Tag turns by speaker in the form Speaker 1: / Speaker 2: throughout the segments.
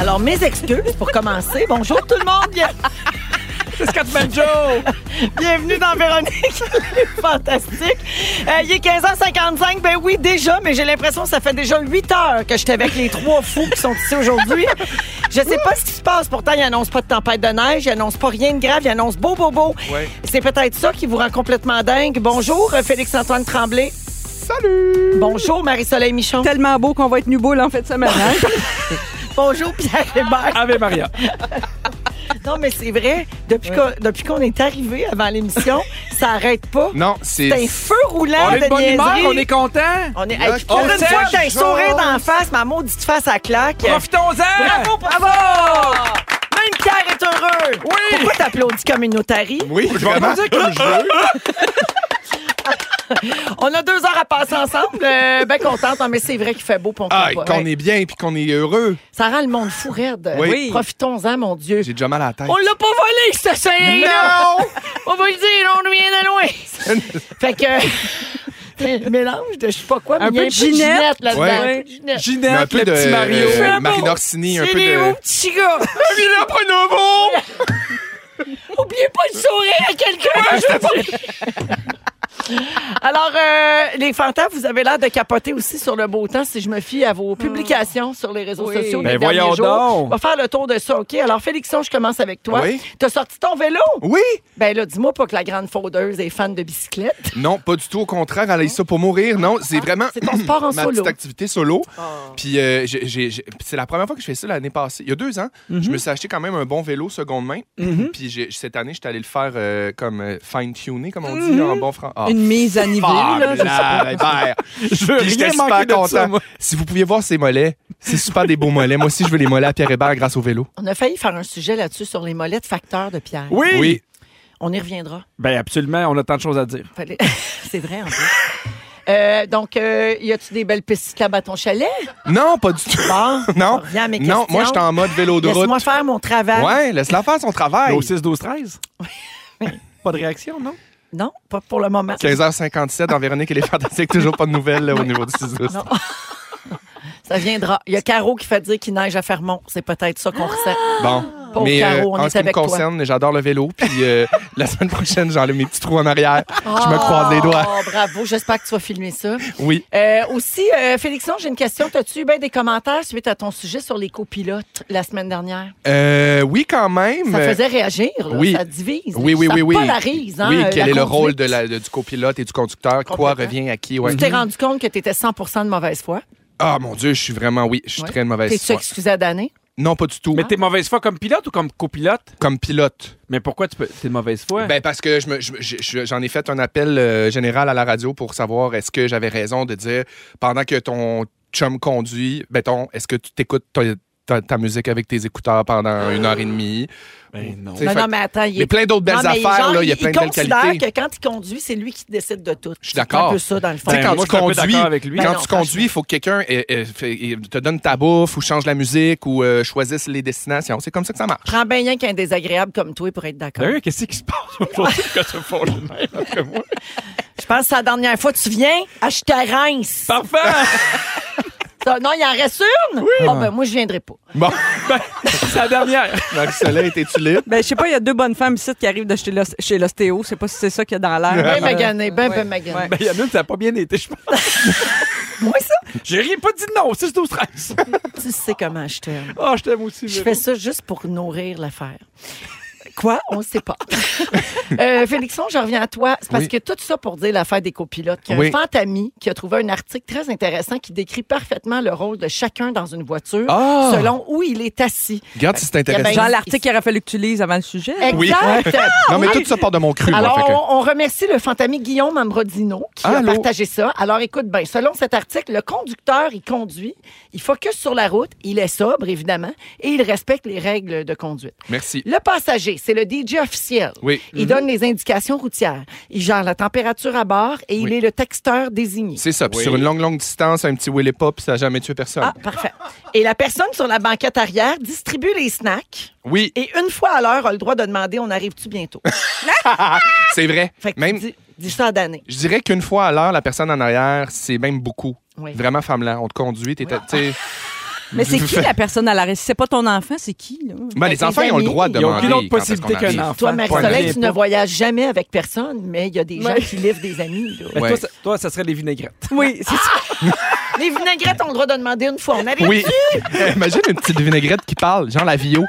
Speaker 1: Alors, mes excuses pour commencer. Bonjour tout le monde. Bien-
Speaker 2: C'est Scatman Joe!
Speaker 1: Bienvenue dans Véronique. Fantastique. Euh, il est 15h55. Ben oui, déjà, mais j'ai l'impression que ça fait déjà 8 heures que j'étais avec les trois fous qui sont ici aujourd'hui. Je sais pas ce qui se passe. Pourtant, ils annoncent pas de tempête de neige. Ils annoncent pas rien de grave. Ils annoncent beau, beau, beau.
Speaker 2: Ouais.
Speaker 1: C'est peut-être ça qui vous rend complètement dingue. Bonjour, euh, Félix-Antoine Tremblay. Salut. Bonjour, Marie-Soleil Michon.
Speaker 3: tellement beau qu'on va être nuboule en fait ce matin.
Speaker 1: Bonjour, Pierre Hébert.
Speaker 2: Ave Maria.
Speaker 1: Non, mais c'est vrai, depuis qu'on- depuis qu'on est arrivé avant l'émission, ça arrête pas.
Speaker 4: Non, c'est.
Speaker 1: C'est un feu roulant
Speaker 3: Ah,
Speaker 2: On est
Speaker 1: de
Speaker 2: de bonne humeur,
Speaker 1: niaiseries.
Speaker 2: on est content.
Speaker 1: On est...
Speaker 4: Là,
Speaker 1: Hey, pour
Speaker 2: on
Speaker 1: une
Speaker 2: sait,
Speaker 1: fois que t'as un
Speaker 4: je-
Speaker 1: sourire d'en face, ma maudite face à claque.
Speaker 2: Profitons-en!
Speaker 1: Bravo pour ça! Même Pierre est heureux!
Speaker 2: Oui.
Speaker 1: Pourquoi t'applaudis comme une otarie?
Speaker 4: Oui, je vais dire comme je veux.
Speaker 1: On a deux heures à passer ensemble. Euh, ben contente, Non, mais c'est vrai qu'il fait beau, puis on
Speaker 4: Ah,
Speaker 1: comprend pas.
Speaker 4: qu'on
Speaker 1: Ouais.
Speaker 4: est bien puis qu'on est heureux.
Speaker 1: Ça rend le monde fou raide.
Speaker 4: Oui.
Speaker 1: Profitons-en, mon Dieu.
Speaker 4: J'ai déjà mal à la tête.
Speaker 1: On l'a pas volé, ce chien-là! On va le dire, on vient de loin. fait que. un mélange de je sais pas quoi, mais
Speaker 3: Un
Speaker 1: il y a
Speaker 3: peu de Ginette.
Speaker 1: là-dedans.
Speaker 4: Ouais.
Speaker 1: Un peu de Ginette.
Speaker 4: Mais un
Speaker 2: Ginette,
Speaker 4: peu
Speaker 2: le
Speaker 4: de
Speaker 2: petit Mario.
Speaker 4: euh, Marine Orsini, un
Speaker 1: C'est
Speaker 4: peu
Speaker 1: les
Speaker 4: de.
Speaker 1: mots, petit gars.
Speaker 4: Villa Pronovo!
Speaker 1: Oubliez pas de sourire à quelqu'un. je veux dire. Alors, euh, les fantasmes, vous avez l'air de capoter aussi sur le beau temps si je me fie à vos publications sur les réseaux
Speaker 3: Ah. Oui.
Speaker 1: sociaux.
Speaker 2: Ben,
Speaker 1: des derniers
Speaker 2: voyons
Speaker 1: jours.
Speaker 2: donc.
Speaker 1: On va faire le tour de ça, OK? Alors, Félixon, je commence avec toi.
Speaker 4: Oui.
Speaker 1: T'as sorti ton vélo?
Speaker 4: Oui!
Speaker 1: Ben là, dis-moi pas que la grande faudeuse est fan de bicyclette.
Speaker 4: Non, pas du tout. Au contraire, elle est ça pour mourir. Non, c'est vraiment.
Speaker 1: Ah, C'est ton sport en
Speaker 4: ma
Speaker 1: solo. Ah.
Speaker 4: petite activité solo. Puis euh, j'ai- j'ai- j'ai- c'est la première fois que je fais ça l'année passée. Il y a deux ans,
Speaker 1: Mhm.
Speaker 4: je me suis acheté quand même un bon vélo seconde main. Puis j'ai- cette année, j'étais allé le faire euh, comme euh, fine-tuner, comme on dit
Speaker 1: Mhm.
Speaker 4: en bon français. Ah,
Speaker 3: Une mise à niveau.
Speaker 4: fable,
Speaker 3: là, je sais pas.
Speaker 4: là, Hébert.
Speaker 2: Je veux
Speaker 4: Puis j'étais
Speaker 2: rien
Speaker 4: super
Speaker 2: manquer de ça,
Speaker 4: content.
Speaker 2: moi.
Speaker 4: Si vous pouviez voir ses mollets, c'est super des beaux mollets. Moi aussi, je veux les mollets à Pierre Hébert grâce au vélo.
Speaker 1: On a failli faire un sujet là-dessus sur les mollets de facteurs de pierre.
Speaker 2: Oui.
Speaker 4: Oui.
Speaker 1: On y reviendra.
Speaker 2: Ben absolument, on a tant de choses à dire.
Speaker 1: Fallait- C'est vrai, en plus. Euh, donc, euh, y a-tu des belles pistes cyclables à ton chalet?
Speaker 4: Non, pas du tout.
Speaker 1: Bon,
Speaker 4: Non.
Speaker 1: on revient à mes
Speaker 4: Non,
Speaker 1: questions.
Speaker 4: moi, j'étais en mode vélo de route.
Speaker 1: Laisse-moi faire mon travail.
Speaker 4: Ouais, laisse-la faire son travail.
Speaker 2: Au 6, 12, 13? Pas de réaction, non?
Speaker 1: Non, pas pour le moment.
Speaker 4: 15h57 dans Véronique et les Fantastiques. Toujours pas de nouvelles là, au niveau du 6
Speaker 1: Non. Ça viendra. Il y a Caro qui fait dire qu'il neige à Fermont. C'est peut-être ça qu'on ressent.
Speaker 4: Bon.
Speaker 1: Pauvre
Speaker 4: Mais euh,
Speaker 1: Caro, on
Speaker 4: en
Speaker 1: est
Speaker 4: ce qui me
Speaker 1: avec toi.
Speaker 4: concerne, j'adore le vélo. Puis euh, la semaine prochaine, j'enlève mes petits trous en arrière. Je me croise les doigts.
Speaker 1: Oh, bravo. J'espère que tu vas filmer ça.
Speaker 4: Oui.
Speaker 1: Euh, aussi, euh, Félixon, j'ai une question. T'as-tu eu ben des commentaires suite à ton sujet sur les copilotes la semaine dernière?
Speaker 4: Euh, oui, quand même.
Speaker 1: Ça faisait réagir. là.
Speaker 4: oui.
Speaker 1: Ça divise.
Speaker 4: Oui, oui,
Speaker 1: ça
Speaker 4: oui, oui.
Speaker 1: polarise. Hein,
Speaker 4: oui,
Speaker 1: euh,
Speaker 4: quel
Speaker 1: la
Speaker 4: est le
Speaker 1: conduite.
Speaker 4: rôle de la- de- du copilote et du conducteur? Quoi
Speaker 1: Complètement.
Speaker 4: revient à qui? Ouais.
Speaker 1: Tu t'es rendu compte que tu étais 100 de mauvaise foi.
Speaker 4: Ah, mon Dieu, Mhm. je suis vraiment, oui, je suis
Speaker 1: Ouais.
Speaker 4: très de mauvaise
Speaker 1: T'es-tu
Speaker 4: foi.
Speaker 1: excusé à Dané?
Speaker 4: Non, pas du tout.
Speaker 2: Mais t'es mauvaise foi comme pilote ou comme copilote?
Speaker 4: Comme pilote.
Speaker 2: Mais pourquoi tu peux... t'es de mauvaise foi?
Speaker 4: Ben parce que je me- je- je- je- j'en ai fait un appel euh, général à la radio pour savoir est-ce que j'avais raison de dire pendant que ton chum conduit, ben ton, est-ce que tu t'écoutes ta, ta- ta musique avec tes écouteurs pendant une heure et demie?
Speaker 2: Ben, non.
Speaker 4: Tu sais,
Speaker 1: Non,
Speaker 4: fait-
Speaker 1: non, mais attends, il
Speaker 4: mais plein d'autres belles
Speaker 1: Non, mais
Speaker 4: affaires,
Speaker 1: genre,
Speaker 4: là, il y a plein de belles
Speaker 1: considère
Speaker 4: qualités.
Speaker 1: que quand il conduit, c'est lui qui décide de tout.
Speaker 4: Je suis d'accord.
Speaker 1: C'est un peu ça, dans le fond.
Speaker 4: Tu sais,
Speaker 2: Ben,
Speaker 4: quand
Speaker 2: moi, je
Speaker 4: tu
Speaker 2: suis un peu
Speaker 4: conduis,
Speaker 2: d'accord avec lui.
Speaker 4: quand
Speaker 1: Ben non,
Speaker 4: tu conduis, il faut que quelqu'un euh, euh, fait- il te donne ta bouffe ou change la musique ou euh, choisisse les destinations. C'est comme ça que ça marche.
Speaker 1: Prends bien rien qu'un désagréable comme toi pour être d'accord.
Speaker 2: Ben oui, qu'est-ce qui se passe aujourd'hui quand tu fais le même après moi?
Speaker 1: Je pense que c'est la dernière fois que tu viens, ah, acheter à Reims.
Speaker 2: Parfait!
Speaker 1: Ça, Non, il en reste une? Oui. ben, moi, je viendrai pas.
Speaker 4: Bon,
Speaker 2: Ben, c'est la dernière.
Speaker 4: Marie-Soleil, t'es-tu libre?
Speaker 3: Ben, je sais pas, il y a deux bonnes femmes ici qui arrivent de chez l'os- chez l'ostéo. Je sais pas si c'est ça qu'il y a dans l'air.
Speaker 1: Ben
Speaker 3: Euh,
Speaker 1: magané, ben, ben
Speaker 3: ouais.
Speaker 1: magané.
Speaker 3: Ouais.
Speaker 2: Ben, il y en a une, ça a pas bien été, je pense.
Speaker 1: Moi, ça,
Speaker 2: J'ai rien pas dit de non, 6, 12, 13.
Speaker 1: tu sais comment je t'aime.
Speaker 2: Ah, je t'aime aussi.
Speaker 1: Je
Speaker 2: Véro.
Speaker 1: fais ça juste pour nourrir l'affaire. Quoi? On ne sait pas. Euh, Félixon, je reviens à toi. C'est parce
Speaker 4: Oui.
Speaker 1: que tout ça pour dire l'affaire des copilotes. Il y a un
Speaker 4: Oui.
Speaker 1: fantami qui a trouvé un article très intéressant qui décrit parfaitement le rôle de chacun dans une voiture
Speaker 4: Ah!
Speaker 1: selon où il est assis.
Speaker 4: Regarde si c'est
Speaker 1: Il y
Speaker 4: intéressant.
Speaker 1: avait-
Speaker 3: Genre l'article qu'il aurait fallu que tu lises avant le sujet.
Speaker 4: Oui.
Speaker 1: Exact.
Speaker 4: Non, mais
Speaker 1: Oui.
Speaker 4: tout ça part de mon cru. moi,
Speaker 1: Alors,
Speaker 4: fait que-
Speaker 1: on, on remercie le fantami Guillaume Ambrodino qui a
Speaker 4: Allô?
Speaker 1: partagé ça. Alors, écoute bien, selon cet article, le conducteur, il conduit, il focus sur la route, il est sobre, évidemment, et il respecte les règles de conduite.
Speaker 4: Merci.
Speaker 1: Le passager, c'est le DJ officiel.
Speaker 4: Oui. Mm-hmm.
Speaker 1: Il donne les indications routières. Il gère la température à bord et il
Speaker 4: Oui.
Speaker 1: est le texteur désigné.
Speaker 4: C'est ça. Puis
Speaker 2: Oui.
Speaker 4: sur une longue, longue distance, un petit willy pop, ça n'a jamais tué personne.
Speaker 1: Ah, parfait. Et la personne sur la banquette arrière distribue les snacks
Speaker 4: Oui,
Speaker 1: et une fois à l'heure a le droit de demander on arrive-tu bientôt.
Speaker 4: c'est vrai.
Speaker 1: Fait que
Speaker 4: Même,
Speaker 1: tu dis, dis ça à Dané.
Speaker 4: je dirais qu'une fois à l'heure, la personne en arrière, c'est même beaucoup.
Speaker 1: Oui.
Speaker 4: Vraiment femme-là. On te conduit, t'es. t'sais-
Speaker 3: Mais c'est qui la personne à l'arrêt? Si c'est pas ton enfant, c'est qui, là?
Speaker 4: Ben, les
Speaker 1: Tes
Speaker 4: enfants, ils ont le
Speaker 1: amis,
Speaker 4: droit
Speaker 2: Il
Speaker 4: de
Speaker 2: n'y a
Speaker 4: demander.
Speaker 2: aucune autre
Speaker 4: quand est-ce qu'on
Speaker 2: possibilité qu'un
Speaker 4: arrive.
Speaker 2: enfant.
Speaker 1: Toi, Marie-Soleil,
Speaker 2: Point
Speaker 1: tu
Speaker 2: de
Speaker 1: ne
Speaker 2: vue.
Speaker 1: voyages jamais avec personne, mais il y a des gens
Speaker 3: Ouais.
Speaker 1: qui livrent des amis. là.
Speaker 2: Mais
Speaker 4: Ouais.
Speaker 2: toi, ça- Toi, ça serait les vinaigrettes.
Speaker 3: Oui, c'est ça.
Speaker 1: Les vinaigrettes ont le droit de demander une fois. On arrive
Speaker 4: Oui. Imagine une petite vinaigrette qui parle, genre la Vio.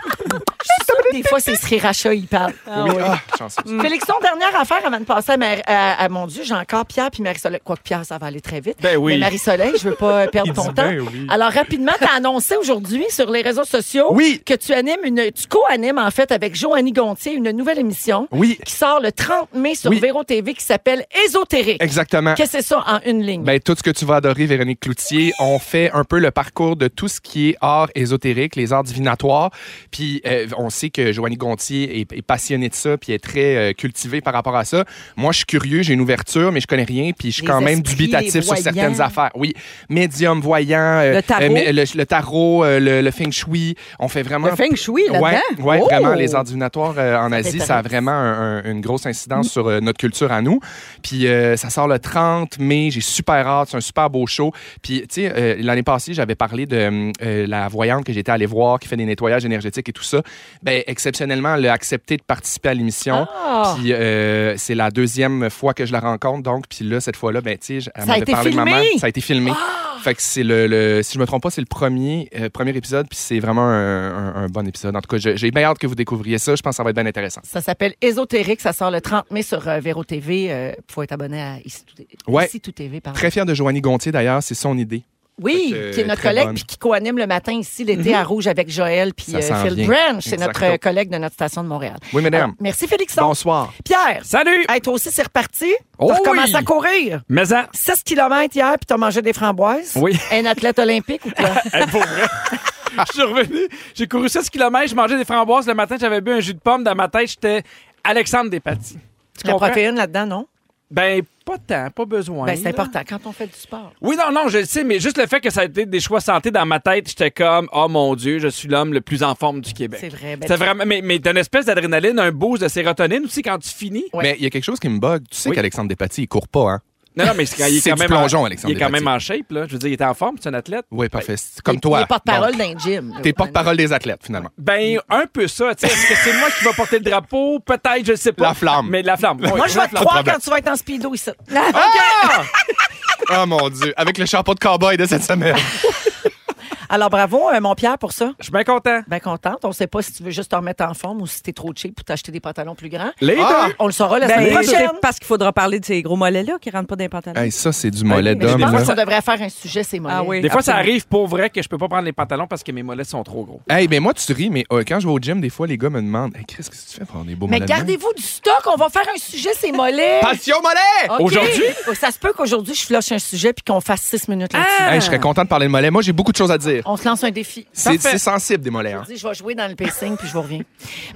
Speaker 1: Des fois, c'est Sriracha, il parle.
Speaker 4: oui. Ah, chanceuse.
Speaker 1: Félixon, dernière affaire avant de passer à, Mar- à- à- mon Dieu, j'ai encore Pierre puis Marie-Soleil. Quoique Pierre, ça va aller très vite.
Speaker 2: Ben oui.
Speaker 1: Mais Marie-Soleil, je veux pas euh, perdre
Speaker 2: Il
Speaker 1: ton
Speaker 2: dit
Speaker 1: temps.
Speaker 2: ben oui.
Speaker 1: Alors, rapidement, tu as annoncé aujourd'hui sur les réseaux sociaux
Speaker 4: Oui.
Speaker 1: que tu animes une, tu co-animes, en fait, avec Joannie Gontier, une nouvelle émission
Speaker 4: Oui,
Speaker 1: qui sort le 30 mai sur
Speaker 4: Oui.
Speaker 1: Véro TV qui s'appelle Ésotérique.
Speaker 4: exactement.
Speaker 1: Qu'est-ce que c'est ça en une ligne?
Speaker 4: Ben, tout ce que tu vas adorer, Véronique Cloutier. On fait un peu le parcours de tout ce qui est art ésotérique, les arts divinatoires. Puis euh, on sait que Joanie Gontier est, est passionnée de ça, puis est très euh, cultivée par rapport à ça. Moi, je suis curieux, j'ai une ouverture, mais je connais rien, puis je suis
Speaker 1: Les
Speaker 4: quand même
Speaker 1: esprits, les
Speaker 4: dubitatif sur certaines
Speaker 1: voyants.
Speaker 4: affaires. Oui, médium, voyant, euh,
Speaker 3: Le tarot.
Speaker 4: mais le, le tarot, euh, le, le feng shui. On fait vraiment
Speaker 3: Le feng shui, là-dedans?
Speaker 4: Ouais, ouais,
Speaker 3: Oh!
Speaker 4: vraiment les arts divinatoires euh, en Asie, ça a
Speaker 1: t'intéresse.
Speaker 4: vraiment un- un- une grosse incidence sur euh, notre culture à nous. Puis euh, ça sort le 30 mai, j'ai super hâte, c'est un super beau show. Puis tu sais, euh, l'année passée, j'avais parlé de hum, euh, la voyante que j'étais allée voir qui fait des nettoyages énergétiques et tout ça. Ben exceptionnellement, elle a accepté de participer à l'émission.
Speaker 1: Ah!
Speaker 4: Puis euh, c'est la deuxième fois que je la rencontre donc puis là cette fois-là ben tu sais
Speaker 1: Ça
Speaker 4: elle
Speaker 1: a
Speaker 4: m'avait
Speaker 1: été
Speaker 4: parlé de
Speaker 1: filmé? Ah!
Speaker 4: maman, ça a été filmé. Fait que c'est le, le- si je me trompe pas, c'est le premier, euh, premier épisode, puis c'est vraiment un, un- un bon épisode. En tout cas, je- j'ai bien hâte que vous découvriez ça. Je pense que ça va être bien intéressant.
Speaker 1: Ça s'appelle Ésotérique. Ça sort le 30 mai sur euh, Véro TV. Euh, faut être abonné à Ici Tout,
Speaker 4: Ouais.
Speaker 1: Ici Tout TV. Pardon.
Speaker 4: Très fier de Joanie Gontier d'ailleurs, c'est son idée.
Speaker 1: Oui,
Speaker 4: Fait que,
Speaker 1: qui est notre
Speaker 4: très
Speaker 1: collègue
Speaker 4: bonne. Mm-hmm.
Speaker 1: puis qui co-anime le matin ici l'été à Rouge avec Joël puis
Speaker 4: Ça
Speaker 1: euh,
Speaker 4: s'en
Speaker 1: Phil
Speaker 4: vient.
Speaker 1: Branch. C'est notre
Speaker 4: Exacto.
Speaker 1: euh, collègue de notre station de Montréal.
Speaker 4: Oui, madame.
Speaker 1: Alors, merci Félixon.
Speaker 4: Bonsoir.
Speaker 1: Pierre,
Speaker 2: Salut!
Speaker 1: hey, toi aussi c'est reparti.
Speaker 2: Oh
Speaker 1: T'as recommencé
Speaker 2: oui!
Speaker 1: à courir.
Speaker 2: Mais ça,
Speaker 1: 16 km hier puis t'as mangé des framboises.
Speaker 2: Oui.
Speaker 1: Un athlète olympique ou quoi?
Speaker 2: Eh, pour vrai. Je suis revenu, j'ai couru 16 km, je mangeais des framboises le matin, j'avais bu un jus de pomme. Dans ma tête, j'étais Alexandre Despatie. Tu
Speaker 1: La
Speaker 2: comprends?
Speaker 1: protéine là-dedans, non?
Speaker 2: Ben, pas tant, pas besoin.
Speaker 1: Ben, c'est
Speaker 2: là.
Speaker 1: important quand on fait du sport.
Speaker 2: Oui, non, non, je le sais, mais juste le fait que ça a été des choix santé dans ma tête, j'étais comme, oh mon Dieu, je suis l'homme le plus en forme du Québec.
Speaker 1: C'est vrai, ben-
Speaker 2: C'était vraiment, mais, mais t'as une espèce d'adrénaline, un boost de sérotonine aussi quand tu finis.
Speaker 1: Ouais.
Speaker 4: Mais il y a quelque chose qui me bug. Tu sais
Speaker 2: Oui.
Speaker 4: qu'Alexandre Despatie, il court pas, hein?
Speaker 2: Non, non, mais c'est quand il est
Speaker 4: C'est
Speaker 2: quand
Speaker 4: du
Speaker 2: même.
Speaker 4: plongeon,
Speaker 2: en,
Speaker 4: Alexandre
Speaker 2: Il est quand même
Speaker 4: Despatie.
Speaker 2: en shape, là. Je veux dire, il est en forme, c'est un athlète.
Speaker 4: Oui, parfait. C'est Comme toi.
Speaker 1: T'es porte-parole
Speaker 4: Bon.
Speaker 1: d'un gym. là.
Speaker 4: T'es porte-parole des athlètes, finalement.
Speaker 2: Ben, un peu ça. Tu sais, est-ce que c'est moi qui va porter le drapeau? Peut-être, je sais pas.
Speaker 4: La flamme.
Speaker 2: Mais la flamme.
Speaker 1: Moi, je vais te
Speaker 4: Pas de
Speaker 1: croire
Speaker 4: problème.
Speaker 1: quand tu vas être en speedo ici.
Speaker 4: Oh mon Dieu. Avec le chapeau de cowboy de cette semaine.
Speaker 1: Alors, bravo, euh, mon Pierre, pour ça.
Speaker 2: Je suis bien content.
Speaker 1: Bien contente. On ne sait pas si tu veux juste te remettre en forme ou si t'es trop cheap pour t'acheter des pantalons plus grands.
Speaker 2: Les
Speaker 4: Ah!
Speaker 2: deux.
Speaker 1: On le saura la semaine
Speaker 3: Ben,
Speaker 1: prochaine.
Speaker 3: c'est parce qu'il faudra parler de ces gros mollets-là qui rentrent pas dans les pantalons.
Speaker 4: Hey, ça, c'est du mollet
Speaker 1: Mais je
Speaker 4: d'homme.
Speaker 1: pense
Speaker 4: là.
Speaker 1: qu'on devrait faire un sujet, c'est mollets.
Speaker 3: Ah oui.
Speaker 2: Des fois, ça
Speaker 3: Absolument.
Speaker 2: arrive pour vrai que je peux pas prendre les pantalons parce que mes mollets sont trop gros.
Speaker 4: Hey, ben moi, tu ris, mais euh, quand je vais au gym, des fois, les gars me demandent Hey, Chris, qu'est-ce que tu fais pour avoir des beaux
Speaker 1: Mais
Speaker 4: mollets de même?
Speaker 1: gardez-vous du stock, on va faire un sujet, c'est mollet.
Speaker 4: Passion mollet!
Speaker 1: OK. Oh,
Speaker 2: Aujourd'hui?
Speaker 1: Ça se peut qu'aujourd'hui, je floche un sujet puis qu'on fasse six minutes là-dessus.
Speaker 4: Hey, je serais content de parler de mollet. Moi, j'ai beaucoup de choses à dire.
Speaker 1: On se lance un défi.
Speaker 4: C'est
Speaker 2: Parfait.
Speaker 4: c'est sensible, des mollets. hein.
Speaker 1: Je dis, je vais jouer dans le pacing puis je vous reviens.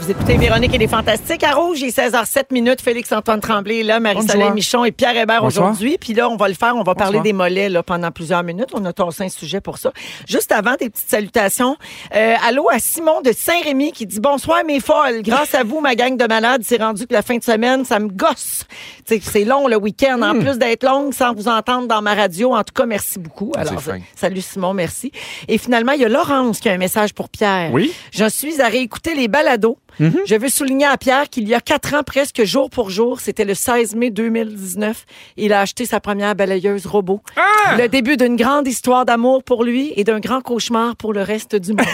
Speaker 1: Vous écoutez Véronique et les Fantastiques à Rouge. Il est 16h07 minutes. Félix-Antoine Tremblay est là, Marie-Soleil
Speaker 2: Bonsoir.
Speaker 1: Michon et Pierre Hébert
Speaker 2: Bonsoir.
Speaker 1: aujourd'hui. Puis là, on va le faire. On va parler
Speaker 2: Bonsoir.
Speaker 1: des mollets là, pendant plusieurs minutes. On a torsé un sujet pour ça. Juste avant, des petites salutations. Euh, allô à Simon de Saint-Rémy qui dit « Bonsoir mes folles. Grâce à vous, ma gang de malades, c'est rendu que la fin de semaine, ça me gosse. Tu sais, C'est long le week-end.
Speaker 2: Hmm.
Speaker 1: En plus d'être longue, sans vous entendre dans ma radio. En tout cas, merci beaucoup. » Alors,
Speaker 4: fin.
Speaker 1: salut Simon, merci. Et finalement, il y a Laurence qui a un message pour Pierre.
Speaker 2: Oui.
Speaker 1: Je suis à réécouter les balados. Je veux souligner à Pierre qu'il y a quatre ans, presque jour pour jour, c'était le 16 mai 2019, il a acheté sa première balayeuse robot. Le début d'une grande histoire d'amour pour lui et d'un grand cauchemar pour le reste du monde.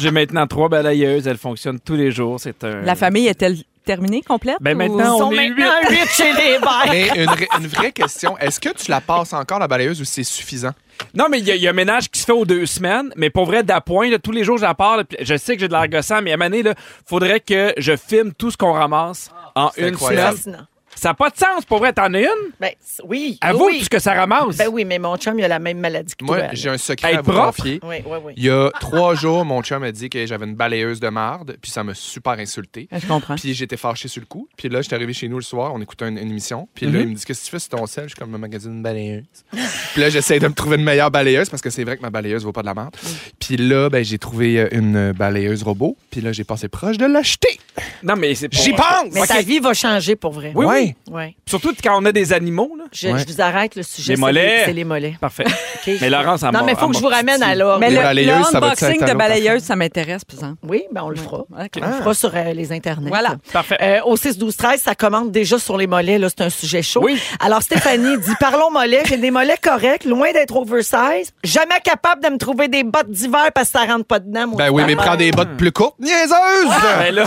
Speaker 2: J'ai maintenant trois balayeuses, elles fonctionnent tous les jours. C'est un.
Speaker 3: La famille est-elle terminée, complète?
Speaker 2: Ben,
Speaker 3: ou-
Speaker 2: maintenant,
Speaker 1: Ils
Speaker 2: on-
Speaker 1: sont
Speaker 2: est
Speaker 1: maintenant huit chez les verts.
Speaker 4: Mais une, ra- une vraie question, est-ce que tu la passes encore, la balayeuse, ou c'est suffisant?
Speaker 2: Non, mais il y, a- il y a un ménage qui se fait aux deux semaines, mais pour vrai, d'appoint, là, tous les jours, je la pars, là, puis Je sais que j'ai de l'argossant, mais à un moment donné, là, faudrait que je filme tout ce qu'on ramasse en
Speaker 4: c'est
Speaker 2: une
Speaker 4: incroyable.
Speaker 2: semaine. Ça n'a pas de sens, pour vrai. T'en as une?
Speaker 1: Ben, c- oui.
Speaker 2: Avoue
Speaker 1: oui.
Speaker 2: tout ce que ça ramasse.
Speaker 1: Ben oui, mais mon chum, il a la même maladie que
Speaker 4: Moi,
Speaker 1: toi.
Speaker 4: j'ai un secret
Speaker 2: Hey,
Speaker 4: à vous
Speaker 2: propre.
Speaker 4: confier.
Speaker 1: Oui, oui, oui.
Speaker 4: Il y a trois jours, mon chum m'a dit que j'avais une balayeuse de marde, puis ça m'a super insulté.
Speaker 3: Je comprends.
Speaker 4: Puis j'étais fâché sur le coup. Puis là, j'étais arrivé chez nous le soir, on écoutait une, une émission. Puis
Speaker 2: Mhm.
Speaker 4: là, il me dit Qu'est-ce que tu fais sur ton sel Je suis comme un magazine une balayeuse. puis là, j'essaie de me trouver une meilleure balayeuse parce que c'est vrai que ma balayeuse vaut pas de la merde. Puis là, ben, j'ai trouvé euh, une balayeuse robot. Puis là, j'ai passé proche de l'acheter.
Speaker 2: Non, mais c'est pas-
Speaker 4: J'y pense
Speaker 1: Mais
Speaker 2: Ok.
Speaker 1: ta vie va changer pour vrai.
Speaker 2: Oui, oui.
Speaker 1: Ouais.
Speaker 2: Surtout quand on a des animaux, là.
Speaker 1: Je,
Speaker 4: Ouais.
Speaker 1: je vous arrête le sujet.
Speaker 2: Les
Speaker 1: c'est
Speaker 2: mollets.
Speaker 1: C'est les mollets.
Speaker 2: Parfait.
Speaker 1: OK?
Speaker 2: Mais Laurence, elle
Speaker 1: Non,
Speaker 2: m'a-
Speaker 1: mais il faut
Speaker 2: elle
Speaker 1: que je
Speaker 2: m'a
Speaker 1: vous ramène à
Speaker 2: titillé.
Speaker 1: l'ordre.
Speaker 3: Mais
Speaker 4: Les
Speaker 3: le,
Speaker 4: balayeuses,
Speaker 3: le
Speaker 4: ça va être
Speaker 3: unboxing
Speaker 4: un
Speaker 3: de
Speaker 4: autre
Speaker 3: balayeuse, ça m'intéresse, par exemple.
Speaker 1: Oui, ben on le fera.
Speaker 3: OK.
Speaker 4: Ah.
Speaker 1: On le fera sur euh, les internets.
Speaker 3: Voilà.
Speaker 2: Parfait.
Speaker 1: Euh, au 6 12 13 ça commande déjà sur les mollets là, c'est un sujet chaud.
Speaker 2: Oui.
Speaker 1: Alors Stéphanie dit parlons mollets, j'ai des mollets corrects, loin d'être oversize, jamais capable de me trouver des bottes d'hiver parce que ça rentre pas dedans mon
Speaker 4: Ben oui, mais
Speaker 1: hiver.
Speaker 4: prends des bottes plus courtes, niaiseuse!
Speaker 2: Ben là,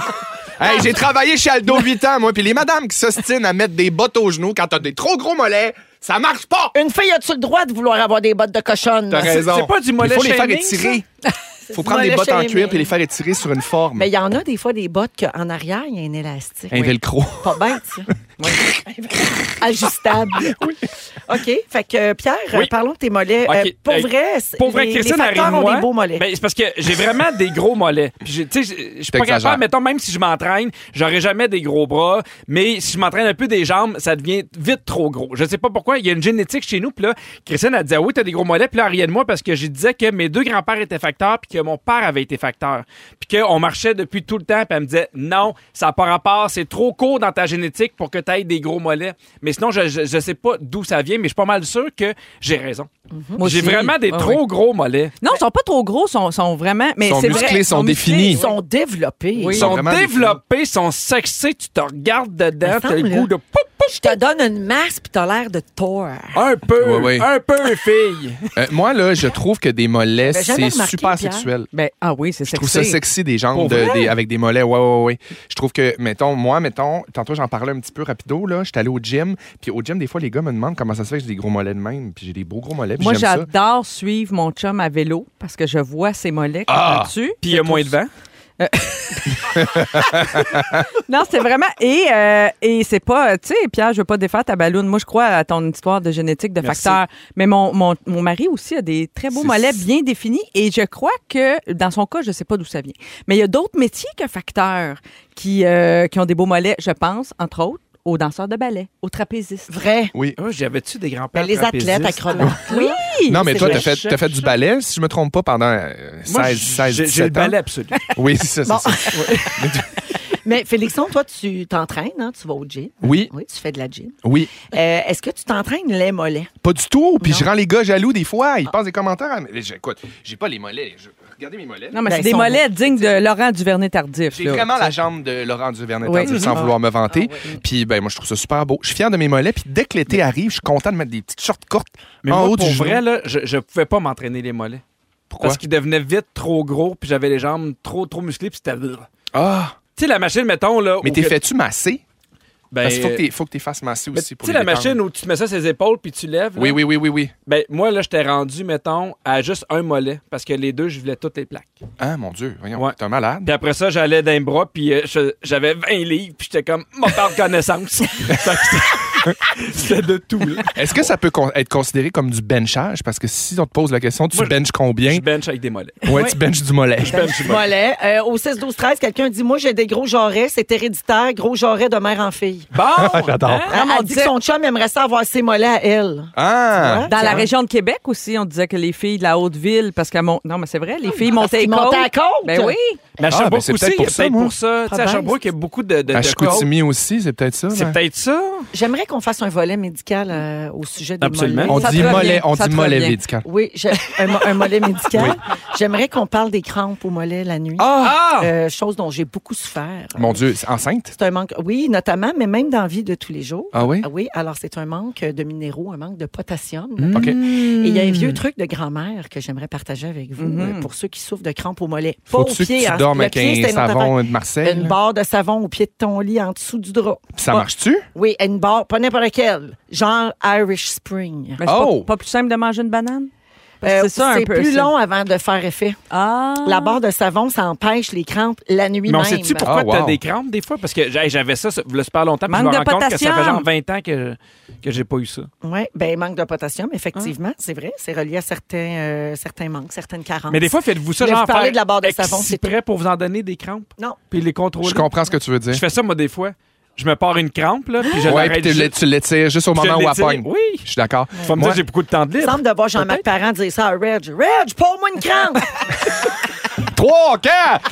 Speaker 4: Hey, j'ai travaillé chez Aldo 8 ans, moi. Puis les madames qui s'ostinent à mettre des bottes aux genoux quand t'as des trop gros mollets, ça marche pas!
Speaker 1: Une fille a-tu le droit de vouloir avoir des bottes de cochonne
Speaker 4: T'as raison.
Speaker 2: c'est pas du
Speaker 4: Il
Speaker 2: mollet
Speaker 4: faut les faire
Speaker 2: shaming,
Speaker 4: étirer. faut
Speaker 1: du
Speaker 4: prendre des
Speaker 1: mollet
Speaker 4: bottes en
Speaker 1: shaming.
Speaker 4: cuir puis les faire étirer sur une forme.
Speaker 1: Mais il y en a des fois des bottes qu'en arrière, il y a un élastique.
Speaker 4: Un Hein, velcro.
Speaker 1: Pas bête, ça. Ajustable. OK. Fait que, euh, Pierre,
Speaker 2: Oui.
Speaker 1: euh, parlons de tes mollets.
Speaker 2: OK.
Speaker 1: Euh, pour
Speaker 2: Hey,
Speaker 1: vrai, c'est-
Speaker 2: Pour vrai,
Speaker 1: les,
Speaker 2: Christine,
Speaker 1: les facteurs ont
Speaker 2: arrive-moi.
Speaker 1: des beaux mollets.
Speaker 2: Ben, c'est parce que j'ai vraiment des gros mollets. Puis j'ai- tu sais, je je suis pas
Speaker 4: T'exagères.
Speaker 2: capable, mettons, même si je m'entraîne, j'aurai jamais des gros bras. Mais si je m'entraîne un peu des jambes, ça devient vite trop gros. Je sais pas pourquoi. Il y a une génétique chez nous. Puis là, Christine, elle disait, ah oui, t'as des gros mollets. Puis là, elle riait de moi parce que je disais que mes deux grands-pères étaient facteurs puis que mon père avait été facteur. Puis qu'on marchait depuis tout le temps. Puis elle me disait, non, ça n'a pas rapport. C'est trop court dans ta génétique pour que t'ailles des gros mollets. Mais sinon, je, je, je sais pas d'où ça vient, mais je suis pas mal sûr que j'ai raison.
Speaker 1: Mm.
Speaker 3: Moi
Speaker 2: J'ai
Speaker 3: aussi.
Speaker 2: vraiment des
Speaker 1: Ah
Speaker 3: Ouais,
Speaker 2: trop
Speaker 3: ouais.
Speaker 2: gros mollets.
Speaker 3: Non, ils sont pas trop gros, sont, sont vraiment. Mais
Speaker 4: Ben Sont
Speaker 3: c'est vrai,
Speaker 4: musclés, sont définis.
Speaker 1: Ils sont développés.
Speaker 3: Oui.
Speaker 2: Ils
Speaker 4: sont
Speaker 2: sont
Speaker 4: vraiment
Speaker 2: développés, sont sexés, tu te regardes dedans,
Speaker 1: Mais
Speaker 2: t'as le
Speaker 1: semble,
Speaker 2: goût de
Speaker 1: là.
Speaker 2: poup, poup,
Speaker 1: Je te donne une masse puis t'as l'air de Thor.
Speaker 2: un peu,
Speaker 4: Ouais, ouais.
Speaker 2: un peu fille.
Speaker 4: Euh, moi, là, je trouve que des mollets,
Speaker 1: Ben, J'avais jamais
Speaker 4: c'est
Speaker 1: remarqué,
Speaker 4: super
Speaker 1: Pierre.
Speaker 4: sexuel.
Speaker 3: Ben, ah oui, c'est
Speaker 4: Je trouve ça
Speaker 3: sexy.
Speaker 4: sexy des jambes
Speaker 2: Pour
Speaker 4: de-
Speaker 2: vrai?
Speaker 4: des- avec des mollets. Ouais, ouais, ouais. Je trouve que, mettons, moi, mettons, tantôt j'en parlais un petit peu rapido, là. J'étais allé au gym. Puis au gym, des fois, les gars me demandent comment ça se fait que j'ai des gros mollets de même. Puis j'ai des beaux gros mollets. Puis
Speaker 3: Moi,
Speaker 4: j'aime ça.
Speaker 3: j'adore suivre mon chum à vélo parce que je vois ses mollets qui
Speaker 4: Ah!
Speaker 3: sont dessus.
Speaker 2: Puis il y a moins de vent.
Speaker 3: Non, c'est vraiment. Et, euh, et c'est pas. euh, Tu sais, Pierre, je veux pas défaire ta balloune. Moi, je crois à ton histoire de génétique, de
Speaker 2: Merci.
Speaker 3: facteurs. Mais mon, mon, mon mari aussi a des très beaux
Speaker 4: C'est-
Speaker 3: mollets bien définis. Et je crois que, dans son cas, je sais pas d'où ça vient. Mais il y a d'autres métiers que facteurs qui, euh, qui ont des beaux mollets, je pense, entre autres, aux danseurs de ballet, aux trapézistes.
Speaker 1: Vrai.
Speaker 4: Oui.
Speaker 2: Oh, J'avais-tu des grands-pères
Speaker 1: Ben, les
Speaker 2: trapézistes?
Speaker 1: athlètes acrobates. Oui.
Speaker 4: Non, mais
Speaker 1: c'est
Speaker 4: toi,
Speaker 1: vrai.
Speaker 4: t'as fait, t'as fait du ballet, si je me trompe pas, pendant euh,
Speaker 2: Moi,
Speaker 4: 16,
Speaker 2: j'ai-
Speaker 4: 16,
Speaker 2: j'ai le
Speaker 4: 17 ans.
Speaker 2: balai absolu.
Speaker 4: Oui, c'est ça, c'est ça.
Speaker 1: Mais Félixon, toi, tu t'entraînes, hein? tu vas au gym.
Speaker 4: Oui,
Speaker 1: Oui, tu fais de la gym.
Speaker 4: oui.
Speaker 1: Euh, Est-ce que tu t'entraînes les mollets?
Speaker 4: Pas du tout. Puis
Speaker 1: Non. Ah.
Speaker 4: je rends les gars jaloux des fois. Ils passent des commentaires. à- Mais j'écoute, j'ai pas les mollets. Je- Regardez mes mollets.
Speaker 3: Non, mais
Speaker 1: Ben,
Speaker 3: c'est des
Speaker 1: son-
Speaker 3: mollets dignes de Laurent Duvernay-Tardif.
Speaker 4: J'ai
Speaker 3: là.
Speaker 4: vraiment la jambe de Laurent Duvernay
Speaker 3: Oui.
Speaker 4: tardif, sans
Speaker 3: Ah.
Speaker 4: vouloir me vanter. Puis ben moi je trouve ça super beau. Je suis fier de mes mollets. Puis dès que l'été arrive, je suis content de mettre des petites shorts courtes
Speaker 2: Mais
Speaker 4: en
Speaker 2: moi,
Speaker 4: haut
Speaker 2: pour
Speaker 4: du genou.
Speaker 2: vrai, là, je, je pouvais pas m'entraîner les mollets.
Speaker 4: Pourquoi?
Speaker 2: Parce qu'ils devenaient vite trop gros, puis j'avais les jambes trop, trop musclées, puis c'était... Tu
Speaker 4: Ah,
Speaker 2: sais, la machine, mettons, là...
Speaker 4: mais
Speaker 2: où
Speaker 4: t'es
Speaker 2: que-
Speaker 4: fait-tu masser
Speaker 2: Ben,
Speaker 4: Parce qu'il faut que t'es- faut que t'es fasses masser
Speaker 2: mais
Speaker 4: aussi
Speaker 2: Tu
Speaker 4: pour
Speaker 2: sais,
Speaker 4: les
Speaker 2: la
Speaker 4: détendre.
Speaker 2: machine où tu te mets ça sur ses épaules, puis tu lèves... là?
Speaker 4: Oui oui oui oui oui.
Speaker 2: Ben, moi, là, j'étais rendu, mettons, à juste un mollet, parce que les deux, je voulais toutes les plaques.
Speaker 4: Ah mon dieu, voyons,
Speaker 2: Ouais.
Speaker 4: t'es un malade.
Speaker 2: Puis après ça, j'allais d'un bras, puis euh, je- j'avais 20 livres, puis j'étais comme, mon père de connaissance. Fait que c'était- C'était de tout, là.
Speaker 4: Est-ce que ça peut con- être considéré comme du benchage Parce que si on te pose la question, tu
Speaker 2: Moi, je-
Speaker 4: benches combien
Speaker 2: Je ben- bench avec des mollets.
Speaker 4: Ouais, tu benches du mollet.
Speaker 2: ben-
Speaker 1: Mollets. Euh, au 6, 12, 13, quelqu'un dit Moi, j'ai des gros jarrets, c'est héréditaire, gros jarrets de mère en fille. Ah,
Speaker 2: Bon!
Speaker 3: Ah,
Speaker 4: J'adore.
Speaker 2: hein?
Speaker 1: Elle,
Speaker 3: mais on
Speaker 1: elle dit que
Speaker 3: disait-
Speaker 1: son chum aimerait ça avoir ses mollets à elle.
Speaker 4: Ah
Speaker 3: Dans la région de Québec aussi, on disait que les filles de la Haute-Ville, parce qu'à mon... Non, mais c'est vrai, les filles montaient
Speaker 1: Ah, qu'ils
Speaker 3: les côtes.
Speaker 1: montaient la côte.
Speaker 3: Ben oui.
Speaker 2: Mais à
Speaker 4: Ah, ben,
Speaker 2: Sherbrooke
Speaker 4: c'est
Speaker 2: aussi,
Speaker 4: peut-être
Speaker 2: il y a
Speaker 4: pour ça,
Speaker 2: peut-être
Speaker 4: moi.
Speaker 2: pour ça. Tu sais, à
Speaker 1: Pas
Speaker 2: Sherbrooke, il y a beaucoup de. de,
Speaker 4: À
Speaker 2: de côtes.
Speaker 4: Chicoutimi aussi, c'est peut-être ça.
Speaker 2: C'est
Speaker 4: ouais.
Speaker 2: peut-être ça.
Speaker 1: J'aimerais qu'on fasse un volet médical euh, au sujet des
Speaker 2: Absolument.
Speaker 1: mollets.
Speaker 4: On
Speaker 3: Ça
Speaker 4: dit
Speaker 3: te revient,
Speaker 4: mollet, on
Speaker 3: ça
Speaker 4: dit
Speaker 3: te
Speaker 4: mollet
Speaker 3: revient.
Speaker 4: médical.
Speaker 1: Oui, j'ai- un, mo- un mollet médical. J'aimerais qu'on parle des crampes au mollet la nuit.
Speaker 2: Ah!
Speaker 1: Euh, chose dont j'ai beaucoup souffert.
Speaker 4: Mon dieu, c'est enceinte
Speaker 1: C'est un manque, oui, notamment, mais même dans la vie de tous les jours.
Speaker 4: Ah oui?
Speaker 1: Oui, alors c'est un manque de minéraux, un manque de potassium.
Speaker 4: OK.
Speaker 1: Et
Speaker 3: Hmm.
Speaker 1: il y a un vieux truc de grand-mère que j'aimerais partager avec vous euh, pour ceux qui souffrent de crampes au mollet. Pas au
Speaker 4: Faut-tu que
Speaker 1: pied,
Speaker 4: tu
Speaker 1: hein.
Speaker 4: dormes
Speaker 1: Le
Speaker 4: avec
Speaker 1: pied,
Speaker 4: un
Speaker 1: c'était une autre
Speaker 4: savon
Speaker 1: affaire.
Speaker 4: de Marseille?
Speaker 1: Une
Speaker 4: là?
Speaker 1: barre de savon au pied de ton lit en dessous du drap.
Speaker 4: Ça
Speaker 1: Pas-
Speaker 4: marche-tu?
Speaker 1: Oui, une barre, pas n'importe laquelle. Genre Irish Spring.
Speaker 3: Mais c'est pas-
Speaker 4: Oh!
Speaker 3: pas, plus simple de manger une banane? Parce que
Speaker 1: Euh,
Speaker 3: Ben, c'est ça un
Speaker 1: c'est
Speaker 3: peu.
Speaker 1: plus
Speaker 3: ça.
Speaker 1: long avant de faire effet.
Speaker 3: Ah!
Speaker 1: La barre de savon, ça empêche les crampes la nuit
Speaker 2: Mais on
Speaker 1: même.
Speaker 2: sait-tu pourquoi
Speaker 4: Ah,
Speaker 2: t'as
Speaker 4: wow.
Speaker 2: des crampes des fois? Parce que hey, j'avais ça, ça v'là super longtemps, puis je
Speaker 3: Manque
Speaker 2: me
Speaker 3: de
Speaker 2: rends compte que ça fait
Speaker 3: potassium.
Speaker 2: genre 20 ans que, que j'ai pas eu ça.
Speaker 1: Oui, ben manque de potassium, effectivement,
Speaker 3: Ah.
Speaker 1: c'est vrai. C'est relié à certains, euh, certains manques, certaines carences.
Speaker 2: Mais des fois, faites-vous ça,
Speaker 1: Mais
Speaker 2: genre,
Speaker 1: Ah. vous parlez
Speaker 2: faire
Speaker 1: de la barre de savon, c'est
Speaker 2: exprès pour vous en donner des crampes,
Speaker 1: Non.
Speaker 2: puis les contrôler.
Speaker 4: Je comprends ce que tu veux dire.
Speaker 2: Je fais ça, moi, des fois. Je me pars une crampe, là, puis je
Speaker 4: Ouais, puis
Speaker 2: l'arrête
Speaker 4: tu l'é-
Speaker 2: juste.
Speaker 4: tu l'étires juste au
Speaker 2: Je
Speaker 4: moment où elle
Speaker 2: l'étire.
Speaker 4: pogne.
Speaker 2: Oui.
Speaker 4: Je suis d'accord.
Speaker 2: Faut me
Speaker 4: Moi-
Speaker 2: dire, j'ai beaucoup de temps de
Speaker 1: Il me
Speaker 2: libre.
Speaker 1: semble de voir Jean-Marc Parent dire ça à Reg. Reg, pose-moi une crampe!
Speaker 4: Trois, quatre!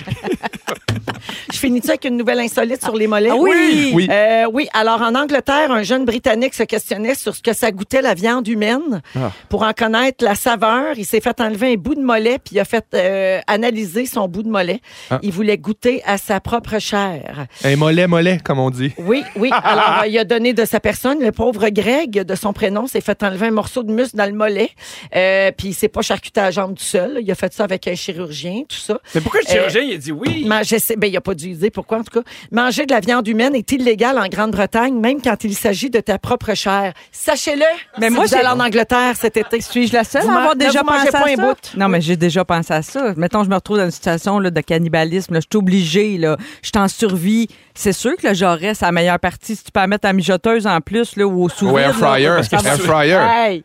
Speaker 1: Je finis-tu avec une nouvelle insolite sur les mollets?
Speaker 3: Ah oui!
Speaker 4: Oui.
Speaker 1: Euh, oui, alors en Angleterre, un jeune Britannique se questionnait sur ce que ça goûtait la viande humaine.
Speaker 4: Ah.
Speaker 1: Pour en connaître la saveur, il s'est fait enlever un bout de mollet puis il a fait euh, analyser son bout de mollet.
Speaker 4: Ah.
Speaker 1: Il voulait goûter à sa propre chair.
Speaker 4: Un mollet, mollet, comme on dit.
Speaker 1: Oui, oui. Alors, euh, il a donné de sa personne. Le pauvre Greg, de son prénom, s'est fait enlever un morceau de muscle dans le mollet. Euh, puis, il s'est pas charcuté à la jambe tout seul. Il a fait ça avec un chirurgien, tout ça.
Speaker 2: Mais pourquoi le
Speaker 1: Euh,
Speaker 2: chirurgien, il a dit oui?
Speaker 1: Manger, c'est- ben, il a pas dû dire pourquoi, en tout cas. Manger de la viande humaine est illégal en Grande-Bretagne, même quand il s'agit de ta propre chair. Sachez-le.
Speaker 3: Mais
Speaker 1: si
Speaker 3: moi,
Speaker 1: vous allez
Speaker 3: j'ai-
Speaker 1: en Angleterre cet été.
Speaker 3: Suis-je la seule
Speaker 1: Vous
Speaker 3: à avoir
Speaker 1: man-
Speaker 3: déjà
Speaker 1: ne vous mangez
Speaker 3: pensé
Speaker 1: pas
Speaker 3: à
Speaker 1: un
Speaker 3: ça?
Speaker 1: bout.
Speaker 3: Non, mais j'ai déjà pensé à ça. Mettons, je me retrouve dans une situation là, de cannibalisme. là, Je suis obligée. Là. Je suis en survie. C'est sûr que le jarret, c'est la meilleure partie. Si tu peux la mettre à mijoteuse en plus là, ou au sous
Speaker 4: Ou air fryer.
Speaker 3: là, ça va-
Speaker 4: Air fryer.
Speaker 1: Hey!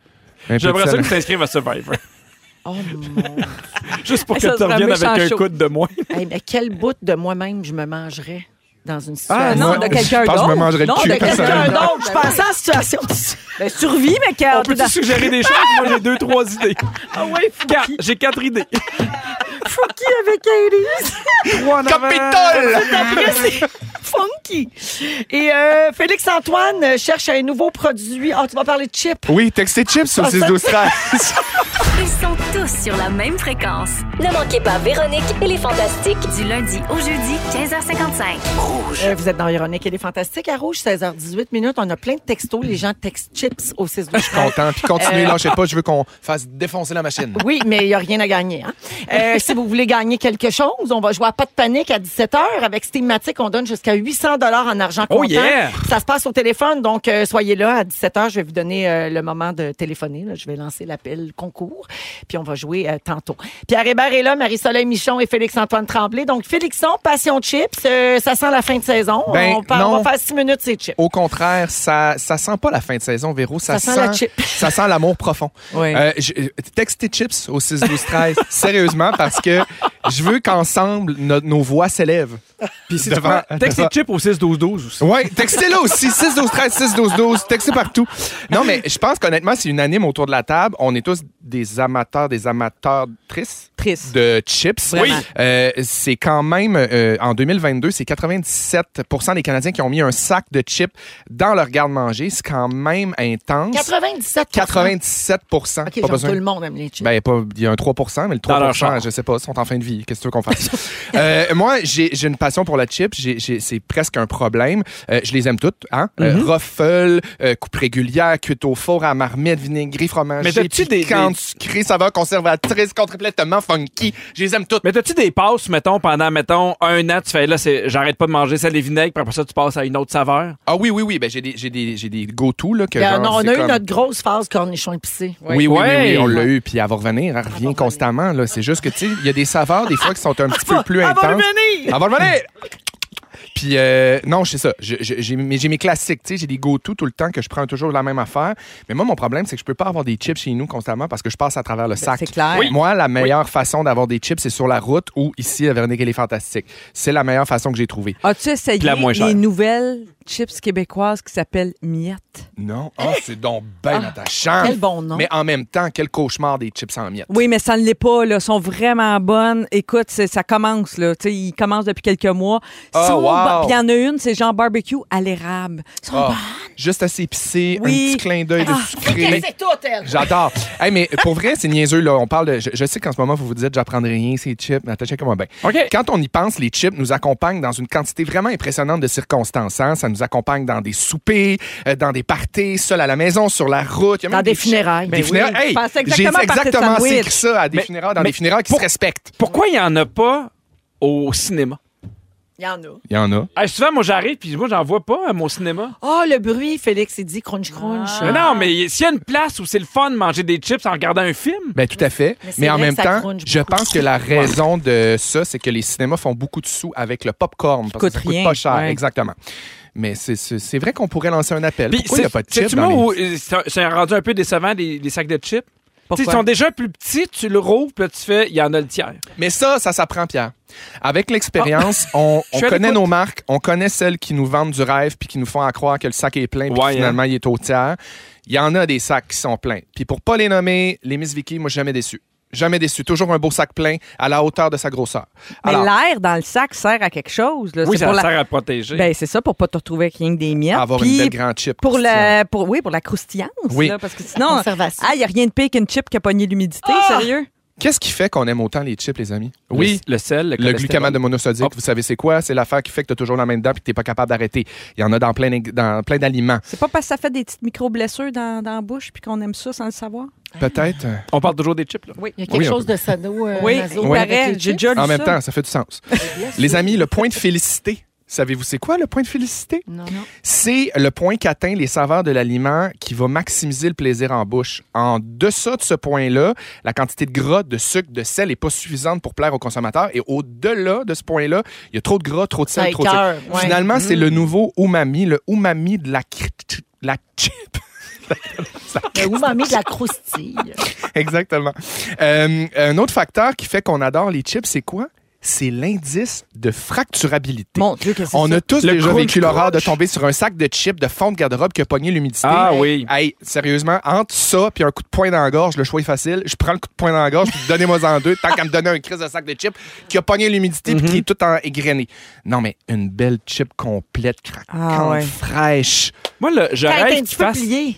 Speaker 4: Un peu
Speaker 2: J'aimerais
Speaker 4: de
Speaker 2: ça que
Speaker 4: sel.
Speaker 2: tu t'inscrives à Survivor.
Speaker 1: Oh mon...
Speaker 2: Juste pour que
Speaker 3: Ça
Speaker 2: tu
Speaker 3: serait
Speaker 2: reviennes avec
Speaker 3: méchant
Speaker 2: un
Speaker 3: chaud.
Speaker 2: coude de moins.
Speaker 1: Hey, mais quel bout de moi-même je me mangerais dans une situation...
Speaker 4: Ah,
Speaker 3: non,
Speaker 4: Moi,
Speaker 3: de quelqu'un
Speaker 4: je pense que
Speaker 3: d'autre.
Speaker 4: je me mangerais le
Speaker 3: Non,
Speaker 4: cul,
Speaker 3: de
Speaker 4: personnellement.
Speaker 1: Quelqu'un
Speaker 3: quelqu'un
Speaker 1: d'autre, je pensais à la situation.
Speaker 3: Ben, survie, mais
Speaker 2: On
Speaker 3: cœur.
Speaker 2: peut-tu suggérer des choses? Moi, j'ai deux, trois idées. Ah ouais, quatre. J'ai quatre idées.
Speaker 1: Qui avec Elise?
Speaker 2: Trois en avant.
Speaker 4: Capitole!
Speaker 1: Après, c'est funky. Et euh, Félix-Antoine euh, cherche un nouveau produit. Ah, tu vas parler de chips.
Speaker 4: Oui, textez chips sur 6 12 13.
Speaker 5: Ils sont tous sur la même fréquence.
Speaker 6: Ne manquez pas Véronique et les Fantastiques.
Speaker 5: Du lundi au jeudi, 15h55.
Speaker 1: Euh, vous êtes dans Véronique, elle est fantastique. À Rouge, 16h18 minutes. On a plein de textos. Les gens textent chips au 6 12 13.
Speaker 4: Content. Puis continuez, lâchez pas, je veux qu'on fasse défoncer la machine.
Speaker 1: Oui, mais il n'y a rien à gagner. hein. Euh, si vous voulez gagner quelque chose, on va jouer à Pas de panique à 17h. Avec cette thématique, on donne jusqu'à 800 dollars en argent
Speaker 2: Oh
Speaker 1: comptant.
Speaker 2: yeah!
Speaker 1: Ça se passe au téléphone, donc euh, soyez là à 17h. Je vais vous donner euh, le moment de téléphoner. là. Je vais lancer l'appel concours, puis on va jouer euh, tantôt. Pierre Hébert est là, Marie-Soleil Michon et Félix-Antoine Tremblay. Donc, Félixon, passion chips, euh, ça sent la fin de saison.
Speaker 4: Ben,
Speaker 1: on, part- on
Speaker 4: non.
Speaker 1: va faire six minutes, c'est chips.
Speaker 4: Au contraire, ça, ça sent pas la fin de saison, Véro. Ça,
Speaker 1: Ça sent la chip.
Speaker 4: ça sent l'amour profond.
Speaker 3: Oui.
Speaker 4: Euh, je- euh, textez chips au 6 12 13 sérieusement parce que je veux qu'ensemble no- nos voix s'élèvent.
Speaker 2: Puis si
Speaker 4: Devant-
Speaker 2: tu peux, texte et chip au 6-12-12 aussi.
Speaker 4: Ouais, textez-le aussi, 6 12 13 6 12 12, textez partout. Non, mais je pense qu'honnêtement, c'est unanime autour de la table. On est tous des amateurs, des amateurs tristes
Speaker 3: Triste.
Speaker 4: de chips.
Speaker 3: Vraiment. Oui.
Speaker 4: Euh, c'est quand même, euh, en 2022, c'est 97 des Canadiens qui ont mis un sac de chips dans leur garde-manger. C'est quand même intense.
Speaker 1: 97
Speaker 4: 97
Speaker 1: OK,
Speaker 4: Pas
Speaker 1: genre
Speaker 4: besoin.
Speaker 1: tout le monde aime les chips.
Speaker 4: Ben, pas- il y a un 3 mais le
Speaker 2: Dans leur
Speaker 4: 3
Speaker 2: char.
Speaker 4: je sais pas, sont en fin de vie. Qu'est-ce que tu veux qu'on fasse? Euh, moi, j'ai j'ai une passion pour la chip. J'ai- j'ai- C'est presque un problème. Euh, je les aime toutes. Hein? Euh,
Speaker 2: Mm-hmm.
Speaker 4: ruffle, euh, coupe régulière, cuite au four, à marmite, vinaigré, fromage.
Speaker 2: Mais t'as-tu des-
Speaker 4: Quand
Speaker 2: des-
Speaker 4: tu crées saveur conservatrice, complètement funky. Je les aime toutes.
Speaker 2: Mais t'as-tu des passes, mettons, pendant, mettons, un an, tu fais, là, c'est- j'arrête pas de manger ça et vinaigre, puis après ça, tu passes à une autre saveur?
Speaker 4: Ah oui, oui, oui. Ben, j'ai des, j'ai des, j'ai des go-to. là, que
Speaker 1: Puis, euh,
Speaker 4: genre,
Speaker 1: non, on
Speaker 4: c'est
Speaker 1: a eu
Speaker 4: comme-
Speaker 1: notre grosse phase cornichon épicé.
Speaker 4: Oui, oui, oui,
Speaker 2: Ouais.
Speaker 4: oui, on l'a eu, puis elle va revenir, elle revient constamment. là. C'est juste que, tu sais, il y a des saveurs, des fois, qui sont un petit peu plus
Speaker 1: Ah,
Speaker 4: intenses.
Speaker 1: va revenir!
Speaker 4: Elle va revenir! Puis, euh, non, c'est ça. Je- je- J'ai mes j'ai mes classiques, tu sais, j'ai des go-to tout le temps que je prends toujours la même affaire. Mais moi, mon problème, c'est que je peux pas avoir des chips chez nous constamment parce que je passe à travers le sac.
Speaker 3: c'est clair. Oui.
Speaker 4: Moi, la meilleure façon d'avoir des chips, c'est sur la route ou ici à Véronique, elle est fantastique. C'est la meilleure façon que j'ai trouvée.
Speaker 3: As-tu essayé
Speaker 2: Puis la moins
Speaker 3: les
Speaker 2: chère.
Speaker 3: nouvelles chips québécoises qui s'appellent miettes?
Speaker 4: Non? Ah, c'est donc ben attachant!
Speaker 3: quel bon nom.
Speaker 4: Mais en même temps, quel cauchemar des chips en miettes.
Speaker 3: Oui, mais ça ne l'est pas. Là. sont vraiment bonnes. Écoute, c'est- ça commence. Là. Tu sais, Ils commencent depuis quelques mois.
Speaker 4: Ah,
Speaker 3: Sont
Speaker 4: wow.
Speaker 3: bo- Puis il y en a une, c'est genre barbecue à l'érable. Sont
Speaker 4: Ah,
Speaker 3: bonnes.
Speaker 4: juste assez épicé,
Speaker 3: Oui. Ah,
Speaker 4: un petit clin d'œil de sucré. Mais
Speaker 1: C'est tout, elle!
Speaker 4: J'adore. Hey, mais pour vrai, c'est niaiseux. Là. On parle de, je, je sais qu'en ce moment, vous vous dites, j'apprendrai rien, c'est chips. Mais attachez comment bien.
Speaker 2: OK.
Speaker 4: Quand on y pense, les chips nous accompagnent dans une quantité vraiment impressionnante de circonstances. hein. Ça nous accompagne dans des soupers, euh, dans dans des parties, seul à la maison, sur la route. Il y a
Speaker 1: Dans
Speaker 4: même
Speaker 1: des
Speaker 4: chi-
Speaker 1: funérailles.
Speaker 4: Des
Speaker 1: Ben
Speaker 4: funérailles.
Speaker 3: oui.
Speaker 4: Hey,
Speaker 3: Je pensais
Speaker 4: j'ai
Speaker 3: exactement à partir de
Speaker 4: exactement
Speaker 3: sandwich.
Speaker 4: écrit ça à des
Speaker 2: Mais-
Speaker 4: funérailles, dans
Speaker 2: mais
Speaker 4: des funérailles qui
Speaker 2: pour-
Speaker 4: se respectent.
Speaker 2: Pourquoi il y en a pas au cinéma?
Speaker 1: Il y en a.
Speaker 4: Il y en a.
Speaker 2: Hey, souvent, moi, j'arrive, puis moi, j'en vois pas à mon cinéma.
Speaker 1: Oh, le bruit, Félix, il dit crunch crunch. Euh,
Speaker 2: Mais non, mais s'il y a une place où c'est le fun de manger des chips en regardant un film,
Speaker 4: Ben, tout à fait.
Speaker 1: Mais
Speaker 4: Mais,
Speaker 1: c'est
Speaker 4: en
Speaker 1: vrai
Speaker 4: même
Speaker 1: que ça
Speaker 4: temps,
Speaker 1: crunche
Speaker 4: je
Speaker 1: beaucoup.
Speaker 4: pense que la raison de ça, c'est que les cinémas font beaucoup de sous avec le popcorn. Parce
Speaker 3: coûte
Speaker 4: que ça
Speaker 3: rien,
Speaker 4: coûte pas cher,
Speaker 3: ouais.
Speaker 4: exactement. Mais c'est- c'est c'est vrai qu'on pourrait lancer un appel.
Speaker 2: Puis
Speaker 4: Pourquoi il n'y a pas de
Speaker 2: c'est-
Speaker 4: chips
Speaker 2: sais-tu
Speaker 4: dans
Speaker 2: moi
Speaker 4: les-
Speaker 2: où, euh, c'est- C'est rendu un peu décevant, les, les sacs de chips. Tu sais, Ils
Speaker 3: Pourquoi?
Speaker 2: sont déjà plus petits, tu le rouvres, puis là, tu fais, il y en a le tiers.
Speaker 4: Mais ça, ça s'apprend, Pierre. Avec l'expérience, on, on
Speaker 2: Ah. Je suis à
Speaker 4: connaît
Speaker 2: l'écoute.
Speaker 4: nos marques, on connaît celles qui nous vendent du rêve puis qui nous font à croire que le sac est plein puis
Speaker 2: Ouais, hein.
Speaker 4: que finalement, il est au tiers. Il y en a des sacs qui sont pleins. Puis pour pas les nommer, les Miss Vicky, moi, jamais déçu. Jamais déçu. Toujours un beau sac plein à la hauteur de sa grosseur.
Speaker 3: Mais
Speaker 4: Alors,
Speaker 3: l'air dans le sac sert à quelque chose. Là.
Speaker 2: Oui,
Speaker 3: C'est
Speaker 2: ça
Speaker 3: pour la-
Speaker 2: sert à protéger.
Speaker 3: Ben, c'est ça, pour pas te retrouver avec rien que des miettes.
Speaker 4: avoir une
Speaker 3: Ah, Puis
Speaker 4: belle grande chip.
Speaker 3: pour la, pour, oui, pour la croustillance,
Speaker 4: Oui.
Speaker 3: là, parce que sinon,
Speaker 1: Conservation.
Speaker 3: ah, il n'y a rien de pire qu'une chip qui a pogné l'humidité,
Speaker 2: Ah!
Speaker 3: sérieux.
Speaker 4: Qu'est-ce qui fait qu'on aime autant les chips, les amis? Oh. Oui.
Speaker 2: Le, le sel, le,
Speaker 4: Le
Speaker 2: cholestérol.
Speaker 4: glucamate de monosodique,
Speaker 2: Hop.
Speaker 4: vous savez c'est quoi? C'est l'affaire qui fait que tu as toujours la main dedans et que tu pas capable d'arrêter. Il y en a dans plein, d'ing- dans plein d'aliments.
Speaker 3: C'est pas parce que ça fait des petites micro-blessures dans, dans la bouche puis qu'on aime ça sans le savoir.
Speaker 4: Peut-être. euh,
Speaker 2: On parle toujours des chips, là.
Speaker 1: Il y a quelque
Speaker 4: Oui, un
Speaker 1: chose de sado. euh,
Speaker 3: Oui,
Speaker 1: naso
Speaker 3: il
Speaker 4: Oui.
Speaker 1: avec
Speaker 3: paraît,
Speaker 1: les
Speaker 3: j'ai
Speaker 1: chips.
Speaker 3: déjà lu
Speaker 4: En même
Speaker 3: ça.
Speaker 4: temps, ça fait du sens. Les amis, le point de félicité. Savez-vous c'est quoi le point de félicité?
Speaker 1: Non, non.
Speaker 4: C'est le point qu'atteint les saveurs de l'aliment qui va maximiser le plaisir en bouche. En deçà de ce point-là, la quantité de gras, de sucre, de sel n'est pas suffisante pour plaire au consommateur. Et au-delà de ce point-là, il y a trop de gras, trop de
Speaker 1: Ça
Speaker 4: sel, trop de sucre.
Speaker 1: écoeure, ouais. Mm.
Speaker 4: Finalement, c'est
Speaker 3: Mm.
Speaker 4: le nouveau umami, le umami de la, cri- la chip.
Speaker 1: Le umami Ben de la croustille.
Speaker 4: Exactement. Euh, un autre facteur qui fait qu'on adore les chips, c'est quoi? C'est l'indice de fracturabilité.
Speaker 3: Mon Dieu, qu'est-ce que
Speaker 4: On
Speaker 3: c'est
Speaker 4: a tous
Speaker 2: Le
Speaker 4: déjà
Speaker 2: crunch
Speaker 4: vécu l'horreur de
Speaker 2: crunch.
Speaker 4: tomber sur un sac de chips de fond de garde-robe qui a pogné l'humidité.
Speaker 2: Ah oui.
Speaker 4: Hey, sérieusement, entre ça puis un coup de poing dans la gorge, le choix est facile. Je prends le coup de poing dans la gorge, puis donnez-moi en deux, tant qu'à me donner un crise de sac de chips qui a pogné l'humidité puis
Speaker 3: Mm-hmm.
Speaker 4: qui est tout en égrené. Non, mais une belle chip complète, craquante,
Speaker 3: Ah ouais.
Speaker 4: fraîche.
Speaker 2: Moi, là, je
Speaker 1: Quand elle est
Speaker 2: rêve
Speaker 1: un
Speaker 2: qu'ils
Speaker 1: petit peu
Speaker 2: fassent...
Speaker 1: plié.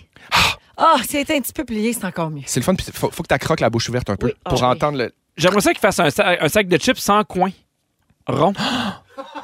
Speaker 1: Ah, si elle est un petit peu plié, c'est encore mieux.
Speaker 4: C'est le fun, puis faut, faut que tu croques la bouche ouverte un peu
Speaker 1: Oui, ah
Speaker 4: pour
Speaker 1: oui.
Speaker 4: entendre le.
Speaker 2: J'aimerais ça qu'ils fassent un, sa- un sac de chips sans coin. Rond.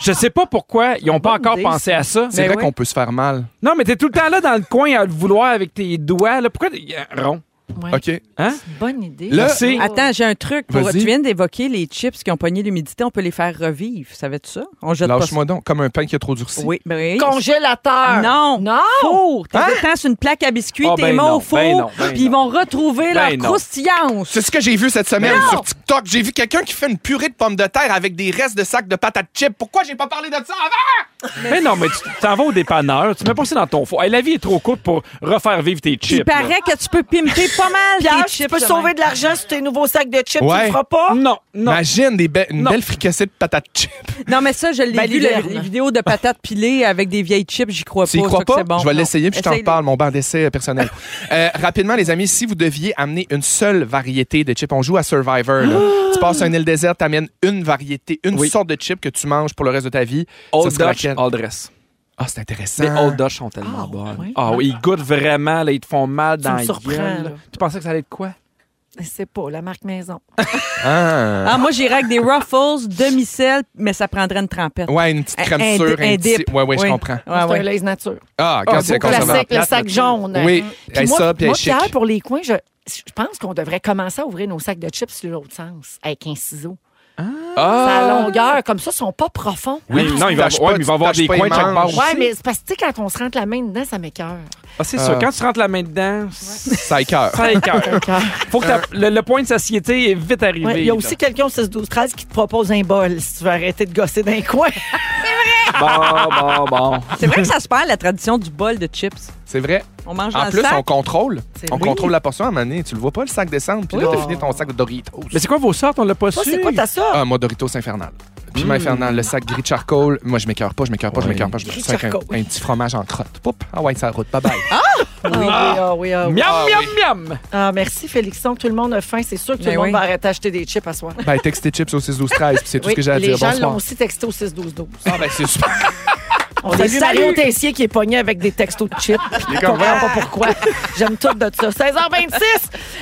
Speaker 2: Je sais pas pourquoi ils ont pas
Speaker 3: Bonne
Speaker 2: encore
Speaker 3: idée,
Speaker 2: pensé à ça.
Speaker 4: C'est
Speaker 3: Ben
Speaker 4: vrai
Speaker 3: ouais.
Speaker 4: qu'on peut se faire mal.
Speaker 2: Non, mais t'es tout le temps là dans le coin à le vouloir avec tes doigts. Là. Pourquoi t'es- euh, rond?
Speaker 1: Ouais.
Speaker 4: OK.
Speaker 2: Hein?
Speaker 1: Bonne idée.
Speaker 4: Là-
Speaker 2: Merci.
Speaker 3: Attends, j'ai un truc. Pour...
Speaker 4: Vas-y.
Speaker 3: Tu viens d'évoquer les chips qui ont pogné l'humidité. On peut les faire revivre. Savais-tu ça? On jette pas ça.
Speaker 4: Lâche-moi donc, comme un pain qui a trop durci.
Speaker 3: Oui, ben oui.
Speaker 1: Congélateur.
Speaker 3: Non.
Speaker 1: Non. Oh!
Speaker 3: Four.
Speaker 4: Hein?
Speaker 3: T'es détends sur une plaque à biscuits,
Speaker 2: Ah,
Speaker 3: t'es
Speaker 2: ben
Speaker 3: mort
Speaker 2: non,
Speaker 3: au four,
Speaker 2: ben non, ben
Speaker 3: puis ils vont retrouver
Speaker 2: Ben
Speaker 3: leur
Speaker 2: non.
Speaker 3: croustillance.
Speaker 4: C'est ce que j'ai vu cette semaine sur TikTok. J'ai vu quelqu'un qui fait une purée de pommes de terre avec des restes de sacs de patates chips. Pourquoi j'ai pas parlé de ça avant?
Speaker 2: Mais non, mais tu t'en vas au dépanneur, tu mets pas ça dans ton four. Hey, la vie est trop courte pour refaire vivre tes
Speaker 3: Il
Speaker 2: chips. là.
Speaker 3: paraît que tu peux pimper pas mal
Speaker 1: Pierre,
Speaker 3: tes
Speaker 1: tu
Speaker 3: chips
Speaker 1: peux
Speaker 3: de
Speaker 1: sauver
Speaker 3: même.
Speaker 1: de l'argent sur tes nouveaux sacs de chips, tu
Speaker 4: Ouais.
Speaker 1: le feras pas?
Speaker 2: Non, non.
Speaker 4: Imagine des be- une
Speaker 2: Non.
Speaker 4: belle fricassée de patates chips.
Speaker 3: Non, mais ça, je l'ai vu, le-
Speaker 1: Baliverne.
Speaker 3: les vidéos de patates pilées avec des vieilles chips, j'y crois
Speaker 4: Tu y
Speaker 3: pas.
Speaker 4: crois
Speaker 3: Oh, ça, que
Speaker 4: pas?
Speaker 3: c'est bon.
Speaker 4: je vais
Speaker 3: Non.
Speaker 4: l'essayer, puis je t'en
Speaker 3: Essaye-le.
Speaker 4: parle, mon banc d'essai euh, personnel. Euh, rapidement, les amis, si vous deviez amener une seule variété de chips, on joue à Survivor. là. tu passes à une île déserte, t'amènes une variété, une
Speaker 2: Oui.
Speaker 4: sorte de chip que tu manges pour le reste de ta vie. Ça
Speaker 2: Old
Speaker 4: serait
Speaker 2: Dutch,
Speaker 4: laquelle?
Speaker 2: Old Dress.
Speaker 4: Ah, c'est intéressant.
Speaker 2: Les Old Dutch sont tellement
Speaker 3: Ah,
Speaker 2: bonnes.
Speaker 3: ouais.
Speaker 2: Ah oui, ils goûtent vraiment, là, ils te font mal dans
Speaker 1: me
Speaker 2: la
Speaker 1: surprends,
Speaker 2: gueule.
Speaker 1: là.
Speaker 2: Tu pensais que ça allait être quoi?
Speaker 1: C'est pas la marque maison.
Speaker 4: Ah.
Speaker 3: Ah, moi, j'irais avec des ruffles, demi-sel, mais ça prendrait une trempette.
Speaker 4: Ouais, une petite
Speaker 3: Un-
Speaker 4: crème
Speaker 3: un-
Speaker 4: sûre,
Speaker 3: un
Speaker 4: un petit...
Speaker 3: dip.
Speaker 4: Ouais, ouais,
Speaker 3: Oui.
Speaker 4: je comprends.
Speaker 3: Ouais,
Speaker 1: c'est
Speaker 3: ouais.
Speaker 1: un Lay's Nature.
Speaker 4: Ah, quand c'est
Speaker 2: beau
Speaker 4: consommable.
Speaker 2: classique.
Speaker 1: Classique, le sac jaune.
Speaker 4: Oui,
Speaker 1: Puis
Speaker 4: hey,
Speaker 1: moi,
Speaker 4: ça, puis
Speaker 1: moi,
Speaker 4: hey, chic.
Speaker 1: Pierre, pour les coins, je, je pense qu'on devrait commencer à ouvrir nos sacs de chips sur l'autre sens, avec un ciseau.
Speaker 4: Ah,
Speaker 1: À longueur, comme ça, ils sont pas profonds.
Speaker 2: Oui, non, il va,
Speaker 4: Tâche
Speaker 2: ouais,
Speaker 4: pas,
Speaker 2: mais il
Speaker 4: tu
Speaker 2: va avoir
Speaker 4: tâches
Speaker 2: des
Speaker 4: pas
Speaker 2: coins
Speaker 4: les
Speaker 2: de chaque barre
Speaker 4: manches.
Speaker 2: aussi.
Speaker 1: Ouais, mais c'est parce que tu sais, quand on se rentre la main dedans, ça m'écoeure.
Speaker 2: Ah, c'est sûr,
Speaker 4: Euh.
Speaker 2: quand tu rentres la main dedans, c'est
Speaker 4: ça écoeure.
Speaker 2: écoeure. Faut que ta- le, le point de satiété est vite arrivé.
Speaker 1: Ouais, il y a
Speaker 2: là.
Speaker 1: aussi quelqu'un au 6 12 13 qui te propose un bol si tu veux arrêter de gosser d'un coin.
Speaker 2: Bon, bon, bon.
Speaker 3: C'est vrai que ça se perd, la tradition du bol de chips.
Speaker 4: C'est vrai.
Speaker 3: On mange dans
Speaker 4: En
Speaker 3: le
Speaker 4: plus, on
Speaker 3: sac.
Speaker 4: contrôle.
Speaker 1: C'est
Speaker 4: On
Speaker 1: vrai.
Speaker 4: contrôle la portion à un moment donné. Tu le vois pas, le sac descendre, puis là,
Speaker 1: Oui.
Speaker 4: t'as fini ton sac de Doritos.
Speaker 2: Mais c'est quoi vos sortes? On l'a pas
Speaker 1: Toi,
Speaker 2: su.
Speaker 1: c'est quoi ta sorte?
Speaker 4: Ah, moi, Doritos infernal. Puis moi, infernal, le sac gris charcoal. Moi, je m'écœure pas, je m'écœure pas, je
Speaker 2: Ouais.
Speaker 4: m'écœure pas. Je me
Speaker 1: Gris
Speaker 4: fais un,
Speaker 1: charcoal.
Speaker 4: un petit fromage en crotte. Poup! Ah ouais, ça route. Bye bye.
Speaker 1: Ah oui, ah oui, ah oui.
Speaker 2: Miam,
Speaker 4: Ah,
Speaker 2: miam, miam!
Speaker 1: Ah, merci, Félixon. Tout le monde a faim. C'est sûr que tout
Speaker 3: Mais
Speaker 1: le monde
Speaker 3: oui.
Speaker 1: va arrêter d'acheter des chips à soir.
Speaker 4: ben, texte tes chips au 6 12 13 puis c'est tout
Speaker 1: Oui,
Speaker 4: ce que j'ai à
Speaker 1: les
Speaker 4: dire.
Speaker 1: gens l'ont
Speaker 4: Bonsoir.
Speaker 1: aussi texté au 6 12 12
Speaker 4: Ah, ben, c'est super.
Speaker 1: On a vu Mario Tessier qui est pogné avec des textos de chips. Je comprends pas pourquoi. J'aime tout de ça. 16h26.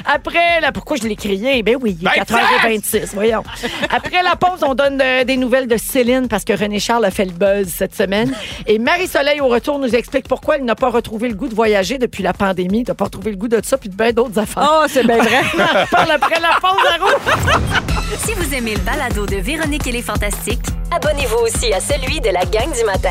Speaker 1: Après, là, pourquoi je l'ai crié? Ben oui, il est 4h26. Voyons. Après la pause, on donne euh, des nouvelles de Céline parce que René Charles a fait le buzz cette semaine. Et Marie-Soleil, au retour, nous explique pourquoi elle n'a pas retrouvé le goût de voyager depuis la pandémie. Elle n'a pas retrouvé le goût de ça puis de bien d'autres affaires.
Speaker 3: Oh, c'est bien vrai.
Speaker 1: On en parle après la pause, à Rouge.
Speaker 5: Si vous aimez le balado de Véronique et les Fantastiques,
Speaker 6: Abonnez-vous aussi à celui de la gang du matin.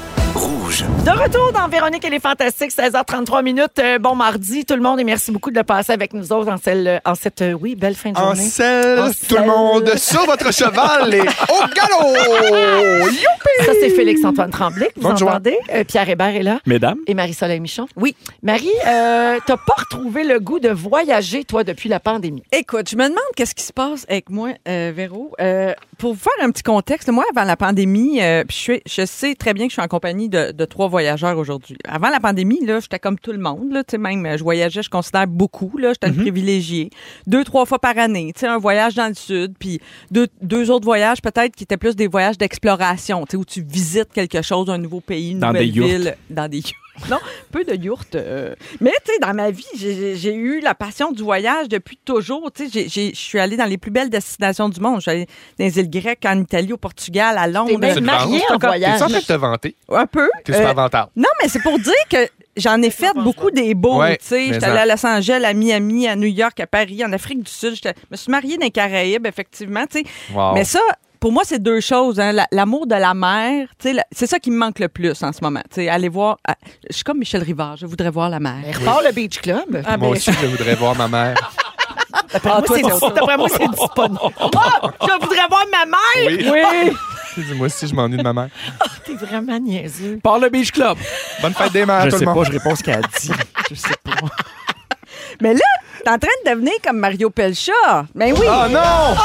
Speaker 1: De retour dans Véronique et les Fantastiques, 16h33 minutes. Euh, bon mardi, tout le monde, et merci beaucoup de le passer avec nous autres en, celle, en cette, euh, oui, belle fin de
Speaker 4: En
Speaker 1: journée. En
Speaker 4: selle, tout
Speaker 1: selle.
Speaker 4: le monde sur votre cheval et au galop! Youpi!
Speaker 1: Ça, c'est Félix-Antoine Tremblay que vous
Speaker 4: Bonne journée.
Speaker 1: entendez. Euh, Pierre Hébert est là.
Speaker 2: Mesdames?
Speaker 1: Et Marie-Soleil Michon.
Speaker 3: Oui.
Speaker 1: Marie, euh, t'as pas retrouvé le goût de voyager, toi, depuis la pandémie.
Speaker 3: Écoute, je me demande qu'est-ce qui se passe avec moi, euh, Véro. Euh, pour vous faire un petit contexte, moi, avant la pandémie, euh, puis je, suis- je sais très bien que je suis en compagnie de, de trois voyageurs aujourd'hui. Avant la pandémie, là, j'étais comme tout le monde. Là, tu sais, même, euh, je voyageais, je considère beaucoup. Là, j'étais une
Speaker 2: Mhm.
Speaker 3: privilégiée. Deux, trois fois par année. Tu sais, un voyage dans le sud, puis deux, deux autres voyages peut-être qui étaient plus des voyages d'exploration, tu sais, où tu visites quelque chose, un nouveau pays, une
Speaker 2: Dans
Speaker 3: nouvelle
Speaker 2: des yourtes.
Speaker 3: ville, dans des yourtes. Non, peu de yourtes. euh. Mais tu sais, dans ma vie, j'ai- j'ai j'ai eu la passion du voyage depuis toujours. Tu sais, j'ai- j'ai- je suis allée dans les plus belles destinations du monde. Je suis allée dans les îles grecques, en Italie, au Portugal, à
Speaker 1: T'es
Speaker 3: Londres.
Speaker 1: même
Speaker 4: te
Speaker 1: mariée en
Speaker 4: vantes, t'es T'es-tu en
Speaker 1: voyage.
Speaker 4: train de te vanter?
Speaker 3: Un peu.
Speaker 4: T'es super
Speaker 3: Euh,
Speaker 4: vantard.
Speaker 3: non, mais c'est pour dire que j'en ai fait beaucoup des beaux.
Speaker 4: Ouais,
Speaker 3: tu sais,
Speaker 4: mais
Speaker 3: j'étais
Speaker 4: ça-
Speaker 3: allée à Los Angeles, à Miami, à New York, à Paris, en Afrique du Sud. Je me suis mariée dans les Caraïbes, effectivement. tu sais.
Speaker 4: Wow.
Speaker 3: Mais ça, pour moi, c'est deux choses. hein. La- L'amour de la mer, tu sais, la- c'est ça qui me manque le plus en ce moment. Tu sais, aller voir. à- Je suis comme Michel Rivard, je voudrais voir la mer.
Speaker 1: Mais repars le Beach Club.
Speaker 3: Ah,
Speaker 4: Moi
Speaker 3: ben,
Speaker 4: aussi, je voudrais voir ma mère.
Speaker 1: D'après moi,
Speaker 3: toi,
Speaker 1: c'est-
Speaker 3: c'est ça.
Speaker 1: d'après moi, c'est disponible. Oh, je voudrais voir ma mère.
Speaker 4: Oui.
Speaker 1: Oui.
Speaker 4: Dis-moi si je m'ennuie de ma mère.
Speaker 1: T'es vraiment niaiseux.
Speaker 2: Par le Beach Club.
Speaker 4: Bonne fête des mères,
Speaker 2: je
Speaker 4: tout
Speaker 2: sais
Speaker 4: le
Speaker 2: pas,
Speaker 4: monde.
Speaker 2: je réponds ce qu'elle a dit. Je sais pas.
Speaker 3: Mais là, t'es en train de devenir comme Mario Pelcha. Ben oui.
Speaker 4: Oh non!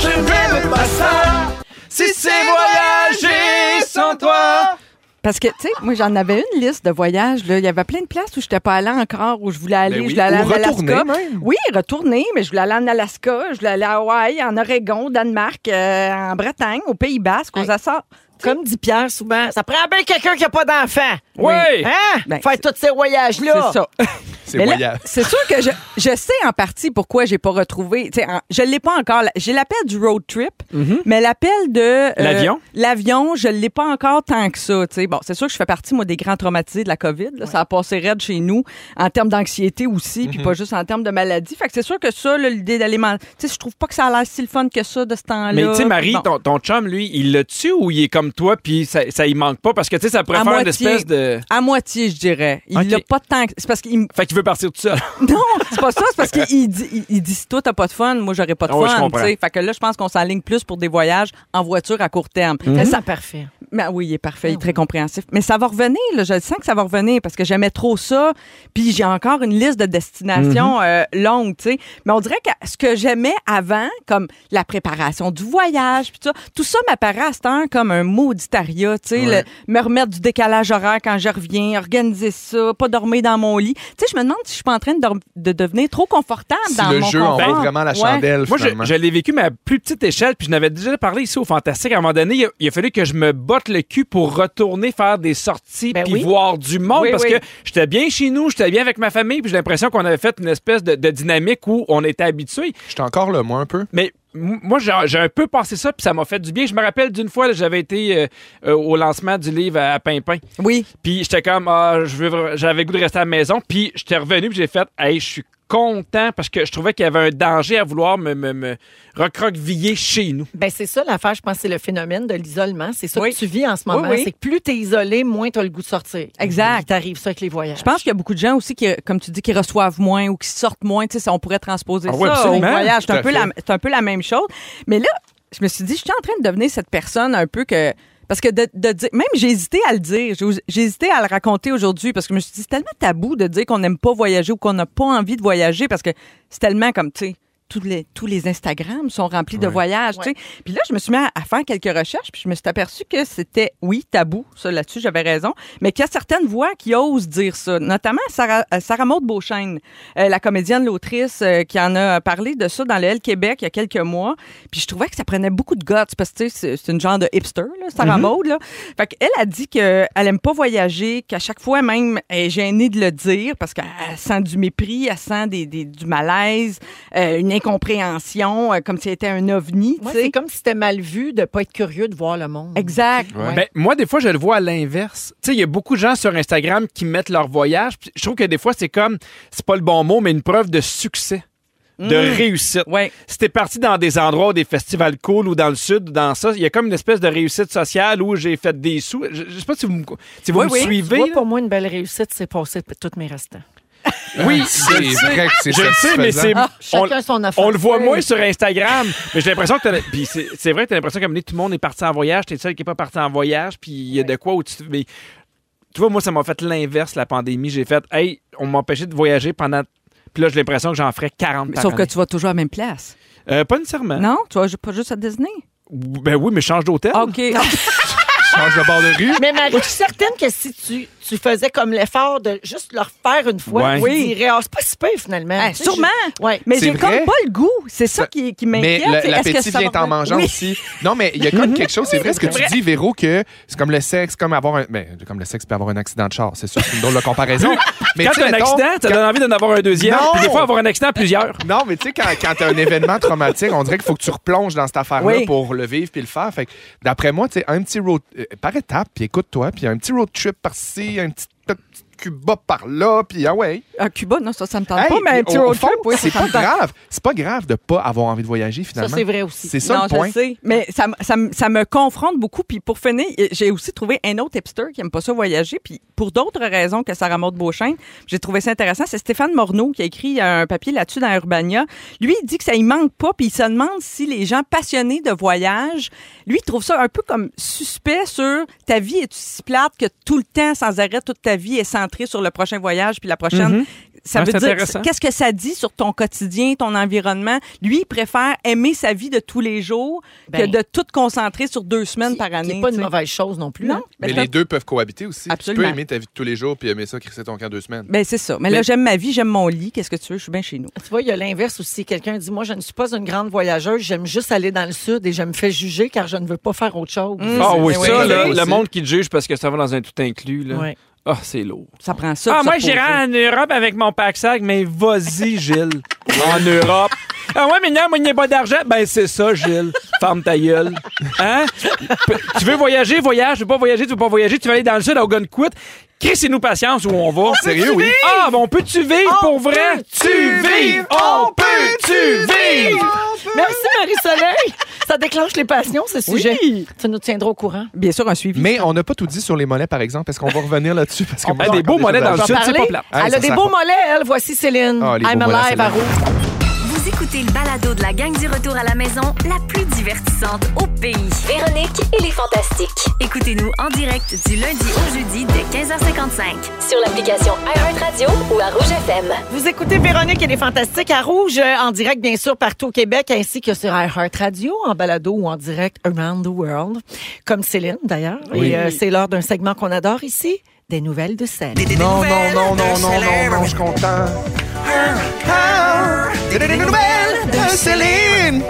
Speaker 4: Je vais le passer si c'est voyager sans toi.
Speaker 3: Parce que, tu sais, moi, j'en avais une liste de voyages. là. Il y avait plein de places où je n'étais pas allée encore, où je voulais aller.
Speaker 4: Ben oui.
Speaker 3: Je voulais aller
Speaker 4: Ou
Speaker 3: en
Speaker 4: retourner
Speaker 3: Alaska.
Speaker 4: même.
Speaker 3: Oui, retourner, mais je voulais aller en Alaska, je voulais aller à Hawaï, en Oregon, au Danemark, euh, en Bretagne, au Pays Basque, aux
Speaker 1: Hey.
Speaker 3: Açores.
Speaker 1: Comme dit Pierre souvent, ça prend bien quelqu'un qui n'a pas d'enfant.
Speaker 2: Ouais!
Speaker 1: Hein?
Speaker 3: Ben,
Speaker 1: Faire
Speaker 3: c'est-
Speaker 1: tous ces voyages-là.
Speaker 3: C'est ça.
Speaker 4: C'est
Speaker 3: Mais là,
Speaker 4: voyage.
Speaker 3: C'est sûr que je, je sais en partie pourquoi j'ai pas retrouvé. tu sais, en- je l'ai pas encore. la- J'ai l'appel du road trip, mais l'appel de euh,
Speaker 2: Mhm. L'avion?
Speaker 3: L'avion, je l'ai pas encore tant que ça. tu sais. Bon, c'est sûr que je fais partie moi des grands traumatisés de la COVID. là. Ça a passé raide chez nous en termes d'anxiété aussi,
Speaker 2: Mhm.
Speaker 3: puis pas juste en termes de maladie. Fait que c'est sûr que ça, là, l'idée d'aller m'en- tu sais, je trouve pas que ça a l'air si le fun que ça de ce temps-là.
Speaker 2: Mais tu sais, Marie,
Speaker 3: Bon.
Speaker 2: ton, ton chum, lui, il le tue ou il est comme toi puis ça, ça y manque pas? Parce que tu sais, ça pourrait
Speaker 3: À
Speaker 2: faire une
Speaker 3: moitié.
Speaker 2: espèce de.
Speaker 3: à moitié, je dirais. Il
Speaker 2: Ok.
Speaker 3: l'a pas tant. que- C'est parce qu'il me-
Speaker 2: Fait qu'il veut partir tout seul.
Speaker 3: Non, c'est pas ça. C'est parce qu'il dit, il, il dit si toi, t'as pas de fun, moi, j'aurais pas de
Speaker 2: Ah ouais, je
Speaker 3: fun.
Speaker 2: comprends. Mm-hmm.
Speaker 3: tu sais. Fait que là, je pense qu'on s'enligne plus pour des voyages en voiture à court terme.
Speaker 1: C'est
Speaker 3: Ça-
Speaker 1: parfait.
Speaker 3: Ben oui, il est parfait,
Speaker 4: Ah
Speaker 3: il est très compréhensif. Mais ça va revenir, là, je le sens que ça va revenir parce que j'aimais trop ça. Puis j'ai encore une liste de destinations
Speaker 4: Mhm.
Speaker 3: euh, longues, tu sais. Mais on dirait que ce que j'aimais avant, comme la préparation du voyage, puis tout ça, tout ça m'apparaît à cette heure comme un mauditariat, tu sais. le- Me remettre du décalage horaire quand je reviens, organiser ça, pas dormir dans mon lit. Tu sais, je me demande si je suis pas en train de, dorm- de devenir trop confortable
Speaker 4: Si
Speaker 3: dans
Speaker 4: le
Speaker 3: mon
Speaker 4: jeu en
Speaker 3: confort.
Speaker 4: vaut vraiment la
Speaker 3: Ouais.
Speaker 4: chandelle,
Speaker 2: Moi, je,
Speaker 4: finalement.
Speaker 2: je l'ai vécu, mais à plus petite échelle, puis je n'avais déjà parlé ici au Fantastique. À un moment donné, il a, il a fallu que je me botte le cul pour retourner faire des sorties
Speaker 1: Ben
Speaker 2: puis
Speaker 1: oui.
Speaker 2: voir du monde
Speaker 3: Oui,
Speaker 2: parce
Speaker 3: oui.
Speaker 2: que j'étais bien chez nous, j'étais bien avec ma famille, puis j'ai l'impression qu'on avait fait une espèce de, de dynamique où on était habitués.
Speaker 4: J'étais encore le moins un peu.
Speaker 2: Mais m- moi, j'ai j'ai un peu passé ça, puis ça m'a fait du bien. Je me rappelle d'une fois, là, j'avais été euh, euh, au lancement du livre à, à Pimpin.
Speaker 3: Oui.
Speaker 2: Puis j'étais comme, ah, je veux- j'avais le goût de rester à la maison. Puis j'étais revenu, puis j'ai fait, hey, je suis content parce que je trouvais qu'il y avait un danger à vouloir me, me, me recroqueviller chez nous.
Speaker 1: Ben c'est ça l'affaire, je pense que c'est le phénomène de l'isolement. C'est ça
Speaker 3: Oui.
Speaker 1: que tu vis en ce
Speaker 3: Oui,
Speaker 1: moment.
Speaker 3: oui.
Speaker 1: C'est que plus t'es isolé, moins t'as le goût de sortir.
Speaker 3: Exact.
Speaker 1: Puis T'arrives ça avec les voyages.
Speaker 3: Je pense qu'il y a beaucoup de gens aussi qui, comme tu dis, qui reçoivent moins ou qui sortent moins. Tu sais, ça, on pourrait transposer
Speaker 2: Ah ouais,
Speaker 3: ça au
Speaker 2: absolument.
Speaker 3: voyage. C'est
Speaker 4: Tout
Speaker 3: un,
Speaker 4: à
Speaker 3: peu
Speaker 4: fait.
Speaker 3: la, c'est un peu la même chose. Mais là, je me suis dit, je suis en train de devenir cette personne un peu que... Parce que de, de dire, même j'ai hésité à le dire, j'ai osé- j'ai hésité à le raconter aujourd'hui parce que je me suis dit, c'est tellement tabou de dire qu'on n'aime pas voyager ou qu'on n'a pas envie de voyager parce que c'est tellement comme, tu sais, tous les, tous les Instagram sont remplis de voyages, tu sais. Puis là, je me suis mis à, à faire quelques recherches, puis je me suis aperçue que c'était, oui, tabou, ça là-dessus, j'avais raison, mais qu'il y a certaines voix qui osent dire ça, notamment Sarah, euh, Sarah Maud Beauchesne, euh, la comédienne, l'autrice, euh, qui en a parlé de ça dans le L Québec il y a quelques mois, puis je trouvais que ça prenait beaucoup de guts, parce que tu sais, c'est c'est une genre de hipster, là, Sarah Maud, là. Fait qu'elle a dit qu'elle aime pas voyager, qu'à chaque fois même, elle est gênée de le dire, parce qu'elle elle sent du mépris, elle sent des, des- du malaise, euh, une incompréhension, euh, comme si elle était un ovni, tu
Speaker 1: Ouais,
Speaker 3: sais.
Speaker 1: c'est comme si c'était mal vu de pas être curieux de voir le monde.
Speaker 3: Exact.
Speaker 4: Ouais.
Speaker 2: Ben, moi, des fois, je le vois à l'inverse. Tu sais, il y a beaucoup de gens sur Instagram qui mettent leur voyage. puis Je trouve que des fois, c'est comme, c'est pas le bon mot, mais une preuve de succès, de réussite.
Speaker 3: Ouais.
Speaker 2: Si t'es parti dans des endroits, des festivals cool ou dans le sud, dans ça, il y a comme une espèce de réussite sociale où j'ai fait des sous. Je, je sais pas si vous me, si vous
Speaker 3: Oui,
Speaker 2: me
Speaker 3: oui. Tu
Speaker 1: Tu
Speaker 2: suivez.
Speaker 1: vois,
Speaker 2: là.
Speaker 1: pour moi, une belle réussite, c'est passer p- tous mes restants.
Speaker 2: Oui,
Speaker 4: Ah, C'est vrai que c'est
Speaker 2: Je le sais, mais c'est.
Speaker 4: satisfaisant.
Speaker 2: on-
Speaker 1: Ah, Chacun son affaire.
Speaker 2: On le voit moins sur Instagram, mais j'ai l'impression que t'as la- puis c'est c'est vrai, t'as l'impression que tout le monde est parti en voyage, t'es le seul qui est pas parti en voyage, puis il y a de quoi où tu mais tu vois moi ça m'a fait l'inverse la pandémie, j'ai fait hey, on m'empêchait de voyager pendant puis là j'ai l'impression que j'en ferais 40 par
Speaker 3: Sauf que
Speaker 2: année.
Speaker 3: tu vas toujours à la même place.
Speaker 2: Euh, pas nécessairement.
Speaker 3: Non? Tu vas ju- pas juste à Disney?
Speaker 2: Ben oui, mais change d'hôtel.
Speaker 3: OK.
Speaker 4: Change de bord de rue.
Speaker 1: Mais Marie, je suis certaine que si tu, tu faisais comme l'effort de juste leur faire une fois,
Speaker 2: Ouais.
Speaker 1: tu
Speaker 3: Oui.
Speaker 1: dirais, ah, c'est pas si pire finalement.
Speaker 3: Ah,
Speaker 1: Tu sais,
Speaker 3: sûrement.
Speaker 1: je- Ouais.
Speaker 3: Mais
Speaker 4: C'est
Speaker 3: j'ai
Speaker 4: vrai.
Speaker 3: comme pas le goût. C'est ça
Speaker 4: Ça-
Speaker 3: qui, qui
Speaker 4: Mais
Speaker 3: m'inquiète.
Speaker 4: le-
Speaker 3: c'est est-ce que
Speaker 4: l'appétit
Speaker 3: ça va
Speaker 4: vient en
Speaker 3: revenir?
Speaker 4: mangeant
Speaker 3: Oui.
Speaker 4: aussi. Non, mais il y a comme quelque chose, c'est vrai ce que tu dis, Véro, que c'est comme le sexe, comme avoir un. Ben, comme le sexe peut avoir un accident de char, c'est sûr, c'est une drôle de comparaison. Mais
Speaker 2: Quand
Speaker 4: tu
Speaker 2: t'as
Speaker 4: sais,
Speaker 2: un
Speaker 4: mettons,
Speaker 2: accident, ça
Speaker 4: quand-
Speaker 2: donne envie d'en avoir un deuxième,
Speaker 4: Non!
Speaker 2: puis des fois avoir un accident à plusieurs.
Speaker 4: Non, mais tu sais, quand, quand t'as un événement traumatique, on dirait qu'il faut que tu replonges dans cette affaire-là
Speaker 3: Oui.
Speaker 4: pour le vivre puis le faire. Fait que, d'après moi, tu sais, un petit road. euh, par étape, puis écoute-toi, puis un petit road trip par-ci, un petit, petit Cuba par-là, puis ah ouais.
Speaker 3: À Cuba, non, ça, ça me tente
Speaker 4: Hey,
Speaker 3: Ah, pas, mais un petit
Speaker 4: au- au
Speaker 3: road
Speaker 4: fond,
Speaker 3: trip, oui,
Speaker 4: c'est
Speaker 3: ça me
Speaker 4: pas
Speaker 3: tente.
Speaker 4: grave. C'est pas grave de pas avoir envie de voyager,
Speaker 1: Ça,
Speaker 4: finalement.
Speaker 1: c'est vrai aussi.
Speaker 4: C'est ça
Speaker 3: non,
Speaker 4: le point.
Speaker 3: je sais. Mais ça, me- ça, me- ça me confronte beaucoup. Puis pour finir, j'ai aussi trouvé un autre hipster qui aime pas ça voyager. Puis pour d'autres raisons que Sarah Maud Beauchesne, j'ai trouvé ça intéressant. C'est Stéphane Morneau qui a écrit un papier là-dessus dans Urbania. Lui, il dit que ça il manque pas. Puis il se demande si les gens passionnés de voyage, lui, il trouve ça un peu comme suspect sur ta vie est si plate que tout le temps, sans arrêt, toute ta vie est centrée sur le prochain voyage puis la prochaine.
Speaker 4: Mm-hmm.
Speaker 3: Ça
Speaker 2: Ouais,
Speaker 3: veut
Speaker 2: c'est
Speaker 3: dire
Speaker 2: intéressant.
Speaker 3: qu'est-ce que ça dit sur ton quotidien, ton environnement? Lui, il préfère aimer sa vie de tous les jours
Speaker 1: Ben,
Speaker 3: que de tout concentrer sur deux semaines
Speaker 1: Qui-
Speaker 3: par
Speaker 1: qui
Speaker 3: année.
Speaker 1: est pas
Speaker 3: tu
Speaker 1: une
Speaker 3: sais.
Speaker 1: mauvaise chose non plus.
Speaker 3: Non, ben
Speaker 1: hein.
Speaker 3: mais
Speaker 4: Mais
Speaker 3: ça-
Speaker 4: les deux peuvent cohabiter aussi. Tu
Speaker 3: Absolument.
Speaker 4: peux aimer ta vie de tous les jours puis aimer ça, crisser ton camp deux semaines.
Speaker 3: Ben, c'est ça. Mais, là, j'aime ma vie, j'aime mon lit. Qu'est-ce que tu veux? Je suis bien chez nous.
Speaker 1: Tu vois, il y a l'inverse aussi. Quelqu'un dit Moi, je ne suis pas une grande voyageuse, j'aime juste aller dans le sud et je me fais juger car je ne veux pas faire autre chose.
Speaker 2: Ah oui,
Speaker 4: c'est
Speaker 2: ça,
Speaker 4: vrai.
Speaker 2: là,
Speaker 4: Aussi.
Speaker 2: le monde qui te juge parce que ça va dans un tout inclus, là.
Speaker 1: Ouais.
Speaker 2: Ah, c'est lourd.
Speaker 3: Ça prend ça.
Speaker 2: ah,
Speaker 3: pour
Speaker 2: moi,
Speaker 3: se
Speaker 2: j'irai
Speaker 3: reposer.
Speaker 2: en Europe avec mon pack-sac, mais vas-y, Gilles. en Europe. Ah ouais, mais non, moi, il n'y a pas d'argent. Ben, c'est ça, Gilles. Ferme ta gueule. Hein? P- Tu veux voyager, voyage. Tu veux pas voyager, tu veux pas voyager. Tu veux aller dans le sud, à Ogunquit. Crissez-nous patience où on va.
Speaker 4: Sérieux, oui.
Speaker 2: Ah, ben, on peut-tu vivre pour vrai? Tu vivre! On peut-tu vivre?
Speaker 1: Merci, Marie-Soleil. ça déclenche les passions, ce sujet. Tu nous tiendras au courant.
Speaker 3: Bien sûr, un suivi.
Speaker 4: Mais on n'a pas tout dit sur les mollets, par exemple. Est-ce qu'on va revenir là-dessus? Parce qu'on
Speaker 2: On a des beaux mollets dans le
Speaker 1: On va
Speaker 2: sud, c'est
Speaker 1: parler.
Speaker 2: pas plate.
Speaker 4: Hey,
Speaker 1: Elle
Speaker 4: ça
Speaker 1: a des
Speaker 4: sert
Speaker 1: beaux
Speaker 4: pas.
Speaker 1: mollets, elle. Voici Céline.
Speaker 4: Ah, les
Speaker 1: I'm
Speaker 4: beaux mollets,
Speaker 1: alive à
Speaker 4: Céline.
Speaker 1: rouge.
Speaker 5: Vous Vous écoutez le balado de la gang du retour à la maison, la plus divertissante au pays.
Speaker 6: Véronique et les Fantastiques.
Speaker 5: Écoutez-nous en direct du lundi au jeudi dès 15h55.
Speaker 6: Sur l'application iHeartRadio ou à Rouge FM.
Speaker 1: Vous écoutez Véronique et les Fantastiques à Rouge, euh, en direct bien sûr partout au Québec, ainsi que sur iHeart Radio, en balado ou en direct around the world, comme Céline d'ailleurs. Et euh, c'est l'heure d'un segment qu'on adore ici, des nouvelles de scène.
Speaker 4: Non, non, non, non, non, non, non, je suis content. Des nouvelles de Céline!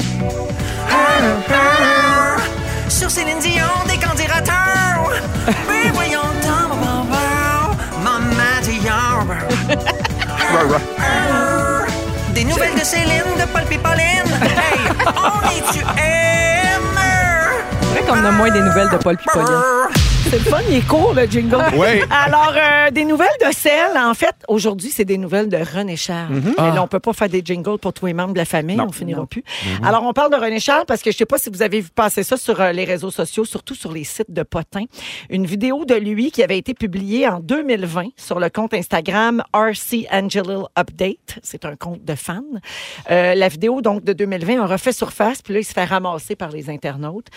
Speaker 7: Sur Céline Dion, des candidateurs. Mais voyons donc, bon, bon, bon, Maman Dion.
Speaker 4: Ra, ra.
Speaker 7: Des nouvelles de Céline, de Paul Pipolin. Hey, on est tu aimes?
Speaker 3: C'est vrai qu'on a moins des nouvelles de Paul Pipolin.
Speaker 1: C'est le fun, il est court le jingle.
Speaker 4: Ouais.
Speaker 1: Alors, euh, des nouvelles de sel. En fait, aujourd'hui, c'est des nouvelles de René Charles. Mais là, on peut pas faire des jingles pour tous les membres de la famille. On finira plus. Alors, on parle de René Charles parce que je sais pas si vous avez vu passer ça sur euh, les réseaux sociaux, surtout sur les sites de potins. Une vidéo de lui qui avait été publiée en 2020 sur le compte Instagram RC Angelil Update. C'est un compte de fans. Euh, la vidéo, donc, de 2020 a refait surface. Puis là, il se fait ramasser par les internautes.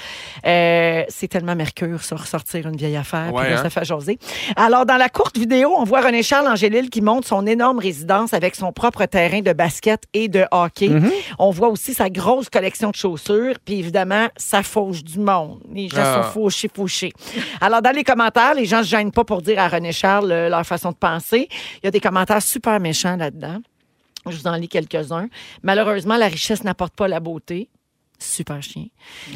Speaker 1: Euh, c'est tellement Mercure, ça, ressortir une vieille affaire. puis
Speaker 4: Ouais,
Speaker 1: là,
Speaker 4: hein?
Speaker 1: ça fait jaser. Alors, dans la courte vidéo, on voit René Charles Angélil qui monte son énorme résidence avec son propre terrain de basket et de hockey.
Speaker 4: Mhm.
Speaker 1: On voit aussi sa grosse collection de chaussures, puis évidemment, ça fauche du monde. Les gens
Speaker 4: Ah.
Speaker 1: sont fauchés, fauchés. Alors, dans les commentaires, les gens se gênent pas pour dire à René Charles euh, leur façon de penser. Il y a des commentaires super méchants là-dedans. Je vous en lis quelques-uns. Malheureusement, la richesse n'apporte pas la beauté. Super chien.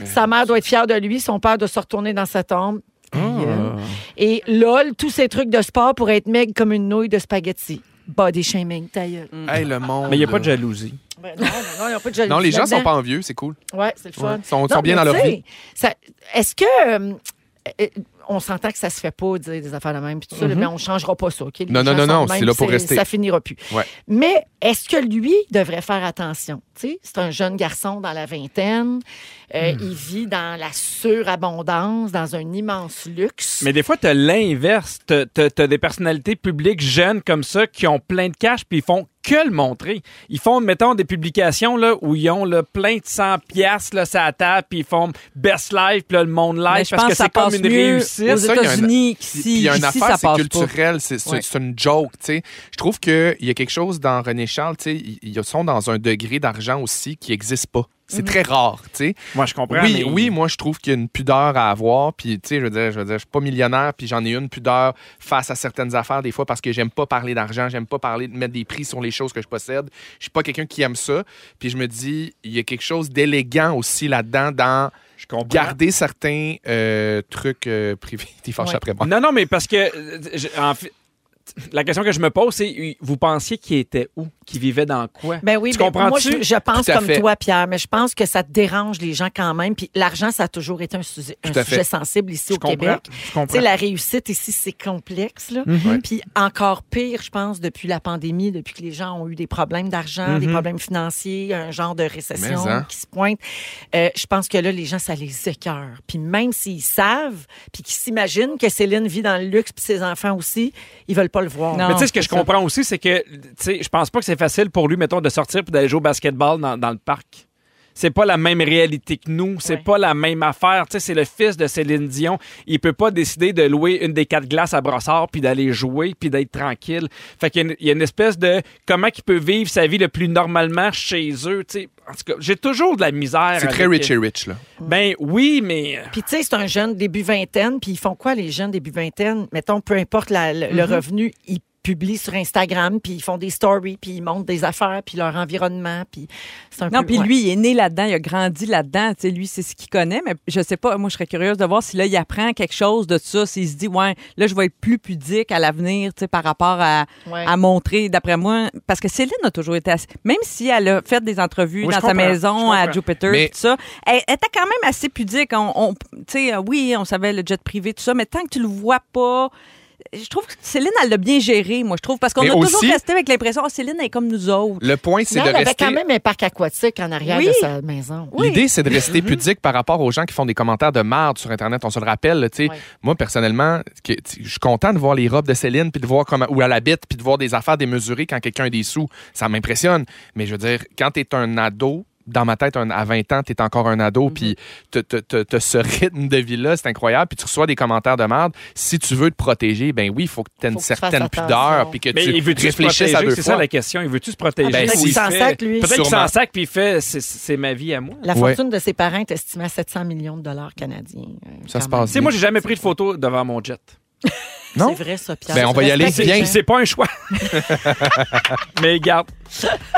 Speaker 1: Sa mère doit être fière de lui, son père doit se retourner dans sa tombe.
Speaker 4: Ah.
Speaker 1: euh, Et lol, tous ces trucs de sport pour être maigre comme une nouille de spaghetti. Body shaming, ta gueule.
Speaker 4: Hey, le monde.
Speaker 2: Mais il n'y a pas de jalousie.
Speaker 1: Ben non, non, non, y a pas de jalousie
Speaker 4: Mm. Non, les gens sont
Speaker 1: là-dedans.
Speaker 4: pas envieux, c'est cool.
Speaker 1: Ouais, c'est le fun.
Speaker 4: Ils sont,
Speaker 1: Non,
Speaker 4: sont bien
Speaker 1: mais
Speaker 4: dans leur
Speaker 1: tu sais,
Speaker 4: vie.
Speaker 1: ça- Est-ce que. euh, euh, on s'entend que ça se fait pas dire des affaires de même, puis tout ça, mais on changera pas ça. ok? Les
Speaker 4: Mm-hmm. Non, non,
Speaker 1: gens
Speaker 4: non,
Speaker 1: sont
Speaker 4: non,
Speaker 1: de même,
Speaker 4: c'est là
Speaker 1: puis
Speaker 4: pour rester.
Speaker 1: Ça finira plus.
Speaker 4: Ouais.
Speaker 1: Mais est-ce que lui devrait faire attention? Tu sais, c'est un jeune garçon dans la vingtaine. euh,
Speaker 4: Hmm.
Speaker 1: Il vit dans la surabondance, dans un immense luxe.
Speaker 2: Mais des fois, t'as l'inverse. T'as- T'as t'as des personnalités publiques jeunes comme ça qui ont plein de cash puis ils font que le montrer. Ils font, mettons, des publications là, où ils ont là, plein de 100 piastres là, sur la table puis ils font best life puis là, le monde
Speaker 3: Mais
Speaker 2: live
Speaker 3: je
Speaker 2: parce
Speaker 3: pense
Speaker 2: que
Speaker 3: que ça
Speaker 2: c'est comme
Speaker 3: passe
Speaker 2: une
Speaker 3: mieux aux
Speaker 2: réussite.
Speaker 4: Ça, il y a un-
Speaker 3: États-Unis qu'ici.
Speaker 4: Puis il y a une
Speaker 3: Ici,
Speaker 4: affaire,
Speaker 3: ça
Speaker 4: c'est
Speaker 3: passe
Speaker 4: culturel, c'est c'est-
Speaker 3: Ouais.
Speaker 4: c'est une joke, tu sais. Je trouve qu'il y a quelque chose dans René Charles, tu sais, ils- ils sont dans un degré d'argent aussi qui n'existe pas.
Speaker 1: Mm-hmm.
Speaker 4: C'est très rare, tu sais.
Speaker 2: Moi, je comprends.
Speaker 4: Oui,
Speaker 2: mais-
Speaker 4: oui, moi je trouve qu'il y a une pudeur à avoir, puis tu sais, je veux dire, je veux dire, je suis pas millionnaire, puis j'en ai une pudeur face à certaines affaires des fois parce que j'aime pas parler d'argent, j'aime pas parler de mettre des prix sur les choses que je possède. Je suis pas quelqu'un qui aime ça, puis je me dis, il y a quelque chose d'élégant aussi là-dedans dans
Speaker 2: je comprends.
Speaker 4: garder certains euh, trucs euh, privés. T'es fâché
Speaker 1: Ouais.
Speaker 4: après moi.
Speaker 2: Non, non, mais parce que euh, je- en fait, la question que je me pose, c'est vous pensiez qu'il était où? Qu'il vivait dans quoi?
Speaker 1: Ben oui,
Speaker 2: tu
Speaker 1: mais
Speaker 2: comprends-tu?
Speaker 1: moi, je, je pense
Speaker 4: Tout à
Speaker 1: comme
Speaker 4: fait.
Speaker 1: toi, Pierre, mais je pense que ça dérange les gens quand même. Puis l'argent, ça a toujours été un, sujet- un
Speaker 4: Tout à fait.
Speaker 1: sujet sensible ici
Speaker 2: Je
Speaker 1: au
Speaker 2: comprends,
Speaker 1: Québec.
Speaker 2: je
Speaker 1: Tu sais,
Speaker 2: comprends. Mhm.
Speaker 1: la réussite ici, c'est complexe. Là.
Speaker 4: Ouais.
Speaker 1: Puis encore pire, je pense, depuis la pandémie, depuis que les gens ont eu des problèmes d'argent, des
Speaker 2: Mhm.
Speaker 1: problèmes financiers, un genre de récession
Speaker 4: Mais, hein.
Speaker 1: qui se pointe. Euh, je pense que là, les gens, ça les écœure. Puis même s'ils savent, puis qu'ils s'imaginent que Céline vit dans le luxe, puis ses enfants aussi, ils veulent pas le voir.
Speaker 3: Non.
Speaker 2: Mais tu sais, ce que je
Speaker 3: c'est ça.
Speaker 2: comprends aussi, c'est que, tu sais, je pense pas que c'est facile pour lui, mettons, de sortir pour d'aller jouer au basketball dans, dans le parc. C'est pas la même réalité que nous. C'est
Speaker 1: Ouais.
Speaker 2: pas la même affaire. Tu sais, c'est le fils de Céline Dion. Il peut pas décider de louer une des quatre glaces à brossard puis d'aller jouer puis d'être tranquille. Fait qu'il y a une- il y, a une espèce de comment il peut vivre sa vie le plus normalement chez eux. Tu sais, en tout cas, j'ai toujours de la misère.
Speaker 4: C'est très
Speaker 2: avec-
Speaker 4: rich et rich, là.
Speaker 2: Ben oui, mais.
Speaker 1: Puis tu sais, c'est un jeune début vingtaine, puis ils font quoi les jeunes début vingtaine? Mettons, peu importe la- le,
Speaker 8: Mhm.
Speaker 1: le revenu, ils publient sur Instagram, puis ils font des stories, puis ils montrent des affaires, puis leur environnement, puis c'est un
Speaker 3: Non,
Speaker 1: peu-
Speaker 3: puis
Speaker 1: ouais.
Speaker 3: lui, il est né là-dedans, il a grandi là-dedans. Tu sais, lui, c'est ce qu'il connaît, mais je sais pas. Moi, je serais curieuse de voir si là, il apprend quelque chose de ça, s'il se dit, ouais, là, je vais être plus pudique à l'avenir, tu sais, par rapport à,
Speaker 1: Ouais.
Speaker 3: à montrer, d'après moi. Parce que Céline a toujours été assez. Même si elle a fait des entrevues
Speaker 2: Oui, je
Speaker 3: dans sa
Speaker 2: comprends, je
Speaker 3: maison
Speaker 2: comprends.
Speaker 3: à Jupiter,
Speaker 4: Mais-
Speaker 3: pis tout ça, elle, elle était quand même assez pudique. On, on- tu sais, euh, oui, on savait le jet privé, tout ça, mais tant que tu le vois pas. je trouve que Céline, elle l'a bien géré, moi, je trouve, parce qu'on
Speaker 4: Mais
Speaker 3: a
Speaker 4: aussi-
Speaker 3: toujours resté avec l'impression, Ah, Céline elle est comme nous autres.
Speaker 4: Le point, c'est
Speaker 8: Non,
Speaker 4: de
Speaker 8: elle avait
Speaker 4: rester.
Speaker 8: quand même un parc aquatique en arrière
Speaker 3: Oui.
Speaker 8: de sa maison.
Speaker 3: Oui.
Speaker 4: L'idée, c'est de
Speaker 8: Mm-hmm.
Speaker 4: rester pudique par rapport aux gens qui font des commentaires de marde sur Internet. On se le rappelle. là, tu sais.
Speaker 8: Ouais.
Speaker 4: Moi, personnellement, que- tu- je suis content de voir les robes de Céline, puis de voir comment, où elle habite, puis de voir des affaires démesurées quand quelqu'un a des sous. Ça m'impressionne. Mais je veux dire, quand tu es un ado, dans ma tête, un- à 20 ans, tu es encore un ado, puis
Speaker 8: Mm-hmm.
Speaker 4: te- te- te- te- ce rythme de vie-là, c'est incroyable, puis tu reçois des commentaires de marde. Si tu veux te protéger, ben oui, il faut que tu aies
Speaker 8: Faut
Speaker 4: une
Speaker 8: que tu fasses
Speaker 4: certaine
Speaker 8: attention.
Speaker 4: pudeur, puis que
Speaker 2: Mais
Speaker 4: tu
Speaker 2: il veut-tu se
Speaker 4: réfléchisses à
Speaker 2: protéger?
Speaker 4: deux
Speaker 2: C'est ça
Speaker 4: fois.
Speaker 2: la question. Il veut-tu se protéger?
Speaker 4: Ben,
Speaker 1: Peut-être
Speaker 4: s'il
Speaker 1: qu'il Ah s'en
Speaker 4: fait-
Speaker 1: sac, lui.
Speaker 2: Peut-être qu'il s'en
Speaker 4: Sûrement.
Speaker 2: sac puis il fait c'est- c'est ma vie à moi.
Speaker 8: La
Speaker 4: Ouais.
Speaker 8: fortune de ses parents est estimée à 700 millions de dollars canadiens. euh, quand
Speaker 4: Ça se
Speaker 8: même.
Speaker 4: passe
Speaker 2: Tu sais, moi, j'ai jamais pris de photo devant mon jet.
Speaker 4: Non?
Speaker 8: C'est vrai, ça, Pierre.
Speaker 4: Ben, on va y aller
Speaker 8: Respecte
Speaker 4: bien.
Speaker 8: les gens.
Speaker 2: C'est pas un choix. mais garde.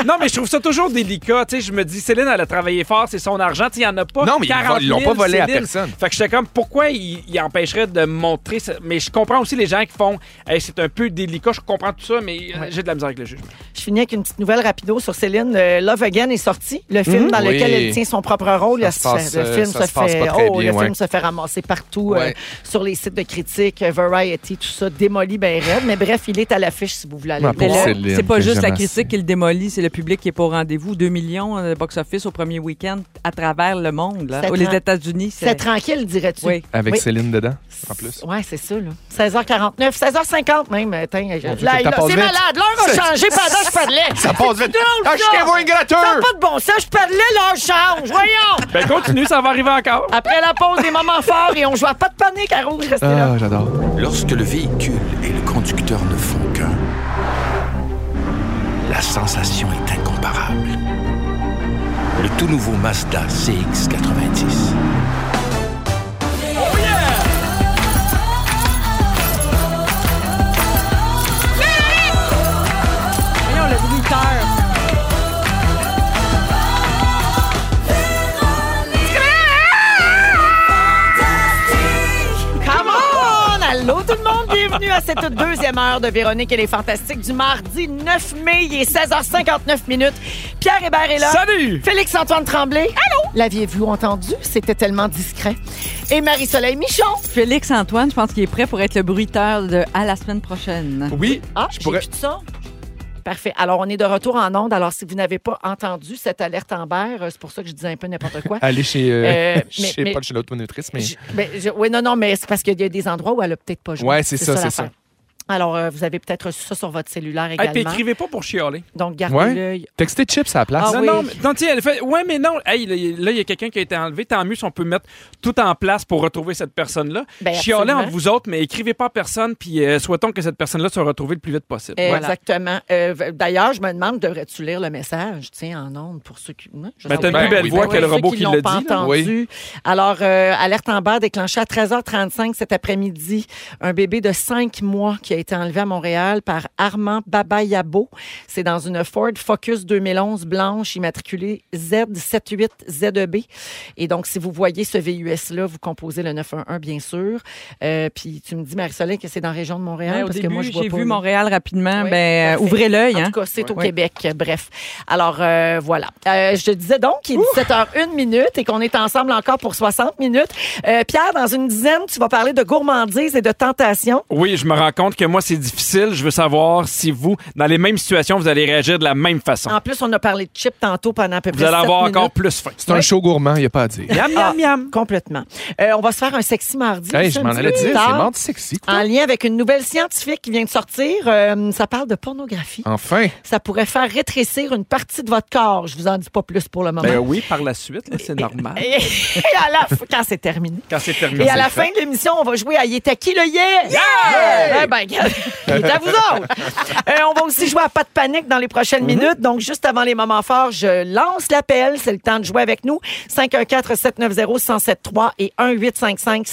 Speaker 2: Non, mais je trouve ça toujours délicat. Tu sais, je me dis, Céline, elle a travaillé fort, c'est son argent. Tu sais, il y en a pas.
Speaker 4: Non, mais ils
Speaker 2: 40
Speaker 4: l'ont
Speaker 2: 000,
Speaker 4: pas volé à
Speaker 2: Céline.
Speaker 4: personne.
Speaker 2: Fait que j'étais comme, pourquoi il, il empêcherait de montrer ça? Mais je comprends aussi les gens qui font, Hey, c'est un peu délicat, je comprends tout ça, mais euh, j'ai de la misère avec le jugement.
Speaker 1: Je finis avec une petite nouvelle rapido sur Céline. Euh, Love Again est sorti, le film dans
Speaker 4: Mhm. Oui.
Speaker 1: lequel elle tient son propre rôle.
Speaker 4: Ça
Speaker 1: le
Speaker 4: se passe,
Speaker 1: le
Speaker 4: euh,
Speaker 1: film
Speaker 4: ça se passe
Speaker 1: fait,
Speaker 4: pas très
Speaker 1: oh,
Speaker 4: bien,
Speaker 1: le
Speaker 4: ouais.
Speaker 1: film se fait ramasser partout
Speaker 4: Ouais.
Speaker 1: euh, sur les sites de critiques, euh, Variety, tout ça, démoli, ben raide. Mais bref, il est à l'affiche si vous voulez aller
Speaker 4: Ouais,
Speaker 1: le
Speaker 3: Mais
Speaker 4: Pour
Speaker 3: là,
Speaker 1: voir.
Speaker 4: Céline,
Speaker 3: c'est pas
Speaker 4: que
Speaker 3: juste la
Speaker 4: j'aime assez.
Speaker 3: critique qui le démolit, c'est le public qui est pas au rendez-vous. 2 millions euh, de box-office au premier week-end à travers le monde, là.
Speaker 8: C'est
Speaker 3: Ou les
Speaker 8: tra-
Speaker 3: États-Unis.
Speaker 8: c'est
Speaker 3: C'est...
Speaker 8: tranquille, dirais-tu?
Speaker 3: Oui.
Speaker 4: Avec
Speaker 8: Oui.
Speaker 4: Céline dedans, en plus.
Speaker 8: Ouais, c'est ça, là.
Speaker 1: 16h49, 16h50 même. euh, Attends, je-
Speaker 4: Mon Dieu,
Speaker 1: là, là,
Speaker 4: que t'en passes
Speaker 1: c'est
Speaker 4: vite.
Speaker 1: malade. L'heure a
Speaker 4: C'est-
Speaker 1: changé pendant que je parlais.
Speaker 4: Ça passe vite.
Speaker 1: drôle, ça.
Speaker 4: Achetez-vous un
Speaker 1: Ça n'a
Speaker 4: gratteur!
Speaker 1: pas de bon sens. Je parlais, l'heure change. Voyons.
Speaker 2: Ben, continue, ça va arriver encore.
Speaker 1: Après la pause, des moments forts et on joue à pas de panique à rouge. Restez là.
Speaker 4: Ah, j'adore.
Speaker 9: Lorsque le véhicule et le conducteur ne font qu'un, la sensation est incomparable. Le tout nouveau Mazda CX90.
Speaker 3: Voyons, le bruiteur.
Speaker 1: Come on! Allô tout le monde, bienvenue à cette deuxième heure de Véronique et les Fantastiques du mardi 9 mai, il est 16h59 minutes. Pierre Hébert est là.
Speaker 2: Salut!
Speaker 1: Félix-Antoine Tremblay. Allô? L'aviez-vous entendu? C'était tellement discret. Et Marie-Soleil Michon.
Speaker 3: Félix-Antoine, je pense qu'il est prêt pour être le bruiteur de À la semaine prochaine.
Speaker 4: Oui,
Speaker 1: Ah,
Speaker 4: je
Speaker 1: j'ai
Speaker 4: pourrais.
Speaker 1: plus de son. Parfait. Alors, on est de retour en onde. Alors, si vous n'avez pas entendu cette alerte Amber, euh, c'est pour ça que je disais un peu n'importe quoi.
Speaker 4: Aller chez. euh,
Speaker 1: Euh,
Speaker 4: je
Speaker 1: mais-
Speaker 4: sais
Speaker 1: mais-
Speaker 4: pas, chez l'autre monitrice, mais.
Speaker 1: Je- ben, je- oui, non, non, mais c'est parce qu'il y a des endroits où elle a peut-être pas joué.
Speaker 4: Ouais, c'est ça, c'est
Speaker 1: l'affaire. Alors, euh, vous avez peut-être reçu ça sur votre cellulaire
Speaker 2: Hey, puis
Speaker 1: également.
Speaker 2: écrivez pas pour chialer.
Speaker 1: Donc, gardez
Speaker 4: Ouais.
Speaker 1: l'œil.
Speaker 4: Textez Chips à la place.
Speaker 1: Ah
Speaker 2: non,
Speaker 1: oui.
Speaker 2: non, mais- non, tiens, elle fait. Ouais, mais non. Hey, là, il là, il y a quelqu'un qui a été enlevé. Tant mieux si on peut mettre tout en place pour retrouver cette personne-là.
Speaker 1: Ben,
Speaker 2: Chialez
Speaker 1: absolument.
Speaker 2: entre vous autres, mais écrivez pas à personne, puis euh, souhaitons que cette personne-là soit retrouvée le plus vite possible.
Speaker 1: Euh,
Speaker 2: Voilà.
Speaker 1: Exactement. Euh, v- D'ailleurs, je me demande, devrais-tu lire le message, tiens, en ondes, pour ceux qui. Moi, je
Speaker 2: Ben,
Speaker 1: sais
Speaker 2: t'as une
Speaker 1: pas.
Speaker 2: plus belle
Speaker 4: oui,
Speaker 2: voix
Speaker 1: Ben,
Speaker 2: que le
Speaker 1: ceux
Speaker 2: robot qui
Speaker 1: l'ont
Speaker 2: l'a
Speaker 1: pas
Speaker 2: dit. là.
Speaker 1: entendu. Alors, euh, alerte en bas déclenchée à 13h35 cet après-midi. Un bébé de 5 mois qui a été enlevé à Montréal par Armand Babayabo. C'est dans une Ford Focus 2011 blanche immatriculée Z78ZEB. E Et donc, si vous voyez ce VUS-là, vous composez le 911, bien sûr. Euh, puis tu me dis, Marie-Soleil, que c'est dans la région de Montréal.
Speaker 3: Ouais, Ben, au
Speaker 1: parce
Speaker 3: début,
Speaker 1: que moi, je vois
Speaker 3: j'ai
Speaker 1: pas,
Speaker 3: vu
Speaker 1: là.
Speaker 3: Montréal rapidement.
Speaker 1: Oui,
Speaker 3: ben, euh,
Speaker 1: parfait.
Speaker 3: ouvrez l'œil.
Speaker 1: En
Speaker 3: Hein.
Speaker 1: tout cas, c'est au
Speaker 3: Ouais.
Speaker 1: Québec. euh, Bref. Alors, euh, voilà. Euh, je te disais donc qu'il est 17h01 minute et qu'on est ensemble encore pour 60 minutes. Euh, Pierre, dans une dizaine, tu vas parler de gourmandise et de tentation.
Speaker 2: Oui, je me rends compte que moi, c'est difficile. Je veux savoir si vous, dans les mêmes situations, vous allez réagir de la même façon.
Speaker 1: En plus, on a parlé de chips tantôt pendant à peu près
Speaker 2: vous allez
Speaker 1: 7
Speaker 2: avoir
Speaker 1: minutes.
Speaker 2: encore plus faim.
Speaker 4: C'est un show gourmand, il n'y a pas à dire.
Speaker 2: Miam,
Speaker 1: Ah,
Speaker 2: miam, miam.
Speaker 1: Complètement. Euh, on va se faire un sexy mardi.
Speaker 4: Hey,
Speaker 1: samedi
Speaker 4: je m'en allais
Speaker 1: plus
Speaker 4: dire, c'est
Speaker 1: tard,
Speaker 4: mort sexy.
Speaker 1: En lien avec une nouvelle scientifique qui vient de sortir. Euh, ça parle de pornographie.
Speaker 4: Enfin,
Speaker 1: Ça pourrait faire rétrécir une partie de votre corps. Je vous en dis pas plus pour le moment.
Speaker 2: Ben oui, par la suite, là, c'est normal.
Speaker 1: Et
Speaker 4: oh.
Speaker 1: et à la fin- quand c'est terminé.
Speaker 2: Quand c'est terminé.
Speaker 1: Et à la fin de l'émission, on va jouer à Yeta qui le yeah! Ouais, ben, regarde, il est à vous autres! Euh, on va aussi jouer à Pas de panique dans les
Speaker 8: Mhm.
Speaker 1: prochaines minutes. Donc, juste avant les moments forts, je lance l'appel. C'est le temps de jouer avec nous. 514-790-1073 et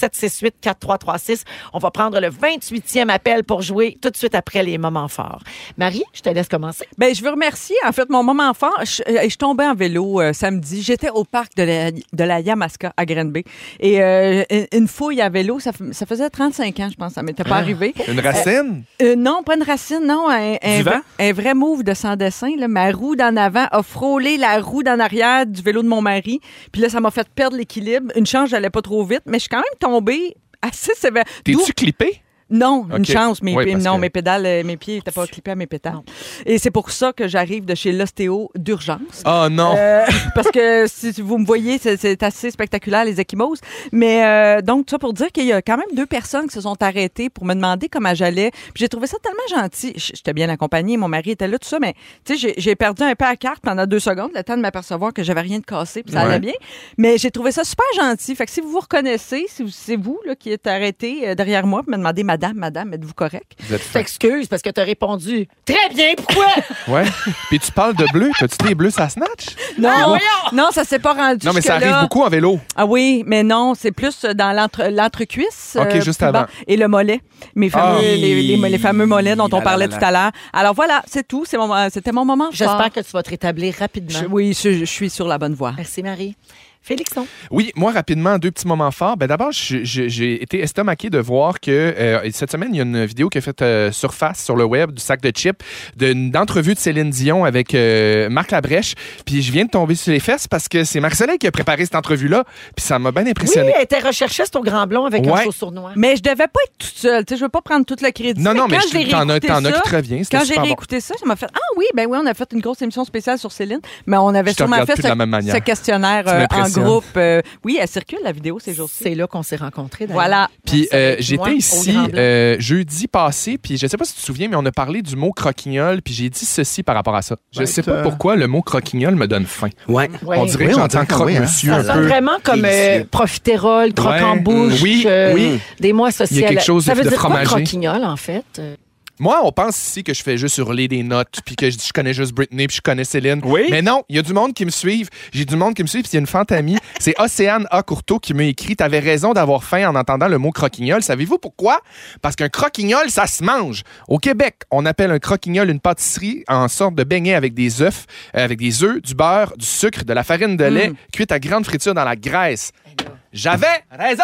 Speaker 1: 1-855-768-4336. On va prendre le 28e appel pour jouer tout de suite après les moments forts. Marie, je te laisse commencer.
Speaker 3: Ben, je veux remercier, en fait, mon moment fort. Je, euh, je tombais en vélo euh, samedi. J'étais au parc de la, de la Yamaska à Grenby. Et euh, une- une fouille à vélo, ça, f- ça faisait 35 ans, je pense. Ça m'était
Speaker 1: Ah.
Speaker 3: pas arrivé.
Speaker 4: une racine.
Speaker 3: Euh, non, pas une racine, non. Un, un,
Speaker 2: Du vent?
Speaker 3: vrai- un vrai move de sans dessin. Là. Ma roue d'en avant a frôlé la roue d'en arrière du vélo de mon mari. Puis là, ça m'a fait perdre l'équilibre. Une chance, j'allais pas trop vite, mais je suis quand même tombée assez sévère. D'où-
Speaker 4: T'es-tu clippé?
Speaker 3: Non, une
Speaker 4: Ok.
Speaker 3: chance, mes,
Speaker 4: Oui,
Speaker 3: pieds-
Speaker 4: parce
Speaker 3: non,
Speaker 4: que-
Speaker 3: mes pédales, euh, mes pieds n'étaient pas clippés à mes pédales. Et c'est pour ça que j'arrive de chez l'ostéo d'urgence.
Speaker 4: Oh non!
Speaker 3: Euh, parce que si vous me voyez, c'est- c'est assez spectaculaire, les échymoses. Mais euh, donc, ça pour dire qu'il y a quand même deux personnes qui se sont arrêtées pour me demander comment j'allais. Puis J'ai trouvé ça tellement gentil. J- J'étais bien accompagnée, mon mari était là, tout ça, mais tu sais, j'ai- j'ai perdu un peu à carte pendant deux secondes, le temps de m'apercevoir que j'avais rien de cassé, puis ça allait
Speaker 4: Ouais.
Speaker 3: bien. Mais j'ai trouvé ça super gentil. Fait que si vous vous reconnaissez, si vous- c'est vous là, qui êtes arrêté euh, derrière moi, pour me demander, Madame, Madame, êtes-vous correct?
Speaker 4: Vous êtes fin.
Speaker 8: T'excuses parce que t'as répondu. Très bien, pourquoi?
Speaker 4: Ouais. Puis tu parles de bleu. T'as-tu des bleus, ça snatch?
Speaker 3: Non, Ah, non, ça s'est pas rendu.
Speaker 4: Non, mais ça
Speaker 3: jusque-là.
Speaker 4: arrive beaucoup en vélo.
Speaker 3: Ah oui, mais non, c'est plus dans l'entre- l'entrecuisse.
Speaker 4: OK,
Speaker 3: euh,
Speaker 4: juste
Speaker 3: plus
Speaker 4: avant.
Speaker 3: bas, Et le mollet. Mes fameux,
Speaker 4: Ah.
Speaker 3: les, les- les fameux mollets dont
Speaker 4: Là,
Speaker 3: on
Speaker 4: là,
Speaker 3: parlait
Speaker 4: là,
Speaker 3: tout à l'heure. Alors voilà, c'est tout. C'est mon- euh, C'était mon moment.
Speaker 8: J'espère
Speaker 3: fort.
Speaker 8: que tu vas te rétablir rapidement.
Speaker 3: Je- oui, je, je suis sur la bonne voie.
Speaker 8: Merci, Marie. Félixon.
Speaker 4: Oui, moi, rapidement, deux petits moments forts. Ben, D'abord, je- je- j'ai été estomaqué de voir que euh, cette semaine, il y a une vidéo qui a fait euh, surface sur le web du sac de chips d'une d'entrevue de Céline Dion avec euh, Marc Labrèche. Puis je viens de tomber sur les fesses parce que c'est Marc Soleil qui a préparé cette entrevue-là. Puis ça m'a bien
Speaker 8: Oui,
Speaker 4: impressionné.
Speaker 8: elle était recherchiste au Grand Blond avec un
Speaker 4: Ouais.
Speaker 8: saut sournois.
Speaker 3: Mais je devais pas être toute seule. Tu sais, je veux pas prendre tout le crédit.
Speaker 4: Non, non,
Speaker 3: Mais
Speaker 4: mais
Speaker 3: quand je l'ai
Speaker 4: je- t'en as
Speaker 3: réécouté
Speaker 4: t'en as
Speaker 3: ça,
Speaker 4: qui te revient. C'était
Speaker 3: Quand j'ai
Speaker 4: super bon.
Speaker 3: réécouté ça, je m'a fait Ah oui, ben oui, on a fait une grosse émission spéciale sur Céline, mais on avait
Speaker 4: Je te
Speaker 3: sûrement
Speaker 4: regarde
Speaker 3: fait
Speaker 4: plus de la même
Speaker 3: ce,
Speaker 4: manière.
Speaker 3: ce questionnaire
Speaker 4: Tu
Speaker 3: euh, en
Speaker 4: m'impressionnes.
Speaker 3: groupe. Euh, oui, elle circule la vidéo ces jours-ci.
Speaker 8: C'est là qu'on s'est rencontrés. d'ailleurs.
Speaker 3: Voilà.
Speaker 4: Puis
Speaker 8: Ça va
Speaker 4: euh,
Speaker 8: être moi,
Speaker 4: j'étais
Speaker 8: au
Speaker 4: ici
Speaker 8: Grand Blanc.
Speaker 4: euh, jeudi passé, puis je sais pas si tu te souviens, mais on a parlé du mot croquignol, puis j'ai dit ceci par rapport à ça. Je
Speaker 10: Ouais,
Speaker 4: sais pas
Speaker 10: euh,
Speaker 4: pourquoi le mot croquignol me donne faim.
Speaker 10: Ouais.
Speaker 8: Ouais.
Speaker 4: On dirait
Speaker 10: Oui,
Speaker 4: que
Speaker 10: on
Speaker 4: j'entends
Speaker 10: dirait que oui, hein.
Speaker 4: croque-monsieur
Speaker 10: Ça
Speaker 4: un
Speaker 8: Ça
Speaker 4: peu.
Speaker 8: sonne vraiment comme
Speaker 10: délicieux.
Speaker 8: euh, profiterole, croque en
Speaker 4: Ouais. Mm.
Speaker 8: bouche.
Speaker 4: Oui,
Speaker 8: euh,
Speaker 10: oui.
Speaker 8: Des mois associés
Speaker 4: Il y a quelque
Speaker 8: à la-
Speaker 4: chose
Speaker 8: Ça
Speaker 4: de-
Speaker 8: veut
Speaker 4: de
Speaker 8: dire quoi,
Speaker 4: fromager.
Speaker 8: croquignol, en fait? Euh,
Speaker 4: Moi, on pense ici que je fais juste hurler des notes, puis que je dis je connais juste Britney, puis je connais Céline.
Speaker 2: Oui.
Speaker 4: Mais non, il y a du monde qui me suivent. J'ai du monde qui me suit, puis il y a une fantamie. C'est Océane A. Courteau qui m'a écrit T'avais raison d'avoir faim en entendant le mot croquignol. Savez-vous pourquoi Parce qu'un croquignol, ça se mange. Au Québec, on appelle un croquignol une pâtisserie en sorte de beignet avec des œufs, euh, avec des œufs, du beurre, du sucre, de la farine de
Speaker 8: Mm.
Speaker 4: lait, cuite à grande friture dans la graisse.
Speaker 8: Ben
Speaker 4: J'avais raison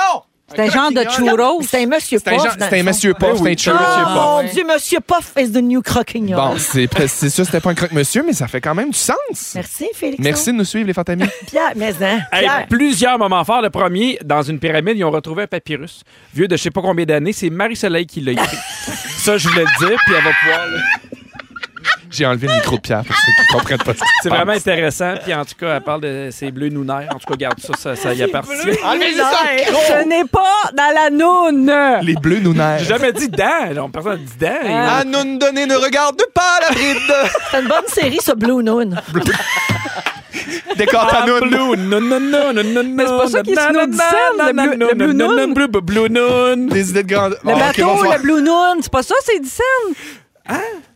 Speaker 3: C'est un genre de
Speaker 4: croquignol-
Speaker 3: churros.
Speaker 8: C'est un monsieur
Speaker 4: C'est un,
Speaker 8: Puff,
Speaker 4: genre-
Speaker 8: dans
Speaker 4: c'est un
Speaker 8: le fond.
Speaker 4: monsieur Puff, c'est un churro.
Speaker 8: Oh mon Dieu, Monsieur Puff is the new croquignol.
Speaker 4: Bon, c'est c'est sûr, c'était pas un croque-monsieur, mais ça fait quand même du sens.
Speaker 8: Merci, Félix.
Speaker 4: Merci de nous suivre, les fantamis.
Speaker 8: Pierre, mais hein,
Speaker 2: Hey,
Speaker 8: Pierre.
Speaker 2: plusieurs moments forts. Le premier, dans une pyramide, ils ont retrouvé un papyrus vieux de je sais pas combien d'années. C'est Marie-Soleil qui l'a écrit. ça, je voulais le dire, puis elle va pouvoir. le-
Speaker 4: J'ai enlevé le micro de Pierre pour ceux qui comprennent pas.
Speaker 2: C'est vraiment intéressant. Puis en tout cas, elle parle de ses bleus nounaires. En tout cas, garde ça, ça, ça y appartient.
Speaker 4: Enlevez ça!
Speaker 3: Ce n'est pas dans la noune.
Speaker 4: Les bleus nous
Speaker 2: J'ai
Speaker 4: nerfs.
Speaker 2: jamais dit dents. Non, personne n'a dit dents.
Speaker 4: À nous ne donner ne regarde pas la bride.
Speaker 8: C'est une bonne série, ce Blue Noon.
Speaker 2: Ah,
Speaker 4: Décor à nous.
Speaker 2: blue, non, non, non, non, non,
Speaker 3: c'est pas ça qu'il se nous disait, le bleu- le bleu noun.
Speaker 2: bleu, bleu noun.
Speaker 4: Des idées de Ah, grande.
Speaker 3: Le bateau, le Blue Noon, c'est pas ça, c'est Dyssen.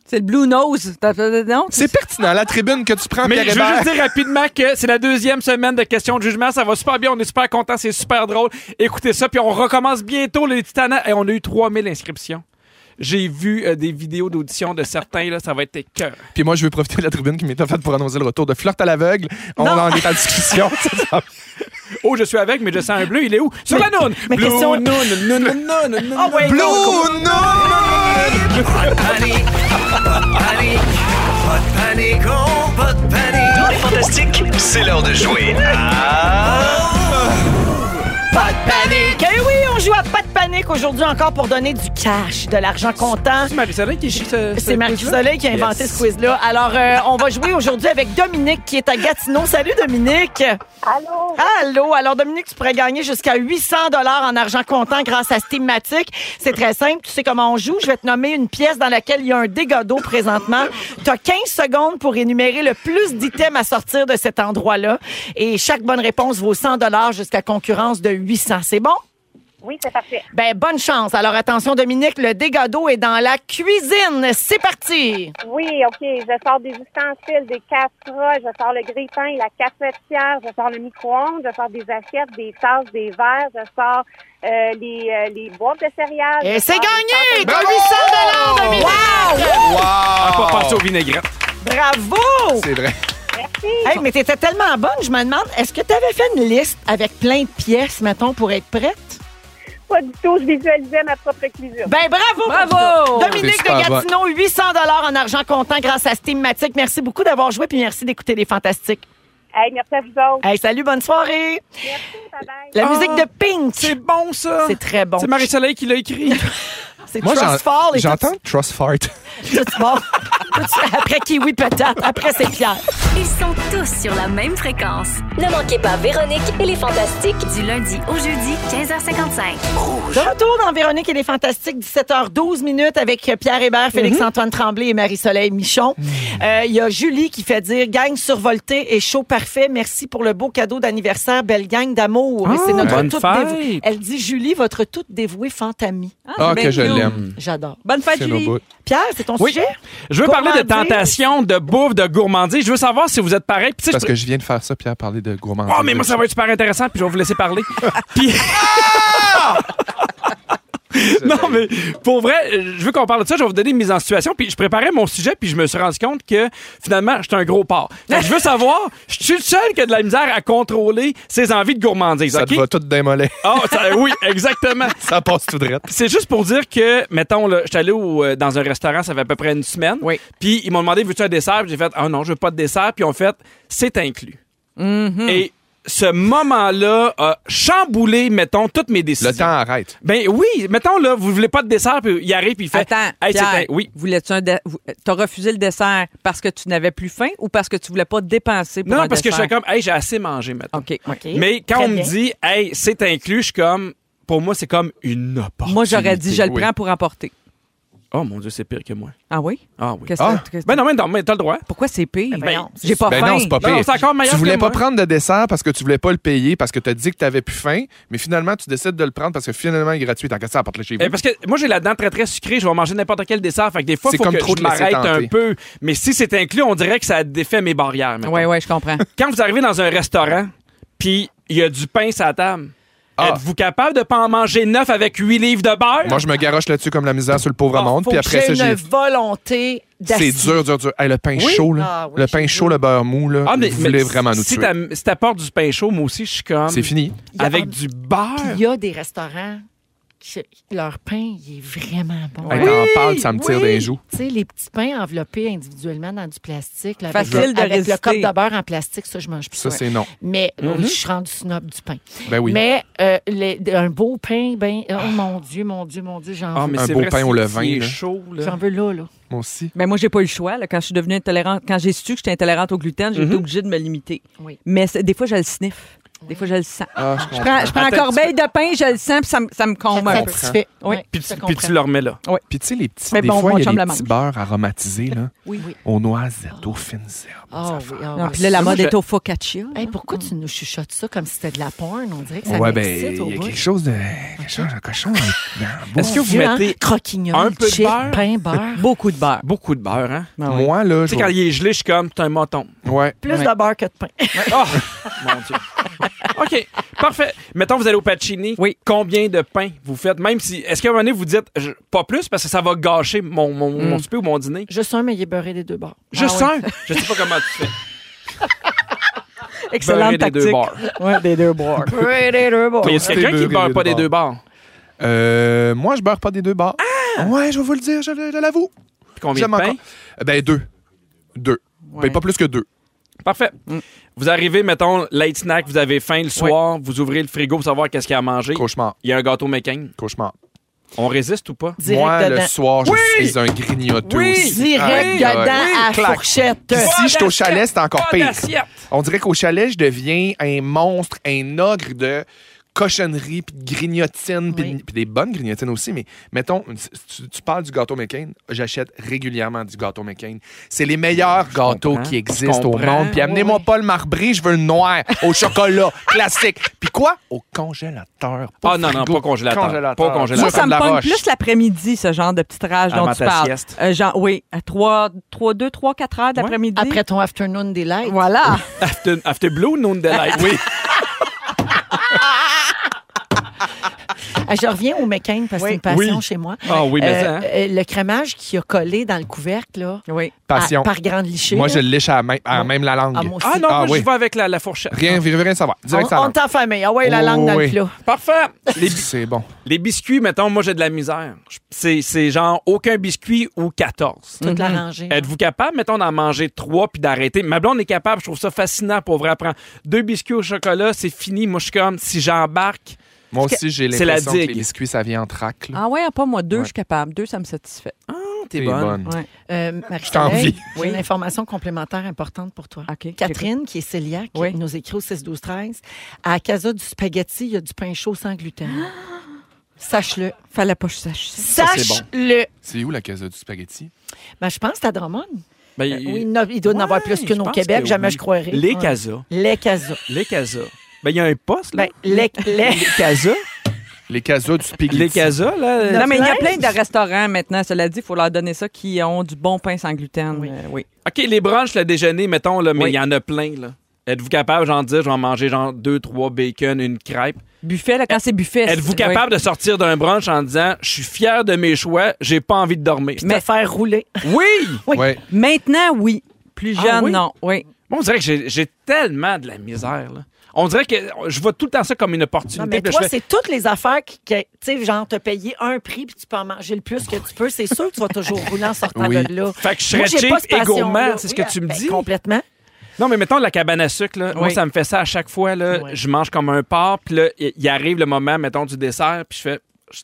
Speaker 3: C'est le Blue Nose. T'as- t'as- Non?
Speaker 4: C'est pertinent, la tribune que tu prends,
Speaker 2: Mais
Speaker 4: Pierre
Speaker 2: je veux
Speaker 4: Hébert.
Speaker 2: juste dire rapidement que c'est la deuxième semaine de questions de jugement. Ça va super bien. On est super contents. C'est super drôle. Écoutez ça. Puis on recommence bientôt les Titanas. Et on a eu 3000 inscriptions. J'ai vu euh, des vidéos d'audition de certains. Là, ça va être cœur.
Speaker 4: Puis moi, je veux profiter de la tribune qui m'est offerte pour annoncer le retour de Flirt à l'aveugle. On en est en discussion.
Speaker 2: Oh, je suis avec, mais je sens un bleu. Il est où? Sur la noune!
Speaker 8: mais
Speaker 2: Bleu,
Speaker 8: question-
Speaker 2: noune, noune, noune, noune,
Speaker 1: Ah
Speaker 2: noune.
Speaker 4: Blue Noon!
Speaker 7: panique, pas de panique, pas de panique, oh, pas de panique. Dans les fantastiques, c'est l'heure de jouer.
Speaker 1: Pas de panique! Eh oui, on joue à pas de panique aujourd'hui encore pour donner du cash, de l'argent comptant.
Speaker 2: C'est Marie-Soleil qui chie ce. ce
Speaker 1: C'est Marie
Speaker 2: quiz-là?
Speaker 1: Soleil qui a inventé
Speaker 2: Euh, Yes.
Speaker 1: ce quiz-là. Alors, euh, on va jouer aujourd'hui avec Dominique qui est à Gatineau. Salut Dominique! Allô! Allô! Alors, Dominique, tu pourrais gagner jusqu'à 800 dollars en argent comptant grâce à cette thématique. C'est très simple. Tu sais comment on joue. Je vais te nommer une pièce dans laquelle il y a un dégât d'eau présentement. Tu as 15 secondes pour énumérer le plus d'items à sortir de cet endroit-là. Et chaque bonne réponse vaut 100 dollars jusqu'à concurrence de 800. C'est bon? Ben, bonne chance. Alors, attention, Dominique, le dégât d'eau est dans la cuisine. C'est parti.
Speaker 11: Oui, OK. Je sors des ustensiles, des casseroles, je sors le grille-pain, la cafetière, je sors le micro-ondes, je sors des assiettes, des tasses, des verres, je sors euh, les, euh, les boîtes de céréales.
Speaker 1: Et
Speaker 11: je
Speaker 1: c'est
Speaker 11: sors les
Speaker 1: gagné!
Speaker 11: tasses de-
Speaker 1: T'as 800 Dominique!
Speaker 4: Wow!
Speaker 2: Pas passer aux vinaigrettes.
Speaker 1: Bravo!
Speaker 4: C'est vrai.
Speaker 11: Merci.
Speaker 1: Hey, mais t'étais tellement bonne, je me demande, est-ce que t'avais fait une liste avec plein de pièces, mettons, pour être prête?
Speaker 11: Pas du tout, je visualisais ma propre cuisine.
Speaker 1: Ben, bravo!
Speaker 3: Bravo!
Speaker 1: Dominique
Speaker 4: T'es
Speaker 1: de
Speaker 4: super
Speaker 1: Gatineau, 800 en argent comptant grâce à cette thématique. Merci beaucoup d'avoir joué, puis merci d'écouter Les Fantastiques.
Speaker 11: Hey, merci à vous autres.
Speaker 1: Hey, salut, bonne soirée!
Speaker 11: Merci, bye-bye.
Speaker 1: La
Speaker 2: Ah,
Speaker 1: musique de Pink,
Speaker 2: C'est bon, ça!
Speaker 1: c'est très bon.
Speaker 2: C'est Marie-Soleil qui l'a écrit.
Speaker 1: C'est
Speaker 4: Moi, j'en-
Speaker 1: Trust Fall. et
Speaker 4: j'entends Trust Fart.
Speaker 1: tout- tout bon. Tout- Après kiwi peut-être. Après c'est Pierre.
Speaker 5: Ils sont tous sur la même fréquence.
Speaker 6: Ne manquez pas Véronique et les Fantastiques.
Speaker 5: Du lundi au jeudi, 15h55.
Speaker 1: De retour dans Véronique et les Fantastiques, 17h12 minutes avec Pierre Hébert, Félix-Antoine Tremblay et Marie-Soleil Michon. Euh, Il y a Julie qui fait dire gang survoltée et chaud parfait. Merci pour le beau cadeau d'anniversaire, belle gang d'amour. Et c'est notre
Speaker 2: bonne
Speaker 1: toute
Speaker 2: fête.
Speaker 1: dévouée. Elle dit Julie, votre toute dévouée fantamie.
Speaker 4: Ah, que je l'aime.
Speaker 1: J'adore.
Speaker 3: Bonne fête,
Speaker 4: C'est nos
Speaker 3: Julie.
Speaker 4: bouts.
Speaker 1: Pierre, c'est ton
Speaker 2: Oui.
Speaker 1: sujet?
Speaker 2: Je veux parler de
Speaker 1: Gourmandise.
Speaker 2: tentation, de bouffe, de gourmandise. Je veux savoir si vous êtes pareil. Puis, tu sais,
Speaker 4: Parce
Speaker 2: je-
Speaker 4: que je viens de faire ça, Pierre, parler de gourmandise.
Speaker 2: Oh, mais moi, ça va être super intéressant, puis je vais vous laisser parler. Puis-
Speaker 4: Ah!
Speaker 2: non, mais pour vrai, euh, je veux qu'on parle de ça. Je vais vous donner une mise en situation. Puis je préparais mon sujet, puis je me suis rendu compte que finalement, j'étais un gros porc. Fait que je veux savoir, je suis le seul qui a de la misère à contrôler ses envies de gourmandise.
Speaker 4: Ça
Speaker 2: OK?
Speaker 4: te va tout démoler.
Speaker 2: Ah, ça- oui, exactement.
Speaker 4: ça passe tout droit.
Speaker 2: C'est juste pour dire que, mettons, là, j'étais allé au, euh, dans un restaurant, ça fait à peu près une semaine.
Speaker 3: Oui.
Speaker 2: Puis ils m'ont demandé, veux-tu un dessert? Puis J'ai fait, ah non, je veux pas de dessert. Puis ils ont fait, c'est inclus.
Speaker 3: Mm-hmm.
Speaker 2: Et ce moment-là a chamboulé, mettons, toutes mes décisions.
Speaker 4: Le temps arrête.
Speaker 2: Ben oui, mettons, là, vous voulez pas de dessert, puis il arrive, puis il fait,
Speaker 3: Attends,
Speaker 2: hey, c'est
Speaker 3: Pierre,
Speaker 2: un- oui.
Speaker 3: voulais-tu un de- vou- t'as refusé le dessert parce que tu n'avais plus faim ou parce que tu voulais pas dépenser pour
Speaker 2: Non,
Speaker 3: un
Speaker 2: parce que je
Speaker 3: dessert?
Speaker 2: suis comme, hey, j'ai assez mangé maintenant.
Speaker 3: OK. ouais.
Speaker 2: Mais quand
Speaker 1: Très
Speaker 2: on me
Speaker 1: bien.
Speaker 2: dit, hey, c'est inclus, je suis comme, pour moi, c'est comme une opportunité.
Speaker 3: Moi, j'aurais dit, je le
Speaker 4: oui.
Speaker 3: prends pour emporter.
Speaker 2: Oh mon Dieu, c'est pire que moi.
Speaker 3: Ah oui?
Speaker 2: Ah oui.
Speaker 3: Qu'est-ce
Speaker 4: Ah.
Speaker 3: que- qu'est-ce que-
Speaker 2: Ben non, mais non, mais t'as le droit.
Speaker 3: Pourquoi c'est pire?
Speaker 1: Ben,
Speaker 3: J'ai pas
Speaker 4: Ben
Speaker 3: faim.
Speaker 4: non, c'est pas
Speaker 2: Non,
Speaker 4: pire.
Speaker 2: c'est encore meilleur
Speaker 4: Tu voulais
Speaker 2: que
Speaker 4: pas
Speaker 2: moi.
Speaker 4: prendre de dessert parce que tu voulais pas le payer, parce que tu as dit que tu n'avais plus faim, mais finalement, tu décides de le prendre parce que finalement, il est gratuit. Tant que ça, apporte-le chez vous.
Speaker 2: Eh, parce que moi, j'ai la dent très, très sucrée. Je vais manger n'importe quel dessert. Fait que des fois,
Speaker 4: C'est
Speaker 2: faut
Speaker 4: comme
Speaker 2: que
Speaker 4: trop
Speaker 2: je
Speaker 4: te laisser
Speaker 2: m'arrête un
Speaker 4: tenter.
Speaker 2: peu. Mais si c'est inclus, on dirait que ça défait mes barrières. mettons.
Speaker 3: Oui, oui, je comprends.
Speaker 2: Quand vous arrivez dans un restaurant, puis il y a du pain sur la table,
Speaker 4: Ah.
Speaker 2: êtes-vous capable de pas en manger neuf avec huit livres de beurre?
Speaker 4: Moi, je me garoche là-dessus comme la misère sur le pauvre
Speaker 1: Ah,
Speaker 4: monde,
Speaker 1: faut
Speaker 4: puis
Speaker 1: que
Speaker 4: après ça,
Speaker 1: j'ai
Speaker 4: j'ai.
Speaker 1: une volonté
Speaker 4: C'est
Speaker 1: d'acier.
Speaker 4: dur, dur, dur. Hey, le pain
Speaker 2: Oui?
Speaker 4: chaud, là.
Speaker 1: Ah oui,
Speaker 4: le pain
Speaker 1: j'ai
Speaker 4: chaud,
Speaker 1: vu.
Speaker 4: le beurre mou, là.
Speaker 2: Ah, mais-
Speaker 4: vous
Speaker 2: mais
Speaker 4: voulez vraiment nous
Speaker 2: si
Speaker 4: tuer.
Speaker 2: t'am- Si t'apportes du pain chaud, moi aussi, je suis comme.
Speaker 4: C'est fini.
Speaker 2: Avec du beurre.
Speaker 8: Il y a des restaurants, qui- leur pain, il est vraiment bon.
Speaker 4: Hey, T'en parles, ça me tire
Speaker 8: Oui.
Speaker 4: des joues.
Speaker 8: Tu sais, les petits pains enveloppés individuellement dans du plastique. là,
Speaker 3: Facile
Speaker 8: avec,
Speaker 3: de
Speaker 8: avec
Speaker 3: résister.
Speaker 8: le cop de beurre en plastique, ça, je mange plus
Speaker 4: Ça,
Speaker 8: ça.
Speaker 4: c'est non.
Speaker 8: Mais oui, je suis rendue snob du pain.
Speaker 4: Ben oui.
Speaker 8: Mais euh, les- un beau pain, ben, oh mon Dieu, mon Dieu, mon Dieu, j'en
Speaker 2: Ah,
Speaker 8: veux.
Speaker 2: mais
Speaker 4: Un
Speaker 2: c'est
Speaker 4: beau
Speaker 2: vrai,
Speaker 4: pain
Speaker 2: si-
Speaker 4: au levain,
Speaker 2: s'il est
Speaker 4: là.
Speaker 2: chaud, là.
Speaker 8: J'en veux là, là.
Speaker 4: Moi aussi.
Speaker 3: Ben moi, j'ai pas eu le choix. là. Quand je suis devenue intolérante, quand j'ai su que j'étais intolérante au gluten, j'ai été obligée de me limiter.
Speaker 8: Oui.
Speaker 3: Mais c'est- des fois, je le sniff. Des fois, je le sens.
Speaker 4: Ah, je
Speaker 3: Je
Speaker 4: comprends.
Speaker 3: prends, je prends un corbeille de pain, je le sens, puis ça, me- ça me combe un peu.
Speaker 8: Satisfait.
Speaker 3: Oui.
Speaker 8: Ouais,
Speaker 2: Puis
Speaker 8: je
Speaker 2: tu-
Speaker 8: te
Speaker 2: puis
Speaker 8: comprends.
Speaker 2: tu le remets là.
Speaker 4: Puis tu sais, les petits,
Speaker 3: Mais
Speaker 4: des
Speaker 3: bon,
Speaker 4: fois,
Speaker 3: mon
Speaker 4: il y a
Speaker 3: chum
Speaker 4: les
Speaker 3: le
Speaker 4: petits
Speaker 3: mange.
Speaker 4: beurres aromatisés, là,
Speaker 8: Oui, oui.
Speaker 4: aux noisettes, aux fines herbes.
Speaker 8: Ah oui, ah
Speaker 3: Non,
Speaker 8: oui.
Speaker 3: puis là, la
Speaker 2: Moi,
Speaker 3: mode
Speaker 2: je-
Speaker 3: est au focaccia. là.
Speaker 8: Hey, pourquoi tu nous chuchotes ça comme si c'était de la porn? On dirait que ça
Speaker 4: Ouais, ben,
Speaker 8: m'excite
Speaker 4: il
Speaker 8: au
Speaker 4: y a
Speaker 8: bout.
Speaker 4: quelque chose de. Quelque chose de cochon. dans- dans la bouche.
Speaker 2: Est-ce que vous
Speaker 8: Dieu, hein?
Speaker 2: mettez
Speaker 8: Croquignol,
Speaker 2: un peu de
Speaker 8: chip,
Speaker 2: beurre?
Speaker 8: pain, beurre.
Speaker 3: Beaucoup de beurre.
Speaker 2: beaucoup de beurre, hein?
Speaker 3: Ah oui.
Speaker 4: Moi, là,
Speaker 2: Tu
Speaker 4: je.
Speaker 2: sais, quand il est gelé, je suis comme, t'as un mouton.
Speaker 4: Ouais.
Speaker 1: Plus
Speaker 3: Ouais.
Speaker 1: de beurre que de pain.
Speaker 2: Oh, mon Dieu. OK, parfait. Mettons, vous allez au Pacini.
Speaker 3: Oui.
Speaker 2: Combien de pain vous faites? Même si. Est-ce qu'à un moment donné, vous dites je- pas plus parce que ça va gâcher mon, mon, mon souper ou mon dîner?
Speaker 8: Juste un, mais il est beurré des deux
Speaker 1: Ah
Speaker 8: bords.
Speaker 2: Juste
Speaker 3: oui.
Speaker 2: un. Je sais pas comment tu fais.
Speaker 3: Excellente
Speaker 2: Beurrer des
Speaker 3: tactique.
Speaker 2: deux bords.
Speaker 3: Ouais, des deux beurres.
Speaker 1: Beurré des deux bords.
Speaker 2: Mais y a quelqu'un qui
Speaker 4: beurrer
Speaker 2: ne beurre
Speaker 4: des
Speaker 2: pas
Speaker 4: deux
Speaker 2: des deux bords?
Speaker 4: Euh, moi, je beurre pas des deux barres. Ouais, je vais vous le dire, je, le- je l'avoue.
Speaker 2: Puis Ah! combien
Speaker 4: J'aime
Speaker 2: de pain?
Speaker 4: encore. Ben, deux. Deux.
Speaker 3: Ouais.
Speaker 4: Ben, pas plus que deux.
Speaker 2: Parfait. Vous arrivez, mettons, late snack, vous avez faim le soir, vous ouvrez le frigo pour savoir qu'est-ce qu'il y a à manger.
Speaker 4: Cauchemar.
Speaker 2: Il y a un gâteau mécan.
Speaker 4: Cauchemar.
Speaker 2: On résiste ou pas?
Speaker 1: Direct
Speaker 4: moi,
Speaker 1: dedans.
Speaker 4: le soir, je
Speaker 2: Oui!
Speaker 4: suis un grignoteux
Speaker 2: Oui!
Speaker 4: aussi.
Speaker 1: Direct
Speaker 4: Aïe,
Speaker 1: dedans
Speaker 4: aïe.
Speaker 1: à
Speaker 2: claque.
Speaker 1: fourchette.
Speaker 4: Puis
Speaker 2: Pas
Speaker 4: si je suis au chalet, c'est encore
Speaker 2: Pas
Speaker 4: pire.
Speaker 2: d'assiette.
Speaker 4: On dirait qu'au chalet, je deviens un monstre, un ogre de cochonneries, puis de grignotines, puis de-
Speaker 8: Oui.
Speaker 4: puis des bonnes grignotines aussi. Mais mettons, tu, tu parles du gâteau McCain, j'achète régulièrement du gâteau McCain. C'est les meilleurs gâteaux
Speaker 2: comprends, je
Speaker 4: qui existent au
Speaker 2: comprends.
Speaker 4: monde. Puis amenez-moi pas le marbré, je veux le noir, au chocolat, classique. Puis quoi? Au congélateur. pas
Speaker 2: Ah non, non,
Speaker 4: frigo.
Speaker 2: pas congélateur. Pas congélateur.
Speaker 3: Moi,
Speaker 4: Moi,
Speaker 3: ça
Speaker 4: comme
Speaker 3: me
Speaker 4: la
Speaker 3: pogne
Speaker 4: roche.
Speaker 3: plus l'après-midi, ce genre de petite rage
Speaker 2: Avant
Speaker 3: dont tu
Speaker 2: ta
Speaker 3: parles.
Speaker 2: sieste.
Speaker 3: Euh, genre, oui, à 3, 3, 2, 3, 4 heures de l'après-midi.
Speaker 8: Après ton afternoon delight.
Speaker 3: Voilà.
Speaker 2: After, after Blue, Noon Delight. Oui.
Speaker 8: Ah, Je reviens au McCain parce que c'est une passion chez moi.
Speaker 2: Ah oui, mais ça, hein?
Speaker 8: euh, le crémage qui a collé dans le couvercle, là,
Speaker 3: Oui.
Speaker 4: Passion.
Speaker 1: Ah,
Speaker 8: à- par grande lichée.
Speaker 4: Moi, je
Speaker 8: là.
Speaker 4: le liche à la main, à la même la langue.
Speaker 8: Ah, moi aussi.
Speaker 2: Ah non,
Speaker 4: Ah
Speaker 2: moi,
Speaker 4: oui.
Speaker 2: je vais avec la, la fourchette.
Speaker 4: Rien, je veux rien savoir. Direct ça
Speaker 1: On, on t'en famille. Ah ouais, la
Speaker 4: Oh,
Speaker 1: langue dans le
Speaker 4: oui.
Speaker 1: plat.
Speaker 2: Parfait. Les, bi-
Speaker 4: C'est bon.
Speaker 2: les biscuits, mettons, moi, j'ai de la misère. Je- C'est, c'est genre aucun biscuit ou 14.
Speaker 8: Toute la rangée.
Speaker 2: Mhm. Êtes-vous capable, mettons, d'en manger trois puis d'arrêter? Ma blonde est capable, je trouve ça fascinant pour vrai. Elle prend deux biscuits au chocolat, c'est fini. Moi, je suis comme, si j'embarque,
Speaker 4: Moi aussi, j'ai
Speaker 2: C'est la
Speaker 4: l'impression que les
Speaker 2: digue.
Speaker 4: biscuits, ça vient en trac. là.
Speaker 3: Ah ouais, pas moi. Deux,
Speaker 4: Ouais.
Speaker 3: je suis capable. Deux, ça me satisfait.
Speaker 2: T'es bonne.
Speaker 3: Ouais.
Speaker 1: Euh,
Speaker 4: Je
Speaker 1: Marie-Soleil,
Speaker 4: t'envie.
Speaker 1: j'ai une information complémentaire importante pour toi.
Speaker 3: OK.
Speaker 1: Catherine, qui est cœliaque,
Speaker 3: Oui.
Speaker 1: qui nous écrit au 6 12 13 à Casa du Spaghetti, il y a du pain chaud sans gluten. Sache-le.
Speaker 3: Fallait pas que je sache ça.
Speaker 4: c'est bon.
Speaker 1: Sache-le.
Speaker 4: C'est où la casa du spaghetti?
Speaker 1: Ben, je pense que c'est à Drummond.
Speaker 2: Ben,
Speaker 1: Euh,
Speaker 2: il-
Speaker 1: oui, il, y en a- il doit en avoir
Speaker 2: Ouais,
Speaker 1: plus qu'une
Speaker 2: je
Speaker 1: au
Speaker 2: pense
Speaker 1: Québec.
Speaker 2: que
Speaker 1: jamais
Speaker 2: oui.
Speaker 1: je croirais.
Speaker 2: Les
Speaker 1: Ouais.
Speaker 2: casas.
Speaker 1: Les casas.
Speaker 2: Les casas. Ben, il y a un poste, là.
Speaker 1: Ben, les, les-
Speaker 2: les casas.
Speaker 4: Les casas du spaghetti.
Speaker 2: Les casas, là.
Speaker 3: Euh, Non, mais il y a plein de restaurants maintenant, cela dit, il faut leur donner ça, qui ont du bon pain sans gluten.
Speaker 1: Oui.
Speaker 3: euh, oui.
Speaker 2: OK, les brunchs, le déjeuner, mettons, là, mais il
Speaker 3: Oui.
Speaker 2: y en a plein, là. Êtes-vous capable, j'en dis, je vais en manger genre deux, trois bacon, une crêpe.
Speaker 3: Buffet, là, quand c'est buffet.
Speaker 2: Êtes-vous
Speaker 3: c'est-
Speaker 2: capable de sortir d'un brunch en disant je suis fier de mes choix, j'ai pas envie de dormir?
Speaker 1: te faire rouler.
Speaker 2: Oui!
Speaker 1: Oui.
Speaker 4: Ouais.
Speaker 3: oui. Maintenant, oui. Plus
Speaker 2: Ah
Speaker 3: jeune,
Speaker 2: oui?
Speaker 3: non. Oui.
Speaker 2: Moi, on dirait que j'ai j'ai tellement de la misère, là. On dirait que je vois tout le temps ça comme une opportunité.
Speaker 1: Non, Ah, mais
Speaker 2: puis
Speaker 1: toi,
Speaker 2: je fais-
Speaker 1: c'est toutes les affaires qui, qui- tu sais, genre, te payer un prix puis tu peux en manger le plus que tu peux. C'est sûr que tu vas toujours rouler en sortant
Speaker 4: Oui.
Speaker 1: de là.
Speaker 2: Fait que je
Speaker 1: Moi,
Speaker 2: serais
Speaker 1: j'ai
Speaker 2: cheap
Speaker 1: pas cette
Speaker 2: et gourmand,
Speaker 1: passion-là.
Speaker 2: c'est ce
Speaker 1: Oui,
Speaker 2: que tu me
Speaker 1: ben,
Speaker 2: dis.
Speaker 1: Complètement.
Speaker 2: Non, mais mettons la cabane à sucre, là. Moi,
Speaker 3: Oui.
Speaker 2: ça me fait ça à chaque fois, là.
Speaker 1: Ouais.
Speaker 2: Je mange comme un porc, puis là, il il arrive le moment, mettons, du dessert, puis je fais. je-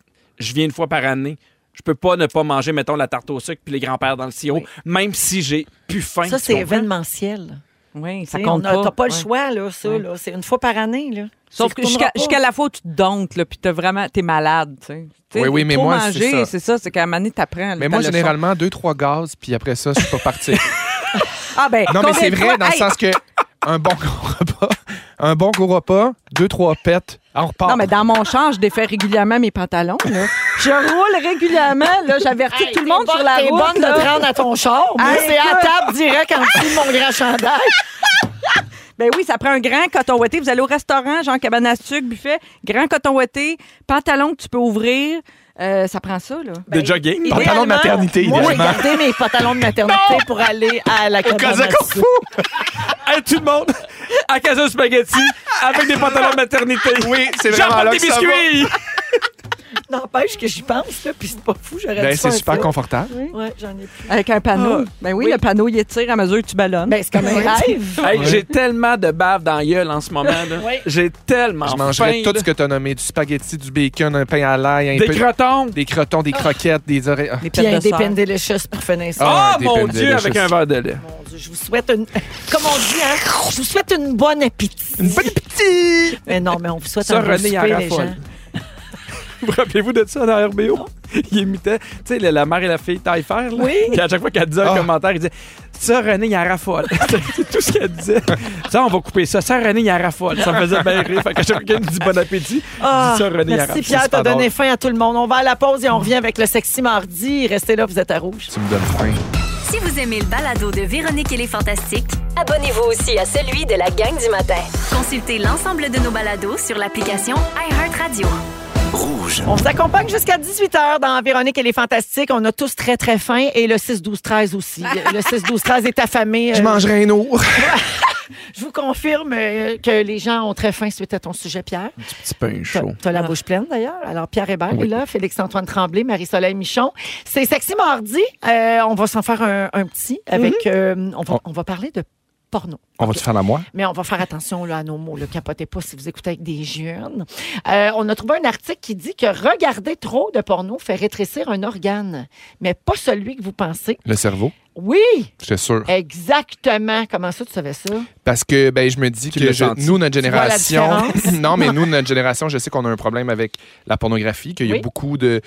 Speaker 2: Je viens une fois par année. Je peux pas ne pas manger, mettons, la tarte au sucre puis les grands-pères dans le sirop, même si j'ai plus faim.
Speaker 1: Ça,
Speaker 2: Ben, tu
Speaker 1: c'est
Speaker 2: comprends?
Speaker 1: événementiel.
Speaker 3: Oui, ça
Speaker 1: Tu sais,
Speaker 3: compte
Speaker 1: on a-
Speaker 3: pas.
Speaker 1: T'as pas le
Speaker 3: Ouais.
Speaker 1: choix, là, ça.
Speaker 3: Ouais.
Speaker 1: là. C'est une fois par année. Là.
Speaker 3: Sauf
Speaker 1: Tu
Speaker 3: que
Speaker 1: retourneras
Speaker 3: jusqu'à
Speaker 1: pas.
Speaker 3: jusqu'à la fois où tu te domptes, là, puis t'es vraiment, t'es malade, tu sais. Tu sais,
Speaker 4: Oui, oui, mais
Speaker 3: trop
Speaker 4: moi, c'est
Speaker 3: manger,
Speaker 4: ça.
Speaker 3: c'est ça, c'est qu'à un moment donné, t'apprends. là,
Speaker 4: Mais
Speaker 3: ta
Speaker 4: moi,
Speaker 3: leçon.
Speaker 4: généralement, deux, trois gaz, puis après ça, je suis pas parti.
Speaker 3: Ah, ben,
Speaker 4: Non, mais
Speaker 3: combien
Speaker 4: c'est
Speaker 3: de
Speaker 4: vrai,
Speaker 3: fois-
Speaker 4: dans le
Speaker 3: Hey,
Speaker 4: sens que un bon gros repas, un bon gros repas, deux, trois pets, on repart.
Speaker 3: Non, mais dans mon char, je défais régulièrement mes pantalons. Là. Je roule régulièrement. là. J'avertis tout le monde sur la
Speaker 1: T'es
Speaker 3: route.
Speaker 1: bonne de
Speaker 3: là.
Speaker 1: te rendre à ton char. Moi,
Speaker 3: Hey,
Speaker 1: c'est à hein,
Speaker 3: écoute.
Speaker 1: table direct en dessous de mon grand chandail.
Speaker 3: Ben oui, ça prend un grand coton ouaté. Vous allez au restaurant, genre cabane à sucre, buffet, grand coton ouaté, pantalon que tu peux ouvrir. Euh, ça prend ça, là.
Speaker 2: De jogging.
Speaker 1: Idéalement,
Speaker 4: Pantalon de maternité,
Speaker 1: Moi, j'ai
Speaker 4: idéalement.
Speaker 1: gardé mes pantalons de maternité pour aller à la cabane à sucre.
Speaker 2: Hey, tout le monde à casa spaghetti avec des pantalons de maternité.
Speaker 4: Oui, c'est vraiment
Speaker 2: J'apporte
Speaker 4: là
Speaker 2: des
Speaker 4: que ça va.
Speaker 2: biscuits.
Speaker 1: N'empêche que j'y pense, là, puis c'est pas fou, j'aurais
Speaker 4: Ben,
Speaker 1: dû
Speaker 4: c'est
Speaker 1: faire
Speaker 4: super
Speaker 1: ça.
Speaker 4: confortable.
Speaker 1: Ouais, j'en ai plus.
Speaker 3: Avec un panneau. ben oui, le panneau, il étire à mesure que tu ballonnes.
Speaker 1: Ben, c'est comme un rêve.
Speaker 2: Hey, J'ai tellement de bave dans la gueule en ce moment. là.
Speaker 1: Oui.
Speaker 2: J'ai tellement
Speaker 4: Je mangerais
Speaker 2: faim,
Speaker 4: tout ce que t'as nommé, du spaghetti, du bacon, un pain à l'ail, un
Speaker 2: là. Des
Speaker 4: peu de-
Speaker 2: crotons.
Speaker 4: des crotons, des croquettes, des oreilles. Ah.
Speaker 3: Les
Speaker 1: Puis
Speaker 3: pêtes de
Speaker 1: un
Speaker 3: sœur.
Speaker 1: Delicious pour finir ça.
Speaker 2: Oh
Speaker 4: Ah, des
Speaker 2: mon
Speaker 4: peines
Speaker 2: Dieu, avec
Speaker 4: délicieuses.
Speaker 2: un verre de lait.
Speaker 1: Mon Dieu, je vous souhaite une... Comme on dit, hein, je vous souhaite une bonne appétit.
Speaker 4: Une bonne petite!
Speaker 1: Mais non, mais on vous souhaite
Speaker 2: Ça,
Speaker 1: un bon
Speaker 2: René, il en
Speaker 1: souper, les
Speaker 2: raffole.
Speaker 1: gens.
Speaker 2: Vous rappelez-vous de ça dans RBO? Il imitait, tu sais, le- la mère et la fille taille faire. Là.
Speaker 1: Oui.
Speaker 2: Puis à chaque fois qu'elle disait un
Speaker 4: Ah.
Speaker 2: commentaire, il disait Ça, René, il en raffole. C'est tout ce qu'elle disait. Ça, on va couper ça. Ça, René, il en raffole. Ça me faisait bien rire. Fait que chaque fois qu'elle me dit bon appétit,
Speaker 1: Ah,
Speaker 2: dis ça, René, il en
Speaker 1: merci
Speaker 2: raffole.
Speaker 4: C'est
Speaker 1: Pierre,
Speaker 4: pas
Speaker 1: t'as donné
Speaker 4: drôle.
Speaker 1: faim à tout le monde. On va à la pause et on revient avec le sexy mardi. Restez là, vous êtes à rouge.
Speaker 4: Tu me donnes faim.
Speaker 5: Si vous aimez le balado de Véronique et les Fantastiques,
Speaker 6: Abonnez-vous aussi à celui de la gang du matin.
Speaker 5: consultez l'ensemble de nos balados sur l'application iHeartRadio.
Speaker 12: Rouge.
Speaker 1: On vous accompagne jusqu'à 18h dans Véronique et les Fantastiques. On a tous très, très faim et le 6-12-13 aussi. Le 6-12-13 est affamé.
Speaker 4: Je
Speaker 1: Euh,
Speaker 4: mangerais un ours.
Speaker 1: Je vous confirme euh, que les gens ont très faim suite à ton sujet, Pierre.
Speaker 2: Petit pain
Speaker 1: T'as
Speaker 2: chaud.
Speaker 1: t'as la bouche pleine d'ailleurs. Alors, Pierre Hébert est là, Félix-Antoine Tremblay, Marie-Soleil Michon. C'est Sexy Mardi. Euh, on va s'en faire un, un petit avec.
Speaker 4: Mhm.
Speaker 1: euh, on,
Speaker 4: Oh.
Speaker 1: va, on va parler de porno.
Speaker 4: On va-tu faire la moi?
Speaker 1: Mais on va faire attention là, à nos mots. Ne capotez pas si vous écoutez avec des jeunes. Euh, on a trouvé un article qui dit que regarder trop de porno fait rétrécir un organe, mais pas celui que vous pensez.
Speaker 4: Le cerveau,
Speaker 1: Oui,
Speaker 4: j'étais sûr.
Speaker 1: exactement. Comment ça, tu savais ça?
Speaker 4: Parce que ben je me dis
Speaker 2: Tu
Speaker 4: que
Speaker 2: l'as
Speaker 4: je-
Speaker 2: senti.
Speaker 4: nous notre
Speaker 1: Tu vois la
Speaker 4: génération
Speaker 1: différence?
Speaker 4: non mais nous notre génération je sais qu'on a un problème avec la pornographie qu'il y a
Speaker 1: Oui.
Speaker 4: beaucoup de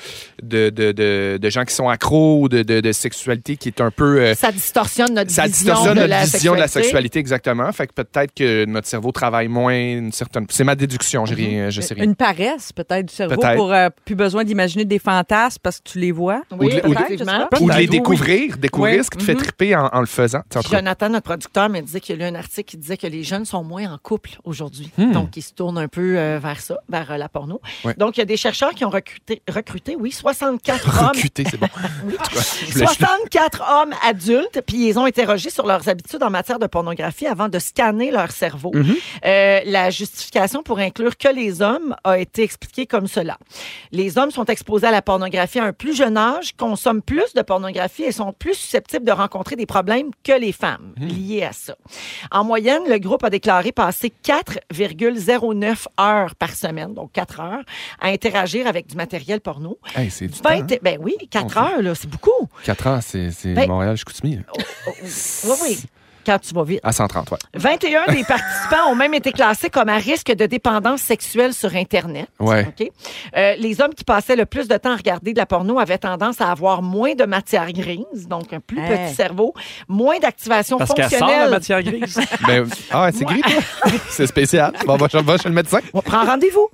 Speaker 4: de, de, de de gens qui sont accros ou de, de, de sexualité qui est un peu euh,
Speaker 1: Ça distorsionne notre
Speaker 4: ça
Speaker 1: vision,
Speaker 4: distorsionne
Speaker 1: de,
Speaker 4: notre
Speaker 1: la
Speaker 4: vision de la
Speaker 1: sexualité.
Speaker 4: sexualité exactement fait que peut-être que notre cerveau travaille moins une certaine c'est ma déduction
Speaker 1: Mhm.
Speaker 4: j'ai rien je sais
Speaker 1: Euh,
Speaker 4: rien
Speaker 3: Une paresse, peut-être, du cerveau,
Speaker 4: Peut-être.
Speaker 3: pour euh, plus besoin d'imaginer des fantasmes parce que tu les vois.
Speaker 1: Oui,
Speaker 4: Ou de- ou de-
Speaker 1: effectivement.
Speaker 4: ou de
Speaker 2: Peut-être, oui.
Speaker 4: les découvrir découvrir
Speaker 3: Oui.
Speaker 4: ce qui te
Speaker 1: Mhm.
Speaker 4: fait triper en, en le faisant Tu sais, en tout cas,
Speaker 1: Jonathan, notre producteur, me disait qu'il y a lu un article qui disait que les jeunes sont moins en couple aujourd'hui. Donc, ils se tournent un peu euh, vers ça, vers euh, la porno.
Speaker 4: Ouais.
Speaker 1: Donc, il y a des chercheurs qui ont recruté, recruté oui, 64 hommes
Speaker 4: recuter c'est bon Je voulais-
Speaker 1: 64 hommes adultes, puis ils ont interrogé sur leurs habitudes en matière de pornographie avant de scanner leur cerveau.
Speaker 4: Mhm.
Speaker 1: Euh, la justification pour inclure que les hommes a été expliquée comme cela. Les hommes sont exposés à la pornographie à un plus jeune âge, consomment plus de pornographie et sont plus susceptibles susceptibles de rencontrer des problèmes que les femmes
Speaker 4: Mhm.
Speaker 1: liés à ça. En moyenne, le groupe a déclaré passer 4,09 heures par semaine, donc 4 heures, à interagir avec du matériel porno.
Speaker 4: Hey, c'est du temps. hein?
Speaker 1: 20 Ben oui, 4 heures, là, c'est beaucoup.
Speaker 4: 4 ans, c'est c'est
Speaker 1: Ben-
Speaker 4: Montréal, je coutumi.
Speaker 1: Oh, oh, oui, oui, oui, quand tu vas vite.
Speaker 4: À 130, ouais.
Speaker 1: 21 des participants ont même été classés comme à risque de dépendance sexuelle sur Internet.
Speaker 4: Ouais.
Speaker 1: OK? Euh, les hommes qui passaient le plus de temps à regarder de la porno avaient tendance à avoir moins de matière grise, donc un plus
Speaker 3: Hey.
Speaker 1: petit cerveau, moins d'activation
Speaker 2: Hein? Parce qu'elle sort la
Speaker 1: fonctionnelle.
Speaker 2: matière grise.
Speaker 4: Ben, ah, c'est gris, toi. C'est spécial. Bon, va, chez- va chez le médecin.
Speaker 1: On prend rendez-vous.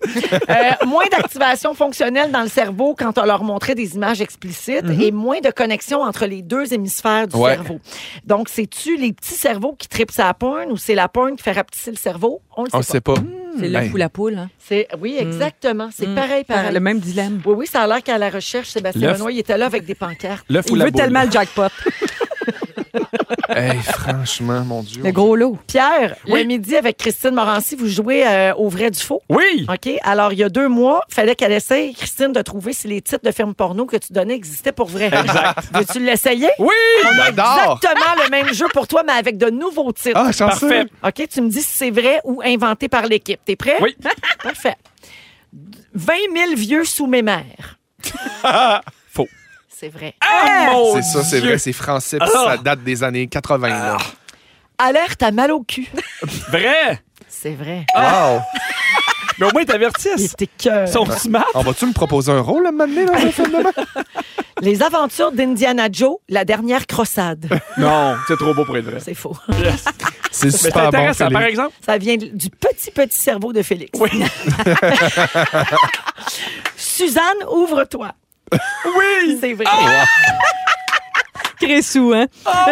Speaker 1: Euh, moins d'activation fonctionnelle dans le cerveau quand on leur montrait des images explicites
Speaker 2: Mhm.
Speaker 1: et moins de connexion entre les deux hémisphères du
Speaker 4: Ouais.
Speaker 1: cerveau. Donc, c'est-tu les petits cerveaux qui tripent sa porne ou c'est la porne qui fait rapetisser le cerveau? On le sait
Speaker 4: On
Speaker 1: pas.
Speaker 4: sait pas.
Speaker 3: C'est le
Speaker 4: Ben.
Speaker 3: fou la poule. Hein.
Speaker 1: C'est- Oui, exactement. C'est pareil, pareil.
Speaker 3: Le même dilemme.
Speaker 1: Oui, oui, ça a l'air qu'à la recherche, Sébastien
Speaker 2: L'œuf.
Speaker 1: Benoît, il était là avec des pancartes.
Speaker 4: Le fou
Speaker 3: Il
Speaker 4: la
Speaker 3: veut
Speaker 4: boule.
Speaker 3: tellement le jackpot.
Speaker 4: Hey, franchement, mon Dieu.
Speaker 3: Le gros lot.
Speaker 1: Pierre,
Speaker 2: Oui.
Speaker 1: le midi avec Christine Morancy, vous jouez euh, au vrai du faux.
Speaker 2: Oui!
Speaker 1: OK? Alors, il y a deux mois, fallait qu'elle essaye, Christine, de trouver si les titres de films porno que tu donnais existaient pour vrai. Exact. Veux-tu l'essayer?
Speaker 2: Oui!
Speaker 4: On adore.
Speaker 1: Exactement le même jeu pour toi, mais avec de nouveaux titres.
Speaker 4: Ah, chanceux.
Speaker 2: Parfait.
Speaker 1: OK? Tu me dis si c'est vrai ou inventé par l'équipe. T'es prêt?
Speaker 2: Oui.
Speaker 1: Parfait. 20 000 vieux sous mes mères.
Speaker 2: Faux.
Speaker 1: C'est vrai.
Speaker 2: Ah, mon
Speaker 4: C'est ça, c'est
Speaker 2: Dieu.
Speaker 4: vrai, c'est français, puis ça date des années 80. Là.
Speaker 1: Alerte à mal au cul. Ah,
Speaker 2: Vrai!
Speaker 1: C'est vrai.
Speaker 4: Wow!
Speaker 2: Mais au moins, ils t'avertissent.
Speaker 1: C'était que
Speaker 2: Ils sont smart.
Speaker 4: On va-tu me proposer un rôle à m'amener dans un film de même?
Speaker 1: les aventures d'Indiana Joe, la dernière crossade.
Speaker 2: Non, c'est trop beau pour être vrai.
Speaker 1: C'est faux.
Speaker 4: C'est
Speaker 2: Mais c'est
Speaker 4: super bon.
Speaker 2: intéressant. Par
Speaker 4: Félix.
Speaker 2: exemple,
Speaker 1: Ça vient du petit petit cerveau de Félix.
Speaker 2: Oui.
Speaker 1: Suzanne, ouvre-toi. Oui, c'est vrai.
Speaker 2: Ah,
Speaker 3: Cressou, hein?
Speaker 4: Ah,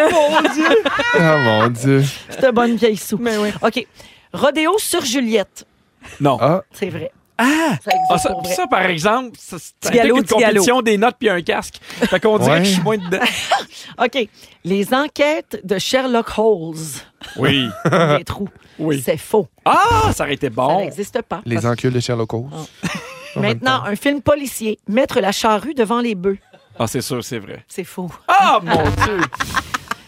Speaker 4: mon Dieu.
Speaker 1: C'est un bonne vieille sou. OK. Rodéo sur Juliette.
Speaker 2: non.
Speaker 4: Ah,
Speaker 1: C'est vrai. Ah! Ça existe
Speaker 2: Ah, ça,
Speaker 1: pour vrai.
Speaker 2: ça, par exemple, ça, c'est
Speaker 3: Tigalo,
Speaker 2: une
Speaker 3: tigalo.
Speaker 2: compétition des notes puis un casque. Fait qu'on dirait
Speaker 4: Ouais.
Speaker 2: que je suis moins dedans.
Speaker 1: OK. Les enquêtes de Sherlock Holmes.
Speaker 2: Oui.
Speaker 1: Les trous.
Speaker 2: Ah. Oui.
Speaker 1: C'est faux.
Speaker 2: Ah, ça aurait été
Speaker 1: Ça
Speaker 2: bon.
Speaker 1: n'existe pas.
Speaker 4: les
Speaker 1: Parce-
Speaker 4: encules de Sherlock Holmes. En même
Speaker 1: Maintenant, un film policier. Mettre la charrue devant les bœufs.
Speaker 2: Ah, c'est sûr, c'est vrai.
Speaker 1: C'est faux.
Speaker 2: Ah, mon Dieu.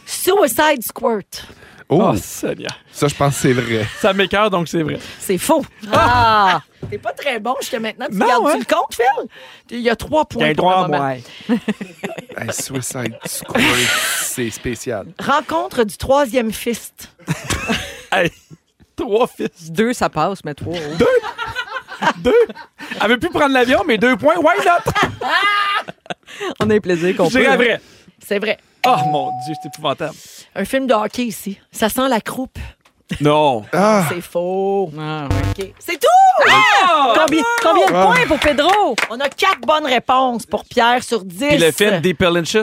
Speaker 1: Suicide Squirt.
Speaker 4: temps. Oh,
Speaker 2: Oh, Seigneur.
Speaker 4: ça, je pense que c'est vrai.
Speaker 2: Ça m'écœure, donc c'est vrai.
Speaker 1: C'est faux. Ah! T'es pas très bon jusqu'à maintenant. Tu
Speaker 2: Non,
Speaker 1: gardes
Speaker 2: hein?
Speaker 1: le compte, Phil? Il y a trois points.
Speaker 2: T'as le
Speaker 1: pour
Speaker 2: droit
Speaker 1: le
Speaker 2: à
Speaker 1: moment.
Speaker 2: moi.
Speaker 4: Hey, Suicide Squad, c'est spécial.
Speaker 1: Rencontre du troisième fist.
Speaker 2: Hey, Trois fils.
Speaker 3: Deux, ça passe, mais trois. oh.
Speaker 2: Elle veut plus prendre l'avion, mais deux points. Why not?
Speaker 3: On a un plaisir qu'on
Speaker 2: Je
Speaker 3: peut.
Speaker 2: dirais
Speaker 3: hein.
Speaker 2: vrai.
Speaker 1: C'est vrai.
Speaker 2: Oh, mon Dieu, c'est épouvantable.
Speaker 1: Un film de hockey ici. Ça sent la croupe.
Speaker 2: Non.
Speaker 4: Ah,
Speaker 1: C'est faux.
Speaker 3: Ah,
Speaker 1: OK.
Speaker 3: ouais.
Speaker 1: Ah! C'est tout!
Speaker 3: Combien, combien de points pour Pedro?
Speaker 1: On a quatre bonnes réponses pour Pierre sur dix.
Speaker 2: Puis le film des Pelinches.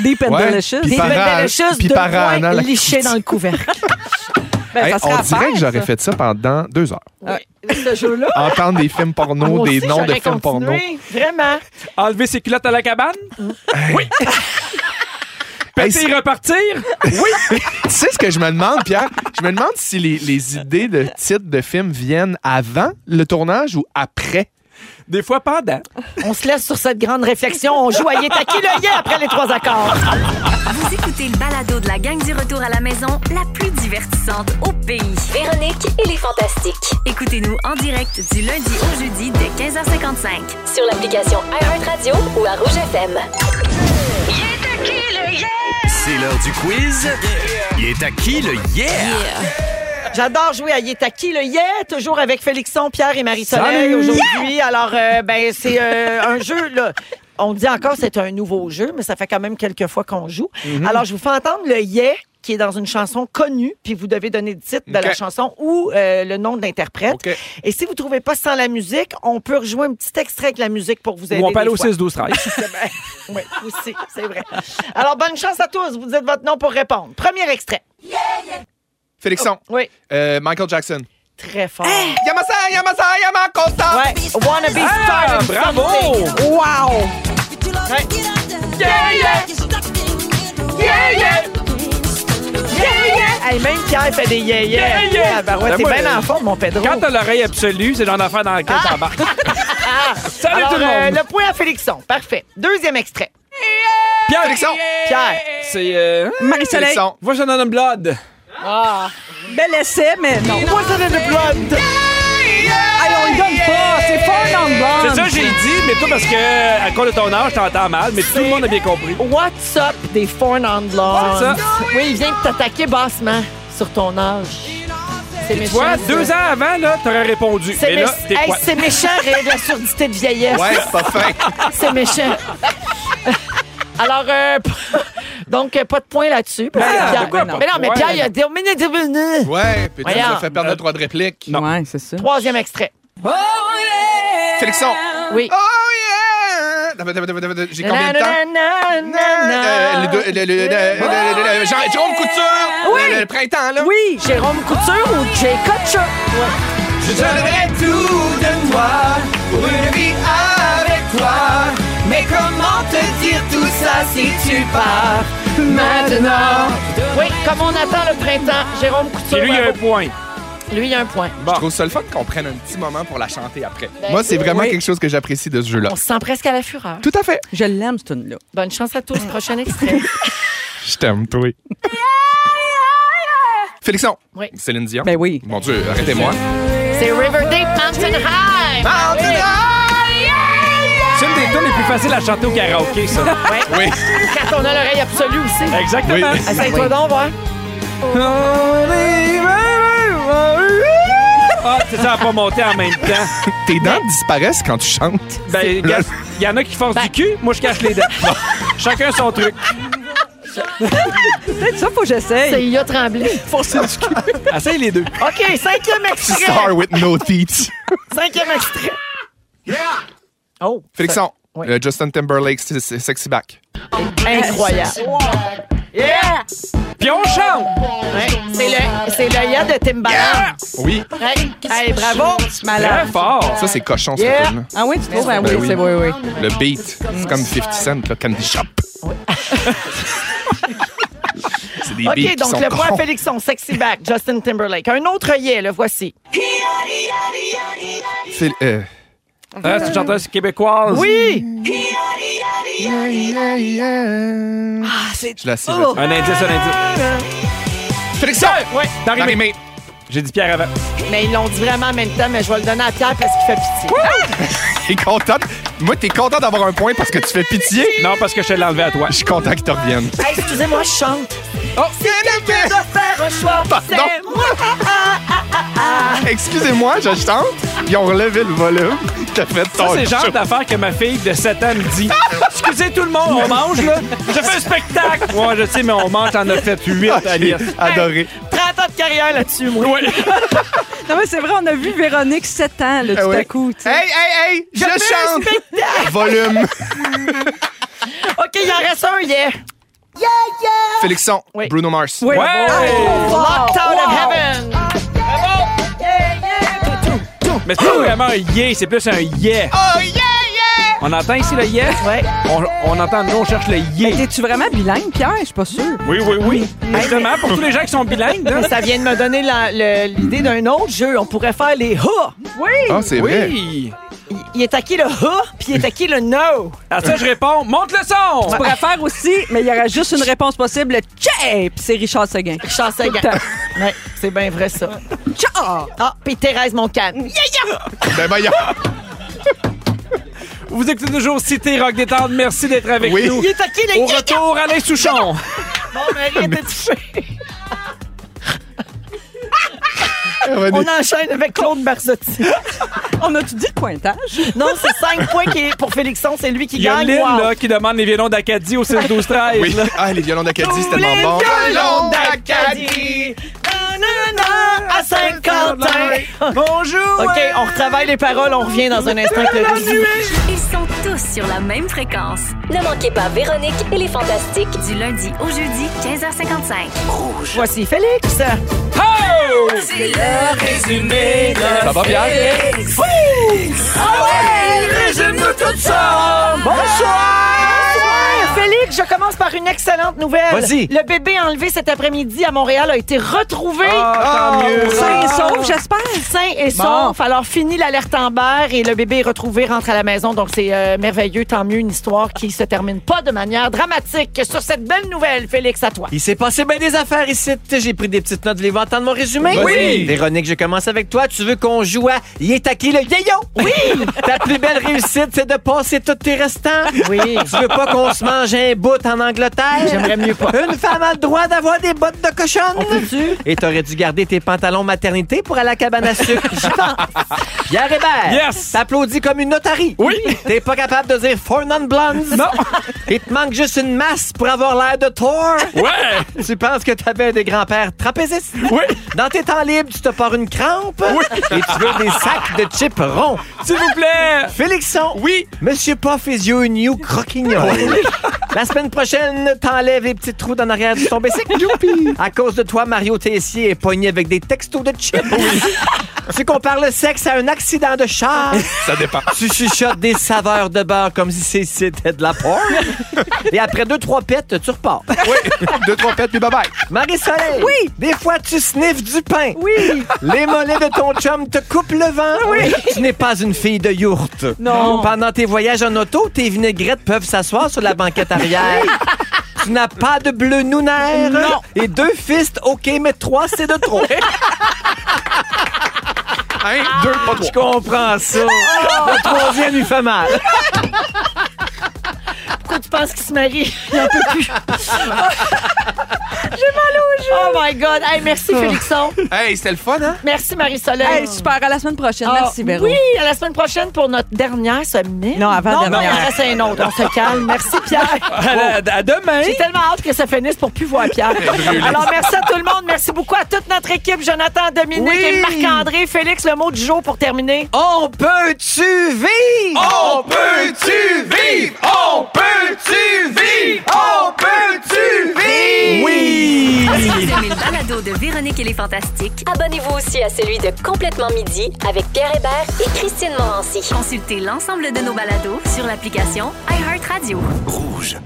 Speaker 3: Des and
Speaker 4: Ouais,
Speaker 3: delicious.
Speaker 4: puis
Speaker 1: Des
Speaker 4: par- Parade,
Speaker 1: Delicious,
Speaker 4: puis
Speaker 1: deux
Speaker 4: par
Speaker 1: points
Speaker 4: Anna, la
Speaker 1: lichés dans le couvercle.
Speaker 3: Ben,
Speaker 4: hey,
Speaker 3: ça serait
Speaker 4: on
Speaker 3: à
Speaker 4: dirait
Speaker 3: faire,
Speaker 4: que j'aurais
Speaker 3: ça.
Speaker 4: fait ça pendant deux heures.
Speaker 1: Oui, ce jeu-là.
Speaker 4: Entendre des films porno,
Speaker 1: Ah, moi
Speaker 4: des
Speaker 1: aussi,
Speaker 4: noms de
Speaker 1: j'aurais
Speaker 4: films porno.
Speaker 1: continué. Vraiment.
Speaker 2: Enlever ses culottes à la cabane. Oui.
Speaker 4: Hey,
Speaker 2: Péter et repartir.
Speaker 4: Tu sais ce que je me demande, Pierre? Je me demande si les, les idées de titres de films viennent avant le tournage ou après.
Speaker 2: Des fois pendant.
Speaker 1: On se laisse sur cette grande réflexion. On joue à Yéta qui le yé après les trois accords.
Speaker 5: Vous écoutez le balado de la gang du retour à la maison, la plus divertissante au pays.
Speaker 6: Véronique et les Fantastiques.
Speaker 5: Écoutez-nous en direct du lundi au jeudi dès 15h55.
Speaker 6: Sur l'application iHeartRadio ou à Rouge FM.
Speaker 10: C'est l'heure du quiz. Il est à qui le yeah?
Speaker 1: J'adore jouer à Yétaki, le Yeah, toujours avec Félixon, Pierre et Marie-Soleil
Speaker 2: Salut!
Speaker 1: aujourd'hui. Alors, euh, ben, c'est euh, un jeu, là. On dit encore c'est un nouveau jeu, mais ça fait quand même quelques fois qu'on joue.
Speaker 4: Mhm.
Speaker 1: Alors, je vous fais entendre le Yeah qui est dans une chanson connue, puis vous devez donner le titre de la
Speaker 4: OK.
Speaker 1: chanson ou euh, le nom de l'interprète.
Speaker 4: OK.
Speaker 1: Et si vous trouvez pas sans la musique, on peut rejouer un petit extrait avec la musique pour vous aider.
Speaker 2: Ou on peut
Speaker 1: des
Speaker 2: aller au
Speaker 1: fois.
Speaker 2: 6-12-13.
Speaker 1: oui, aussi, c'est vrai. Alors, bonne chance à tous. Vous dites votre nom pour répondre. Premier extrait.
Speaker 4: Félixon,
Speaker 1: Oui,
Speaker 4: euh, Michael Jackson.
Speaker 1: très fort. Ben,
Speaker 4: Yamasa, Yamasa, Yamakosa!
Speaker 1: Ouais. Wanna be
Speaker 2: Ah,
Speaker 1: starting
Speaker 2: bravo!
Speaker 1: something.
Speaker 2: Wow!
Speaker 1: Hey, même Pierre fait des yeah yeah.
Speaker 2: Yeah, yeah.
Speaker 1: Ah, ben ouais,
Speaker 2: Ben,
Speaker 1: t'es
Speaker 2: moi,
Speaker 1: bien
Speaker 2: euh,
Speaker 1: en forme, mon Pedro.
Speaker 2: Quand t'as l'oreille absolue, c'est genre affaire dans laquelle t'embarques. Salut
Speaker 1: Ah! Alors,
Speaker 2: tout le
Speaker 1: euh,
Speaker 2: monde!
Speaker 1: le point à Félixon. Parfait. Deuxième extrait.
Speaker 2: Pierre!
Speaker 4: Félixon!
Speaker 1: Pierre.
Speaker 2: C'est. Euh...
Speaker 3: Marie-Soleil.
Speaker 4: Félixon.
Speaker 2: Voici un Blood.
Speaker 3: Bel essai, mais non.
Speaker 1: Poison in the blood.
Speaker 3: Hey, on le donne pas. C'est pas un homme
Speaker 1: Ah.
Speaker 2: C'est ça, j'ai dit, mais toi, parce que, à cause de ton âge, t'entends mal, mais tout le monde a bien compris.
Speaker 1: Oh, What's up des Foreign on
Speaker 2: What's up?
Speaker 1: Oui, il vient de t'attaquer bassement sur ton âge. C'est méchant.
Speaker 2: Toi,
Speaker 1: ça.
Speaker 2: deux ans avant, là, t'aurais répondu.
Speaker 1: C'est
Speaker 2: Mais là,
Speaker 1: mé-
Speaker 2: t'es
Speaker 1: hey,
Speaker 2: quoi?
Speaker 1: c'est méchant, rire de la surdité de vieillesse.
Speaker 4: Ouais, c'est pas fin.
Speaker 1: C'est méchant. Alors, euh, donc, euh, pas de point là-dessus. parce que
Speaker 2: Mais non,
Speaker 1: Pierre-
Speaker 2: pourquoi pas
Speaker 1: mais non,
Speaker 2: Ah, de
Speaker 1: mais
Speaker 2: point?
Speaker 1: Pierre, il a dit... minutes de venir.
Speaker 4: Ouais, puis tu nous
Speaker 1: Voyons.
Speaker 4: as fait perdre le droit de réplique.
Speaker 2: Non.
Speaker 3: Ouais, c'est ça.
Speaker 1: Troisième extrait.
Speaker 4: Félixon.
Speaker 1: Oui.
Speaker 4: Oh yeah! Attends, attends, attends, attends, J'ai combien de temps?
Speaker 1: Na, na, na, na,
Speaker 4: Euh,
Speaker 1: na.
Speaker 4: le deux- le- le- le- le- le- Jean- Jérôme Couture!
Speaker 1: Oui.
Speaker 4: Le- Le printemps, là.
Speaker 1: Oui, Jérôme Couture ou Jay Kutcher?
Speaker 4: Je donnerais tout de toi pour une vie avec toi. Mais comment te dire tout ça si tu pars?
Speaker 1: Maintenant. Oui, comme on attend le printemps, Jérôme Couture.
Speaker 2: Et lui, il y a un
Speaker 1: bravo.
Speaker 2: point.
Speaker 1: Lui, il y a un point.
Speaker 4: Je trouve ça le fun qu'on prenne un petit moment pour la chanter après. Ah. Moi, c'est vraiment quelque chose que j'apprécie de ce jeu-là.
Speaker 1: Ben On se sent presque à la fureur.
Speaker 4: Tout à fait.
Speaker 3: Je l'aime, cette tune-là.
Speaker 1: Bonne chance à tous. Prochain extrait.
Speaker 4: Je t'aime, toi. Félixon.
Speaker 1: Oui.
Speaker 4: Céline Dion.
Speaker 3: Ben oui.
Speaker 4: Mon Dieu, arrêtez-moi.
Speaker 1: C'est Riverdale Mountain High.
Speaker 2: C'est une des tunes les plus faciles à chanter au karaoké, ça.
Speaker 4: Oui.
Speaker 1: Quand on a l'oreille absolue aussi.
Speaker 4: Oui.
Speaker 2: Exactement.
Speaker 1: Essaye-toi donc, voir.
Speaker 2: Ah, c'est ça, elle a pas monté en même temps.
Speaker 4: Tes dents
Speaker 1: Ben.
Speaker 4: disparaissent quand tu chantes.
Speaker 2: Ben, gars, il y en a qui forcent
Speaker 1: Ben-
Speaker 2: du cul, moi, je cache les dents. Chacun son truc.
Speaker 3: Peut-être ça, faut que j'essaye.
Speaker 1: C'est a Tremblay.
Speaker 2: Essaye les deux.
Speaker 1: OK, cinquième extrait.
Speaker 4: Star with no teeth.
Speaker 1: Cinquième extrait. Oh,
Speaker 4: Félixon.
Speaker 1: Oui.
Speaker 4: euh, Justin Timberlake, c'est- c'est sexy back.
Speaker 1: incroyable.
Speaker 2: Puis on chante.
Speaker 1: Ouais, C'est le, c'est le ya de Timbaland.
Speaker 4: Oui.
Speaker 1: Ouais. Hey, bravo.
Speaker 2: Très fort.
Speaker 4: Ça, c'est cochon, ce
Speaker 1: Yeah. Mm.
Speaker 4: film
Speaker 3: Ah oui, tu trouves? Ben
Speaker 4: Ben
Speaker 3: oui,
Speaker 4: oui.
Speaker 3: c'est oui, oui.
Speaker 4: Le beat, c'est comme 50 Cent, là, Candy Shop. c'est des beats
Speaker 1: OK,
Speaker 4: qui
Speaker 1: donc
Speaker 4: sont
Speaker 1: le point à
Speaker 4: cons.
Speaker 1: Félixon, sexy back, Justin Timberlake. Un autre yeah, le voici.
Speaker 4: Fél- euh,
Speaker 2: Ah, c'est une chanteuse québécoise.
Speaker 1: Oui!
Speaker 4: je la sais. je la
Speaker 1: Oh.
Speaker 4: sais.
Speaker 2: Un indice, un indice.
Speaker 4: Félixon!
Speaker 2: Ouais,
Speaker 4: Marie
Speaker 2: Marie-Mé. J'ai dit Pierre avant.
Speaker 1: Mais ils l'ont dit vraiment en même temps, mais je vais le donner à Pierre parce qu'il fait pitié.
Speaker 4: T'es contente? Moi, t'es content d'avoir un point parce que tu fais pitié?
Speaker 2: Non, parce que je te l'ai enlevé à toi.
Speaker 4: Je suis content qu'ils te reviennent.
Speaker 1: Hey, excusez-moi, je chante.
Speaker 4: Pardon! Excusez-moi, je chante. Ils ont relevé le volume. T'as fait
Speaker 2: Ça,
Speaker 4: ton
Speaker 2: c'est le genre
Speaker 4: show.
Speaker 2: d'affaire que ma fille de 7 ans me dit. Excusez tout le monde, on mange, là. J'ai fait un spectacle. Ouais, je sais, mais on mange, t'en as fait 8,
Speaker 4: Ah, j'ai
Speaker 2: Agnès.
Speaker 4: adoré.
Speaker 1: 30 ans de carrière là-dessus, moi.
Speaker 2: Ouais.
Speaker 3: Non, mais c'est vrai, on a vu Véronique 7 ans, là,
Speaker 4: Ah
Speaker 3: tout
Speaker 4: oui.
Speaker 3: à coup. tu sais.
Speaker 4: Hey, hey, hey! Je, chante! Volume!
Speaker 1: OK, il en reste un, yeah.
Speaker 4: Félixon,
Speaker 1: Oui.
Speaker 4: Bruno Mars.
Speaker 3: Oui.
Speaker 2: Ouais.
Speaker 4: Oh,
Speaker 1: Locked out of heaven.
Speaker 2: Mais c'est pas vraiment un yeah, c'est plus un yeah.
Speaker 4: Oh yeah, yeah!
Speaker 2: On entend ici le yeah?
Speaker 1: Ouais.
Speaker 2: On, on entend, nous, on cherche le yeah.
Speaker 3: T'es-tu vraiment bilingue, Pierre? Je suis pas sûre.
Speaker 2: Oui, oui, oui. Justement, pour tous les gens qui sont bilingues, là.
Speaker 1: Mais ça vient de me donner la- le- l'idée d'un autre jeu. On pourrait faire les ha.
Speaker 4: Ah, c'est vrai.
Speaker 2: Oui.
Speaker 1: Il, il est à qui le ha, puis il est à qui le no.
Speaker 2: À ça, je réponds, monte le son!
Speaker 3: On pourrait faire aussi, mais il y aurait juste une réponse possible. le Tchè! Puis c'est Richard Seguin.
Speaker 1: Richard Seguin. Ouais, c'est bien vrai, ça.
Speaker 3: Tchà!
Speaker 1: Ah, puis Thérèse Moncane.
Speaker 4: Ben, ben, y a-
Speaker 2: Vous écoutez toujours Cité Rock Détente. Merci d'être avec
Speaker 4: Oui.
Speaker 2: nous.
Speaker 1: Il est à qui le yeah,
Speaker 2: Au
Speaker 1: yeah?
Speaker 2: retour, Alain Souchon.
Speaker 1: Bon, mais rien de touché. On enchaîne avec Claude Barzotti.
Speaker 3: On a-tu dit le pointage?
Speaker 1: Non, c'est 5 points qui est pour Félixon. C'est lui qui
Speaker 2: Il y a
Speaker 1: gagne.
Speaker 2: Lynn
Speaker 1: Wow.
Speaker 2: là, qui demande les violons d'Acadie au 6 12 13
Speaker 4: Oui. Ah, les violons d'Acadie, c'était
Speaker 1: Les
Speaker 4: tellement bon.
Speaker 1: violons d'Acadie. Nanana, à Saint-Quentin.
Speaker 2: Bonjour!
Speaker 1: OK, on retravaille les paroles. On revient dans un instant avec le bisou.
Speaker 5: Ils sont tous sur la même fréquence.
Speaker 6: Ne manquez pas Véronique et les Fantastiques.
Speaker 5: Du lundi au jeudi, 15h55.
Speaker 1: Voici Félix.
Speaker 4: Ça va, Pierre?
Speaker 1: Bonsoir. Félix, je commence par une excellente nouvelle.
Speaker 2: Vas-y.
Speaker 1: Le bébé enlevé cet après-midi à Montréal a été retrouvé.
Speaker 2: Ah, tant mieux.
Speaker 3: Sain et sauf, j'espère.
Speaker 1: Sain et
Speaker 3: Bon.
Speaker 1: sauf. Alors, fini l'alerte Amber et le bébé est retrouvé, rentre à la maison. Donc, c'est euh, merveilleux. Tant mieux, une histoire qui se termine pas de manière dramatique. Sur cette belle nouvelle, Félix, à toi.
Speaker 10: Il s'est passé bien des affaires ici. J'ai pris des petites notes. Voulez-vous entendre mon résumé?
Speaker 2: Oui.
Speaker 10: Véronique, je commence avec toi. Tu veux qu'on joue à Il est à qui le yayo? Oui! Ta plus belle réussite, c'est de passer tous tes restants.
Speaker 1: Oui.
Speaker 10: Tu veux pas qu'on se mange un bout en Angleterre?
Speaker 1: J'aimerais mieux pas.
Speaker 10: Une femme a le droit d'avoir des bottes de cochonne. Et t'aurais dû garder tes pantalons maternité pour aller à la cabane à sucre. J'y pense. Pierre Hébert.
Speaker 2: Yes.
Speaker 10: T'applaudis comme une notarie. Oui. T'es pas capable de dire four non-blondes. Non. Il te manque juste une masse pour avoir l'air de Thor.
Speaker 2: Ouais!
Speaker 10: Tu penses que t'avais des grands-pères trapézistes?
Speaker 2: Oui!
Speaker 10: Dans tes temps libres, tu te pars une crampe et tu veux des sacs de chips ronds.
Speaker 2: S'il vous plaît!
Speaker 10: Félixon.
Speaker 2: Oui!
Speaker 10: Monsieur Puff is your new croquignol. La semaine prochaine, t'enlèves les petits trous d'en arrière du ton bicycle. À cause de toi, Mario Tessier est pogné avec des textos de chips. Tu compares le sexe à un accident de char.
Speaker 4: Ça dépend.
Speaker 10: Tu chuchotes des saveurs de beurre comme si c'était de la porc. Et après deux, trois pètes, tu repars.
Speaker 4: Oui, deux, trois pètes, puis bye-bye.
Speaker 10: Marie-Soleil! Oui! Des fois, tu sniffes du pain. Oui! Les mollets de ton chum te coupent le vent. Oui! Tu n'es pas une fille de yourte.
Speaker 3: Non.
Speaker 10: Pendant tes voyages en auto, tes vinaigrettes peuvent s'asseoir sur la banquette arrière. Tu n'as pas de bleu nounaire. Non. Et deux fistes, OK, mais trois, c'est de trop.
Speaker 4: Un, deux, pas
Speaker 10: Je
Speaker 4: trois.
Speaker 10: comprends ça. Le troisième, il fait mal.
Speaker 1: Pourquoi tu penses qu'il se marie? Il en peut plus. J'ai mal au jeu. Oh my God. Hey, merci, Félixon.
Speaker 4: Hey, c'était le fun, hein?
Speaker 1: Merci, Marie-Soleil.
Speaker 3: Hey, super. À la semaine prochaine.
Speaker 1: Ah,
Speaker 3: Merci, Véro.
Speaker 1: Oui, à la semaine prochaine pour notre dernière semaine.
Speaker 3: Non, avant-dernière.
Speaker 1: Non, non, il en reste un autre. On se calme. Merci, Pierre.
Speaker 2: À, à demain!
Speaker 1: J'ai tellement hâte que ça finisse pour plus voir Pierre. Alors, merci à tout le monde. Merci beaucoup à toute notre équipe. Jonathan, Dominique
Speaker 10: Oui.
Speaker 1: et Marc-André. Félix, le mot du jour pour terminer.
Speaker 10: On peut-tu vivre?
Speaker 4: On peut-tu vivre? On peut-tu vivre? On peut-tu vivre?
Speaker 10: Oui!
Speaker 5: Si vous aimez le balado de Véronique et les Fantastiques,
Speaker 6: Abonnez-vous aussi à celui de Complètement Midi avec Pierre Hébert et Christine Morancy.
Speaker 5: consultez l'ensemble de nos balados sur l'application iHeartRadio.
Speaker 13: Rouge.